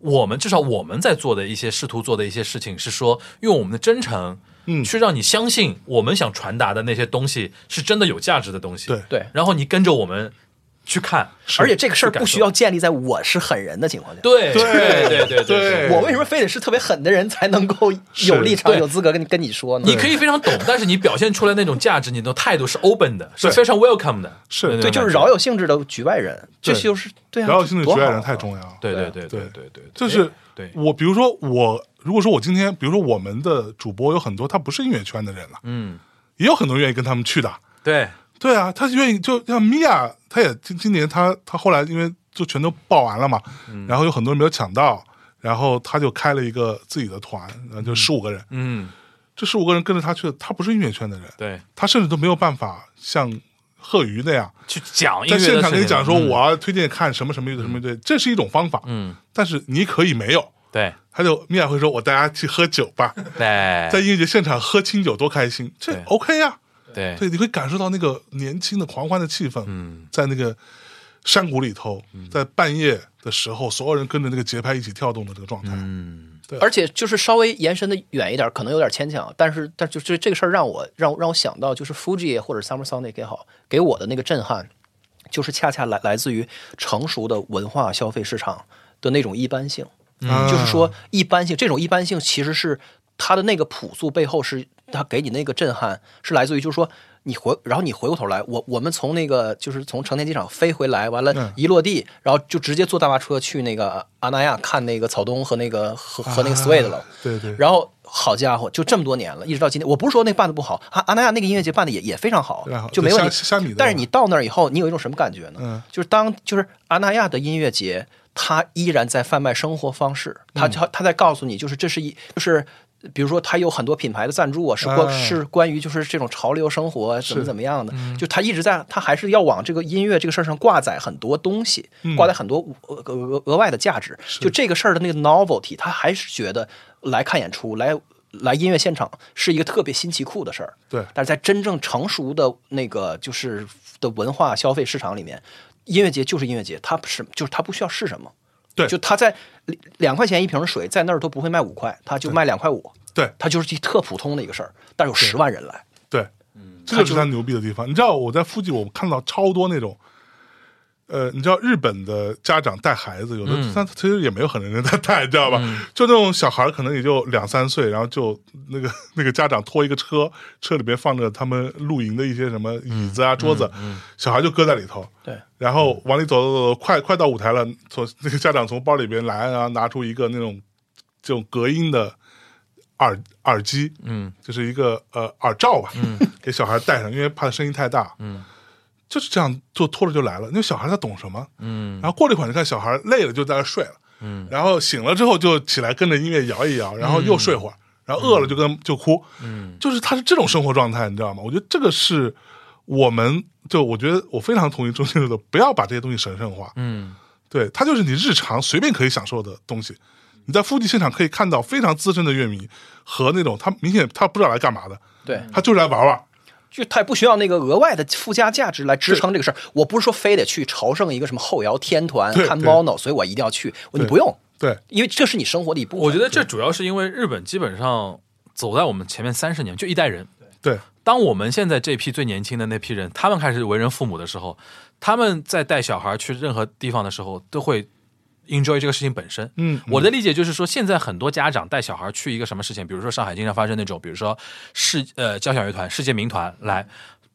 S2: 我们至少我们在做的一些试图做的一些事情，是说用我们的真诚，
S3: 嗯
S2: 去让你相信我们想传达的那些东西是真的有价值的东西。
S3: 对
S4: 对
S2: 然后你跟着我们去看，
S3: 是
S4: 而且这个事儿
S2: 去感
S4: 不需
S2: 受
S4: 要建立在我是狠人的情况下。
S2: 对
S3: 对
S2: 对对
S3: 对
S4: 我为什么非得是特别狠的人才能够有立场、
S2: 对
S4: 有资格跟你跟你说呢？
S2: 你可以非常懂，但是你表现出来那种价值，你的态度是 open 的，是
S3: 对
S2: 非常 welcome 的，
S3: 是
S2: 那种
S4: 对，就是
S2: 感觉
S4: 饶有兴致的局外人，这
S3: 对
S4: 就是对啊，
S3: 然后心理
S4: 多
S3: 学
S4: 好
S3: 爱
S4: 啊
S3: 人太重要了。
S2: 对对对
S4: 对
S3: 对
S2: 对对，对
S3: 就是
S2: 对
S3: 我，比如说我，如果说我今天，比如说我们的主播有很多他不是音乐圈的人了，
S2: 嗯
S3: 也有很多人愿意跟他们去的。
S2: 对
S3: 对啊，他愿意就像米娅，他也今今年他他后来因为就全都报完了嘛，
S4: 嗯
S3: 然后有很多人没有抢到，然后他就开了一个自己的团，然后就十五个人，
S2: 嗯
S3: 这十五个人跟着他去的，他不是音乐圈的人，
S2: 对，
S3: 他甚至都没有办法像贺瑜那样
S2: 去讲音乐的
S3: 在现场
S2: 事
S3: 跟你
S2: 情
S3: 讲说
S2: 嗯
S3: 我要推荐看什么什么乐队什么乐队，这是一种方法，
S2: 嗯
S3: 但是你可以没有。
S2: 对
S3: 他就米娅会说：“我带大家去喝酒吧， 在
S2: 对
S3: 音乐节现场喝清酒多开心，这
S2: 哎对
S3: OK 呀、
S2: 对
S3: 对，你会感受到那个年轻的狂欢的气氛，
S2: 嗯
S3: 在那个山谷里头，在半夜的时候，所有人跟着那个节拍一起跳动的这个状态，
S2: 嗯
S3: 对
S4: 而且就是稍微延伸的远一点，可能有点牵强，但是但就这这个事儿让我让让我想到，就是 Fuji 或者 Summer Sonic 也好，给我的那个震撼，就是恰恰来来自于成熟的文化消费市场的那种一般性，
S3: 啊
S4: 就是说一般性，这种一般性其实是它的那个朴素背后是它给你那个震撼，是来自于就是说。你回，然后你回过头来，我我们从那个就是从成田机场飞回来，完了
S3: 嗯，
S4: 一落地，然后就直接坐大巴车去那个阿那亚看那个草东和那个和和那个 Sway 的了。
S3: 啊对对，
S4: 然后好家伙，就这么多年了，一直到今天，我不是说那办的不好，啊阿阿那亚那个音乐节办的也也非常好
S3: 对啊，
S4: 就没问题。
S3: 虾虾米的
S4: 但是你到那儿以后，你有一种什么感觉呢？
S3: 嗯
S4: 就是当就是阿那亚的音乐节，它依然在贩卖生活方式，它它它在告诉你，就是这是一就是。比如说，它有很多品牌的赞助啊，是关、
S3: 哎
S4: 是关于就是这种潮流生活啊怎么
S3: 是
S4: 怎么样的，就它一直在，它还是要往这个音乐这个事儿上挂载很多东西，挂载很多额额额额外的价值。就这个事儿的那个 novelty，他还是觉得来看演出来。来音乐现场是一个特别新奇酷的事儿，
S3: 对
S4: 但是在真正成熟的那个就是的文化消费市场里面，音乐节就是音乐节，它不是就是它不需要是什么，
S3: 对
S4: 就它在两两块钱一瓶水在那儿都不会卖五块，它就卖两块五，
S3: 对
S4: 它就是一特普通的一个事儿，但是有十万人来，
S3: 对，这个是他牛逼的地方。你知道我在附近，我看到超多那种。呃，你知道日本的家长带孩子，有的他其实也没有很认真在带，你知道吧？就那种小孩儿可能也就两三岁，然后就那个那个家长拖一个车，车里边放着他们露营的一些什么椅子啊、桌子，小孩就搁在里头。
S4: 对，
S3: 然后往里走走走，快快到舞台了，从那个家长从包里边来，然后拿出一个那种这种隔音的耳耳机，
S2: 嗯，
S3: 就是一个呃耳罩吧，嗯， 给小孩戴上，因为怕声音太大，嗯，就是这样就拖着就来了。因为小孩他懂什么，
S2: 嗯，
S3: 然后过了一会儿，你看小孩累了就在那儿睡了，嗯，然后醒了之后就起来跟着音乐摇一摇，然后又睡会儿，然后饿了就跟就哭，嗯，就是他是这种生活状态，你知道吗？我觉得这个是我们就我觉得我非常同意周先生的，不要把这些东西神圣化，
S2: 嗯
S3: 对，它就是你日常随便可以享受的东西。你在附近现场可以看到非常资深的乐迷和那种他明显他不知道来干嘛的，
S4: 对，
S3: 他就是来玩玩。
S4: 就它也不需要那个额外的附加价值来支撑这个事儿。我不是说非得去朝圣一个什么后摇天团
S3: 对
S4: 看
S3: 对
S4: mono，所以我一定要去，你
S3: 对
S4: 不用，
S3: 对，
S4: 因为这是你生活的一部分。
S2: 我觉得这主要是因为日本基本上走在我们前面三十年，就一代人。
S3: 对，
S2: 当我们现在这批最年轻的那批人，他们开始为人父母的时候，他们在带小孩去任何地方的时候，都会 enjoy 这个事情本身。
S3: 嗯
S2: 我的理解就是说，现在很多家长带小孩去一个什么事情，比如说上海经常发生那种，比如说世呃交响乐团、世界名团来。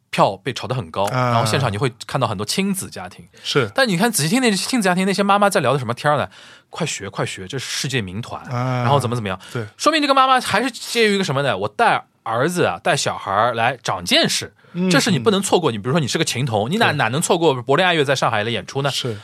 S2: 票被炒得很高，
S3: 啊
S2: 然后现场你会看到很多亲子家庭，
S3: 是
S2: 但你看仔细听那亲子家庭那些妈妈在聊的什么天儿呢？快学快学，这是世界名团，
S3: 啊
S2: 然后怎么怎么样？
S3: 对
S2: 说明这个妈妈还是介于一个什么呢？我带儿子啊，带小孩儿来长见识，
S3: 嗯
S2: 这是你不能错过。你比如说你是个琴童，你哪哪能错过柏林爱乐在上海的演出呢？
S3: 是，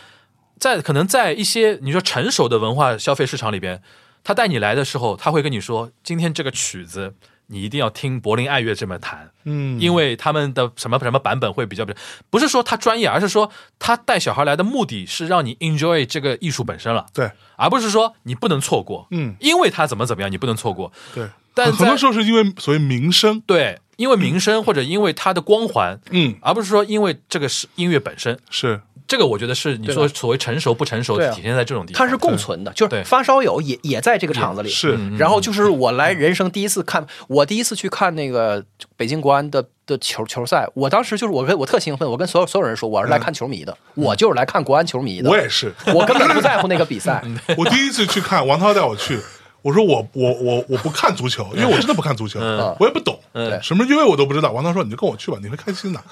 S2: 在可能在一些你说成熟的文化消费市场里边，他带你来的时候，他会跟你说，今天这个曲子你一定要听柏林爱乐这么弹，
S3: 嗯，
S2: 因为他们的什么什么版本会比较比较，不是说他专业，而是说他带小孩来的目的是让你 enjoy 这个艺术本身了，
S3: 对，
S2: 而不是说你不能错过，
S3: 嗯
S2: 因为他怎么怎么样，你不能错过。
S3: 对，
S2: 但
S3: 很很
S2: 在
S3: 多时候是因为所谓名声，
S2: 对，因为名声或者因为他的光环，
S3: 嗯，
S2: 而不是说因为这个是音乐本身。
S3: 是
S2: 这个我觉得是你
S4: 对
S3: 啊
S2: 说
S4: 的
S2: 所谓成熟不成熟
S4: 对啊
S2: 体现在这种地方。
S4: 它是共存的，就是
S2: 对
S4: 发烧友也也在这个场子里。
S3: 是
S2: 嗯
S4: 然后就是我来人生第一次看，我第一次去看那个北京国安的的球球赛，我当时就是我跟我特兴奋，我跟所有所有人说我是来看球迷的，我就是来看国安球迷
S3: 嗯
S4: 的，
S3: 我也是，
S4: 我根本不在乎那个 比赛，
S3: 我第一次去看，王涛带我去，我说我我我我不看足球，
S2: 嗯
S3: 因为我真的不看足球，我也不懂，什么因为我都不知道。王涛说你就跟我去吧，你会开心的。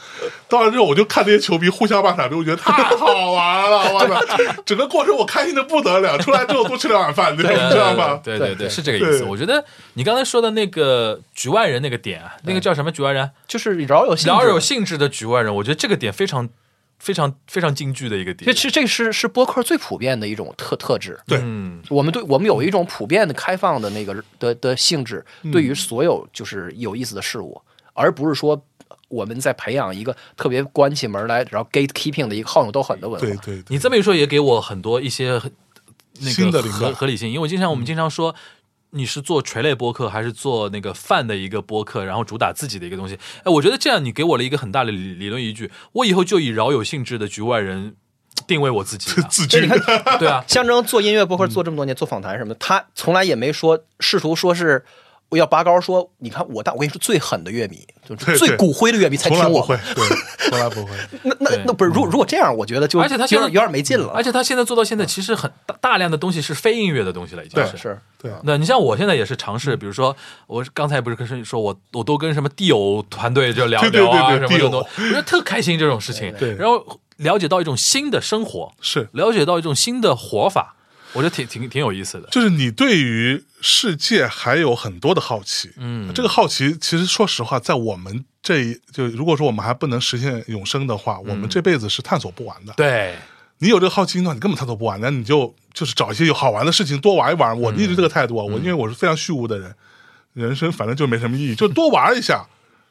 S3: 到了之后，我就看这些球迷互相骂傻逼，我觉得太好玩了，我操！ 整个过程我开心的不得了。出来之后多吃两碗饭，你知道吗？
S2: 呃对对
S4: 对
S2: 对，是这个意思。
S3: 对
S2: 我觉得你刚才说的那个局外人那个点啊，那个叫什么局外人？
S4: 就是饶有兴致
S2: 饶有兴致的局外人，我觉得这个点非常非常非常京剧的一个
S4: 这
S2: 点。
S4: 是这是是播客最普遍的一种特特质。
S3: 对
S2: 嗯，
S4: 我们对我们有一种普遍的开放的那个的的性质，
S3: 嗯
S4: 对于所有就是有意思的事物，而不是说我们在培养一个特别关起门来，然后 gatekeeping 的一个好勇斗狠的文化。
S3: 对对，
S2: 你这么一说也给我很多一些那
S3: 新
S2: 个
S3: 的灵感
S2: 合嗯合理性，因为经常我们经常说。你是做垂类播客还是做那个泛的一个播客，然后主打自己的一个东西？哎，我觉得这样你给我了一个很大的理理论依据，我以后就以饶有兴致的局外人定位我自己了。
S3: 自居
S2: 对啊，
S4: 象征做音乐播客做这么多年，做访谈什么的，他从来也没说试图说是我要拔高说，你看我，但我跟你说最狠的乐迷，就是
S3: 对
S4: 最骨灰的乐迷才
S3: 从来
S4: 听
S3: 不
S4: 我。
S3: 会，对，从来不会。
S4: 那那
S2: 对
S4: 那不是，如如果这样，我觉得就
S2: 而且他
S4: 有
S2: 现在
S4: 点有点没劲了。
S2: 而且他现在做到现在，其实很大大量的东西是非音乐的东西了，已经
S3: 对
S2: 是。
S4: 是
S3: 对，
S2: 那你像我现在也是尝试，
S3: 嗯
S2: 比如说我刚才不是跟说我我都跟什么地友团队就聊
S3: 对对
S2: 聊啊
S3: 对对
S2: 什么
S3: 地
S2: 的，
S3: 友
S2: 我觉得特开心这种事情。
S3: 对对
S2: 然后了解到一种新的生活，
S3: 是
S2: 了解到一种新的活法，我觉得挺挺挺有意思的。
S3: 就是你对于世界还有很多的好奇，嗯，这个好奇其实说实话，在我们这一就如果说我们还不能实现永生的话，我
S2: 嗯
S3: 们这辈子是探索不完的。
S2: 对，
S3: 你有这个好奇心的话，你根本探索不完，那你就就是找一些有好玩的事情多玩一玩。
S2: 嗯
S3: 我一直这个态度啊，我因为我是非常虚无的人，人生反正就没什么意义，就多玩一下，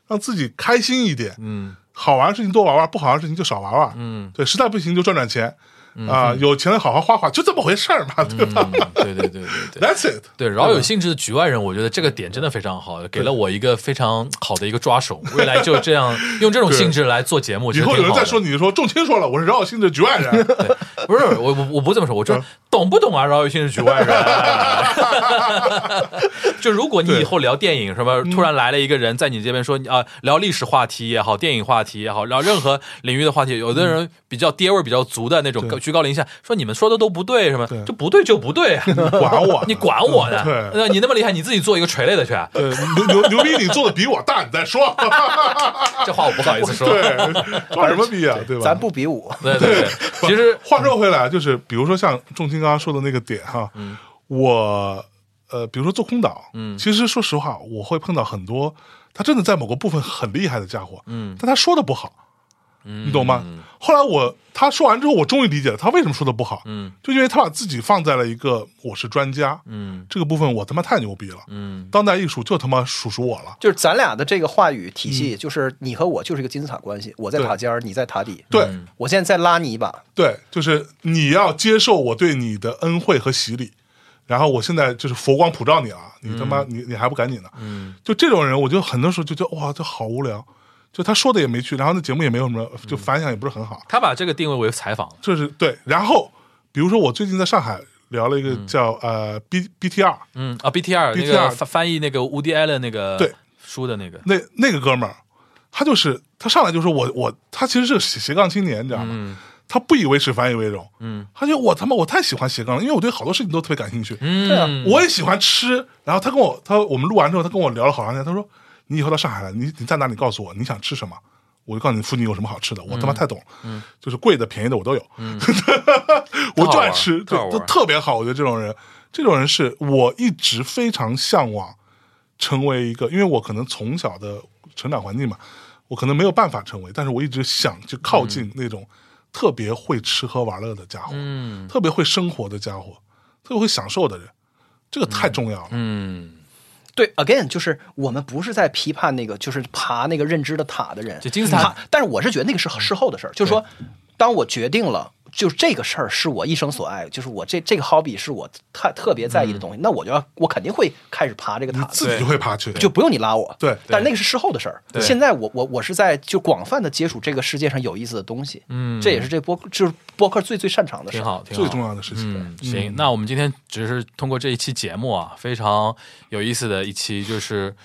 S3: 让自己开心一点。
S2: 嗯，
S3: 好玩的事情多玩玩，不好玩的事情就少玩玩。
S2: 嗯，
S3: 对，实在不行就赚赚钱，啊，有钱了好好花花，就这么回事儿嘛，对吧
S2: 嗯，对对对对对。
S3: ？That's it。
S2: 对，饶有兴致的局外人，我觉得这个点真的非常好，给了我一个非常好的一个抓手。未来就这 样用这种性质来做节目，其
S3: 以
S2: 实
S3: 后
S2: 挺
S3: 有人
S2: 好
S3: 再
S2: 的。
S3: 说，你就说仲卿说了，我是饶有兴致的局 外人。
S2: 对不是我我我不这么说，我
S3: 嗯
S2: 就是懂不懂啊？饶有兴趣局 外人，就如果你以后聊电影什
S3: 嗯
S2: 么，突然来了一个人在你这边说你啊，聊历史话题也好，电影话题也好，聊任何领域的话题，有的人比较爹味儿比较足的那种，
S3: 嗯对
S2: 居高临下说你们说的都不对，什么
S3: 对
S2: 就不对就不对啊，
S3: 管 我呢
S2: 你管我呢？
S3: 对
S2: 那你那么厉害，你自己做一个垂类的去 啊，
S3: 对，牛牛牛逼，你做的比我大，你再 说。
S2: 这话我不好意思说。
S3: 对，装什么逼啊？对吧？
S4: 咱不比武，
S2: 对对对，其实
S3: 话说回来，就是比如说像仲卿刚刚说的那个点哈，我呃，比如说做空岛，嗯，其实说实话，我会碰到很多他真的在某个部分很厉害的家伙，嗯，但他说的不好，你懂吗？后来我他说完之后，我终于理解了他为什么说的不好，嗯，就因为他把自己放在了一个我是专家，嗯，这个部分我他妈太牛逼了，嗯，当代艺术就他妈属属我了。
S4: 就是咱俩的这个话语体系，
S2: 嗯
S4: 就是你和我就是一个金字塔关系，我在
S3: 对
S4: 塔尖儿，你在塔底。
S3: 对、
S4: 我现在再拉你一把，
S3: 对，就是你要接受我对你的恩惠和洗礼，然后我现在就是佛光普照你了，啊你他妈、你你还不赶紧呢？嗯，就这种人，我就很多时候就觉得哇，这好无聊，就他说的也没趣，然后那节目也没有什么，就反响也不是很好，
S2: 他把这个定位为采访，
S3: 就是对。然后比如说我最近在上海聊了一个叫、呃 B B T R，
S2: 嗯啊，BTR 那
S3: BTR
S2: 个翻翻译那个 Woody Allen 那个
S3: 对
S2: 书的那个，
S3: 那那个哥们儿，他就是他上来就说我我他其实是个斜斜杠青年，你知道吗？他不以为耻，反以为荣。嗯，他就我他妈我太喜欢斜杠了，因为我对好多事情都特别感兴趣。
S2: 嗯，
S4: 对啊
S3: 我也喜欢吃。然后他跟我，他我们录完之后，他跟我聊了好长时间。他说：“你以后到上海来，你你在哪里告诉我你想吃什么，我就告诉你附近有什么好吃的。”我他妈太懂，嗯，就是贵的便宜的我都有， 我就爱吃，
S2: 嗯特好
S3: 就
S2: 玩
S3: 就特别好。我觉得这种人，这种人是我一直非常向往成为一个，因为我可能从小的成长环境嘛，我可能没有办法成为，但是我一直想去靠近那种特别会吃喝玩乐的家伙，
S2: 嗯
S3: 特别会生活的家伙，特别会享受的人，这个太重要了。
S2: 嗯，
S4: 对，again，就是我们不是在批判那个就是爬那个认知的塔的人，
S2: 就金字塔
S4: 他但是我是觉得那个是事后的事儿，就是说，当我决定了。就是这个事儿是我一生所爱，就是我这这个 hobby 是我特特别在意的东
S2: 嗯
S4: 西，那我就要我肯定会开始爬这个塔子，
S3: 自己就会爬去，
S4: 就不用你拉我。
S3: 对对
S4: 但是那个是事后的事儿。
S2: 对
S4: 现在我我我是在就广泛的接触这个世界上有意思的东西，嗯，这也是这播就是播客最最擅长的事
S2: 挺
S4: 儿。
S2: 好，挺好
S3: 最重要的事情。
S2: 嗯，行，那我们今天只是通过这一期节目啊，非常有意思的一期，就是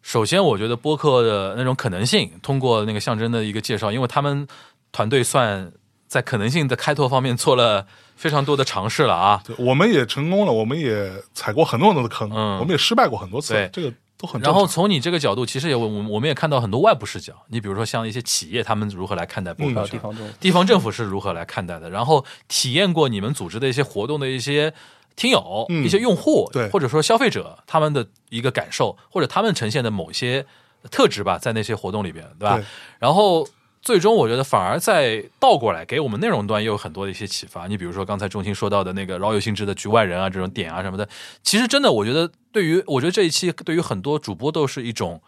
S2: 首先我觉得播客的那种可能性，通过那个象征的一个介绍，因为他们团队算在可能性的开拓方面做了非常多的尝试了啊。
S3: 对，我们也成功了，我们也踩过很多很多的坑，
S2: 嗯
S3: 我们也失败过很多次
S2: 对，
S3: 这个都很
S2: 然
S3: 正常。
S2: 后从你这个角度，其实也我我我们也看到很多外部视角，你比如说像一些企业他们如何来看待
S3: 嗯
S2: 播
S4: 还
S2: 客
S4: 有
S2: 圈
S4: 地，方中，
S2: 地方政府是如何来看待的，然后体验过你们组织的一些活动的一些听友、
S3: 嗯
S2: 一些用户，
S3: 对
S2: 或者说消费者他们的一个感受，或者他们呈现的某些特质吧，在那些活动里边，对吧？
S3: 对
S2: 然后最终我觉得反而在倒过来给我们内容端也有很多的一些启发。你比如说刚才钟欣说到的那个饶有兴之的局外人啊，这种点啊什么的，其实真的我觉得对于我觉得这一期对于很多主播都是一种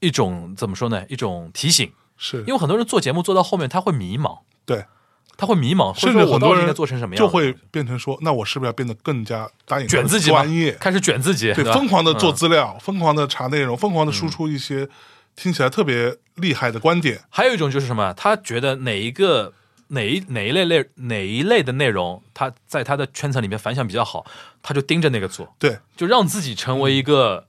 S2: 一种怎么说呢？一种提醒。
S3: 是
S2: 因为很多人做节目做到后面他会迷茫，
S3: 对，
S2: 他会迷茫，
S3: 甚
S2: 会
S3: 至
S2: 说我
S3: 很
S2: 到
S3: 多
S2: 底应
S3: 人
S2: 该做成什么样，
S3: 就会变成说，那我是不是要变得更加答应
S2: 卷自己嘛
S3: 专业，
S2: 开始卷自己，
S3: 对，
S2: 吧嗯
S3: 疯狂的做资料，疯狂的查内容，疯狂的输出一些听起来特别厉害的观点。
S2: 还有一种就是什么，他觉得哪一个哪一哪一类类哪一类的内容，他在他的圈层里面反响比较好，他就盯着那个做，
S3: 对，
S2: 就让自己成为一个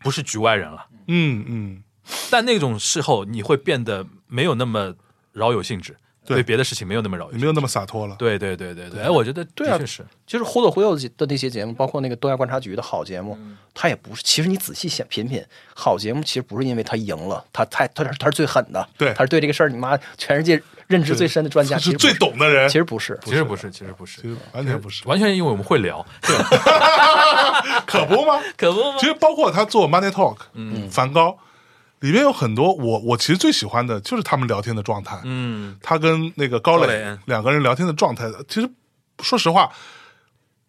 S2: 不是局外人了。
S3: 嗯嗯，
S2: 但那种事后你会变得没有那么饶有兴致，
S3: 对
S2: 对别的事情没有那么饶有
S3: 也
S2: 兴
S3: 没
S2: 致。
S3: 有那么洒脱了。
S2: 对对对对对，哎，我觉得
S4: 对啊
S2: 的确是，
S4: 就是忽左忽右的那些节目，包括那个东亚观察局的好节目，
S3: 嗯
S4: 它也不是。其实你仔细想品品，好节目其实不是因为它赢了，它它它它是最狠的，
S3: 对
S4: 它是对这个事儿你妈全世界认知最深的专家，
S3: 他
S4: 其
S3: 是
S4: 实不
S3: 最
S4: 是，
S3: 懂的人，
S4: 其实不是。
S2: 其实不是，其实不是
S3: 其，实完全不是，
S2: 完全因为我们会聊，
S3: 可不吗？
S2: 可不吗
S3: 其？实包括他做 Money Talk，嗯，梵高里面有很多我我其实最喜欢的就是他们聊天的状态，
S2: 嗯，
S3: 他跟那个高
S2: 高
S3: 磊
S2: 磊
S3: 两个人聊天的状态，其实说实话，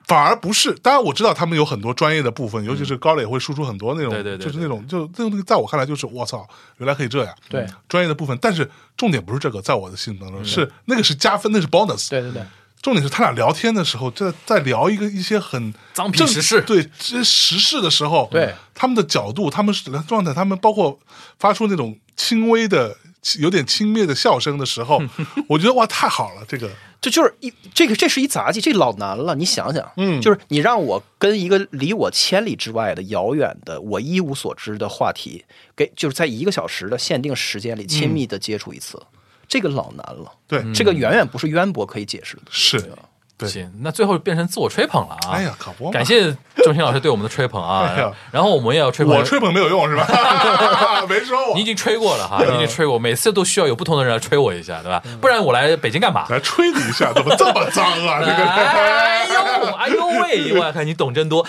S3: 反而不是。当然我知道他们有很多专业的部分，尤其是高磊会输出很多那种，
S2: 嗯对对对
S3: 就是那种就那个在我看来就是我操，原来可以这样。
S4: 对
S3: 专业的部分，但是重点不是这个，在我的心目
S2: 嗯
S3: 当中是那个是加分，那是 bonus。
S4: 对对对，
S3: 重点是他俩聊天的时候，在在聊一个一些很
S2: 脏屁
S3: 正
S2: 时事
S3: 对这时事的时候，
S4: 对
S3: 他们的角度、他们是状态、他们包括发出那种轻微的、有点轻蔑的笑声的 时候，我觉得哇，太好了，这个
S4: 这就是一这个这是一杂技，这老难了。你想想，嗯，就是你让我跟一个离我千里之外的、遥远的、我一无所知的话题，给就是在一个小时的限定时间里亲密的接触一次，这个老难了。
S3: 对、
S4: 这个远远不是渊博可以解释的。
S3: 是，对
S2: 行，那最后变成自我吹捧了啊！
S3: 哎呀，可不嘛，
S2: 感谢钟欣老师对我们的吹捧啊！
S3: 哎呀
S2: 然后我们也要吹捧，
S3: 我吹捧没有 用是吧？ 没说我
S2: 你已经吹过了哈，
S3: 啊
S2: 你已经吹过，每次都需要有不同的人来吹我一下，对吧？
S3: 嗯
S2: 不然我来北京干嘛？
S3: 来吹你一下，怎么这么脏啊？这个
S2: 哎呦，哎呦喂！我看你懂真多。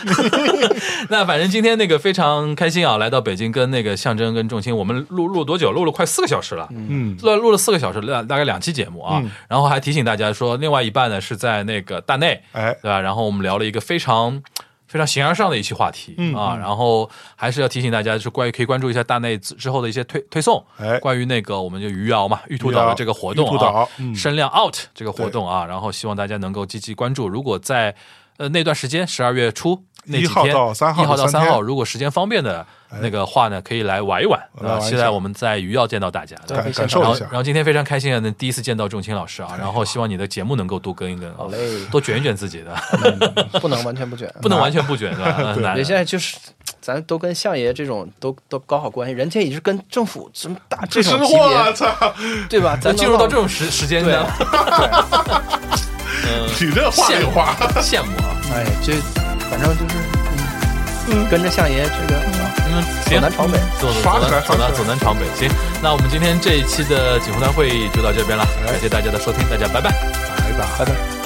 S2: 那反正今天那个非常开心啊，来到北京跟那个象征跟仲卿，我们录录多久？录了快四个小时了，嗯，录录了四个小时，大大概两期节目
S3: 嗯
S2: 啊。然后还提醒大家说，另外一半呢是在那个大内，
S3: 哎
S2: 对吧？然后我们聊了一个非常。非常形而上的一期话题、
S3: 嗯
S2: 啊，然后还是要提醒大家，就是关于可以关注一下大内之之后的一些推推送，
S3: 哎
S2: 关于那个我们就余姚嘛，玉兔岛的这个活动
S3: 玉兔
S2: 啊
S3: 岛，嗯
S2: 声量 out 这个活动啊，然后希望大家能够积极关注。如果在呃那段时间，十二月初那几
S3: 一号
S2: 天，
S3: 到三号
S2: 一号到
S3: 这
S2: 三
S3: 三
S2: 号，
S3: 天哎
S2: 如果时间方便的那个话呢，可以来玩一玩。啊
S3: 来玩一下
S2: 期待我们在余姚见到大家。对吧
S3: 感感受
S2: 然
S3: 一
S2: 后
S3: 下，
S2: 然后今天非常开心啊，能第一次见到仲卿老师啊，然后希望你的节目能够多更一更，
S4: 好嘞，
S2: 多卷一卷自己的，
S4: 不能完全不卷。
S2: 不能完全不卷，对吧？嗯难
S4: 人现在就是，咱都跟相爷这种都都搞好关系，人家也是跟政府这么大这种
S3: 是
S4: 级
S3: 我
S4: 别，
S3: 操，
S4: 对吧？咱
S2: 那进入到这
S4: 种
S2: 种时时间
S4: 对
S2: 呢，嗯
S3: 你这话里话，
S2: 羡慕啊。
S4: 哎，这反正就是，嗯，跟着相爷这个。啊
S2: 嗯，
S4: 走南闯北
S2: 走走
S3: 刷
S2: 走
S3: 起来
S2: 南走
S3: 刷
S2: 南
S3: 起来
S2: 走南闯北。行，那我们今天这一期的锦湖南会议就到这边了，感谢大家的收听，大家拜拜。
S3: 拜拜。
S4: 拜拜。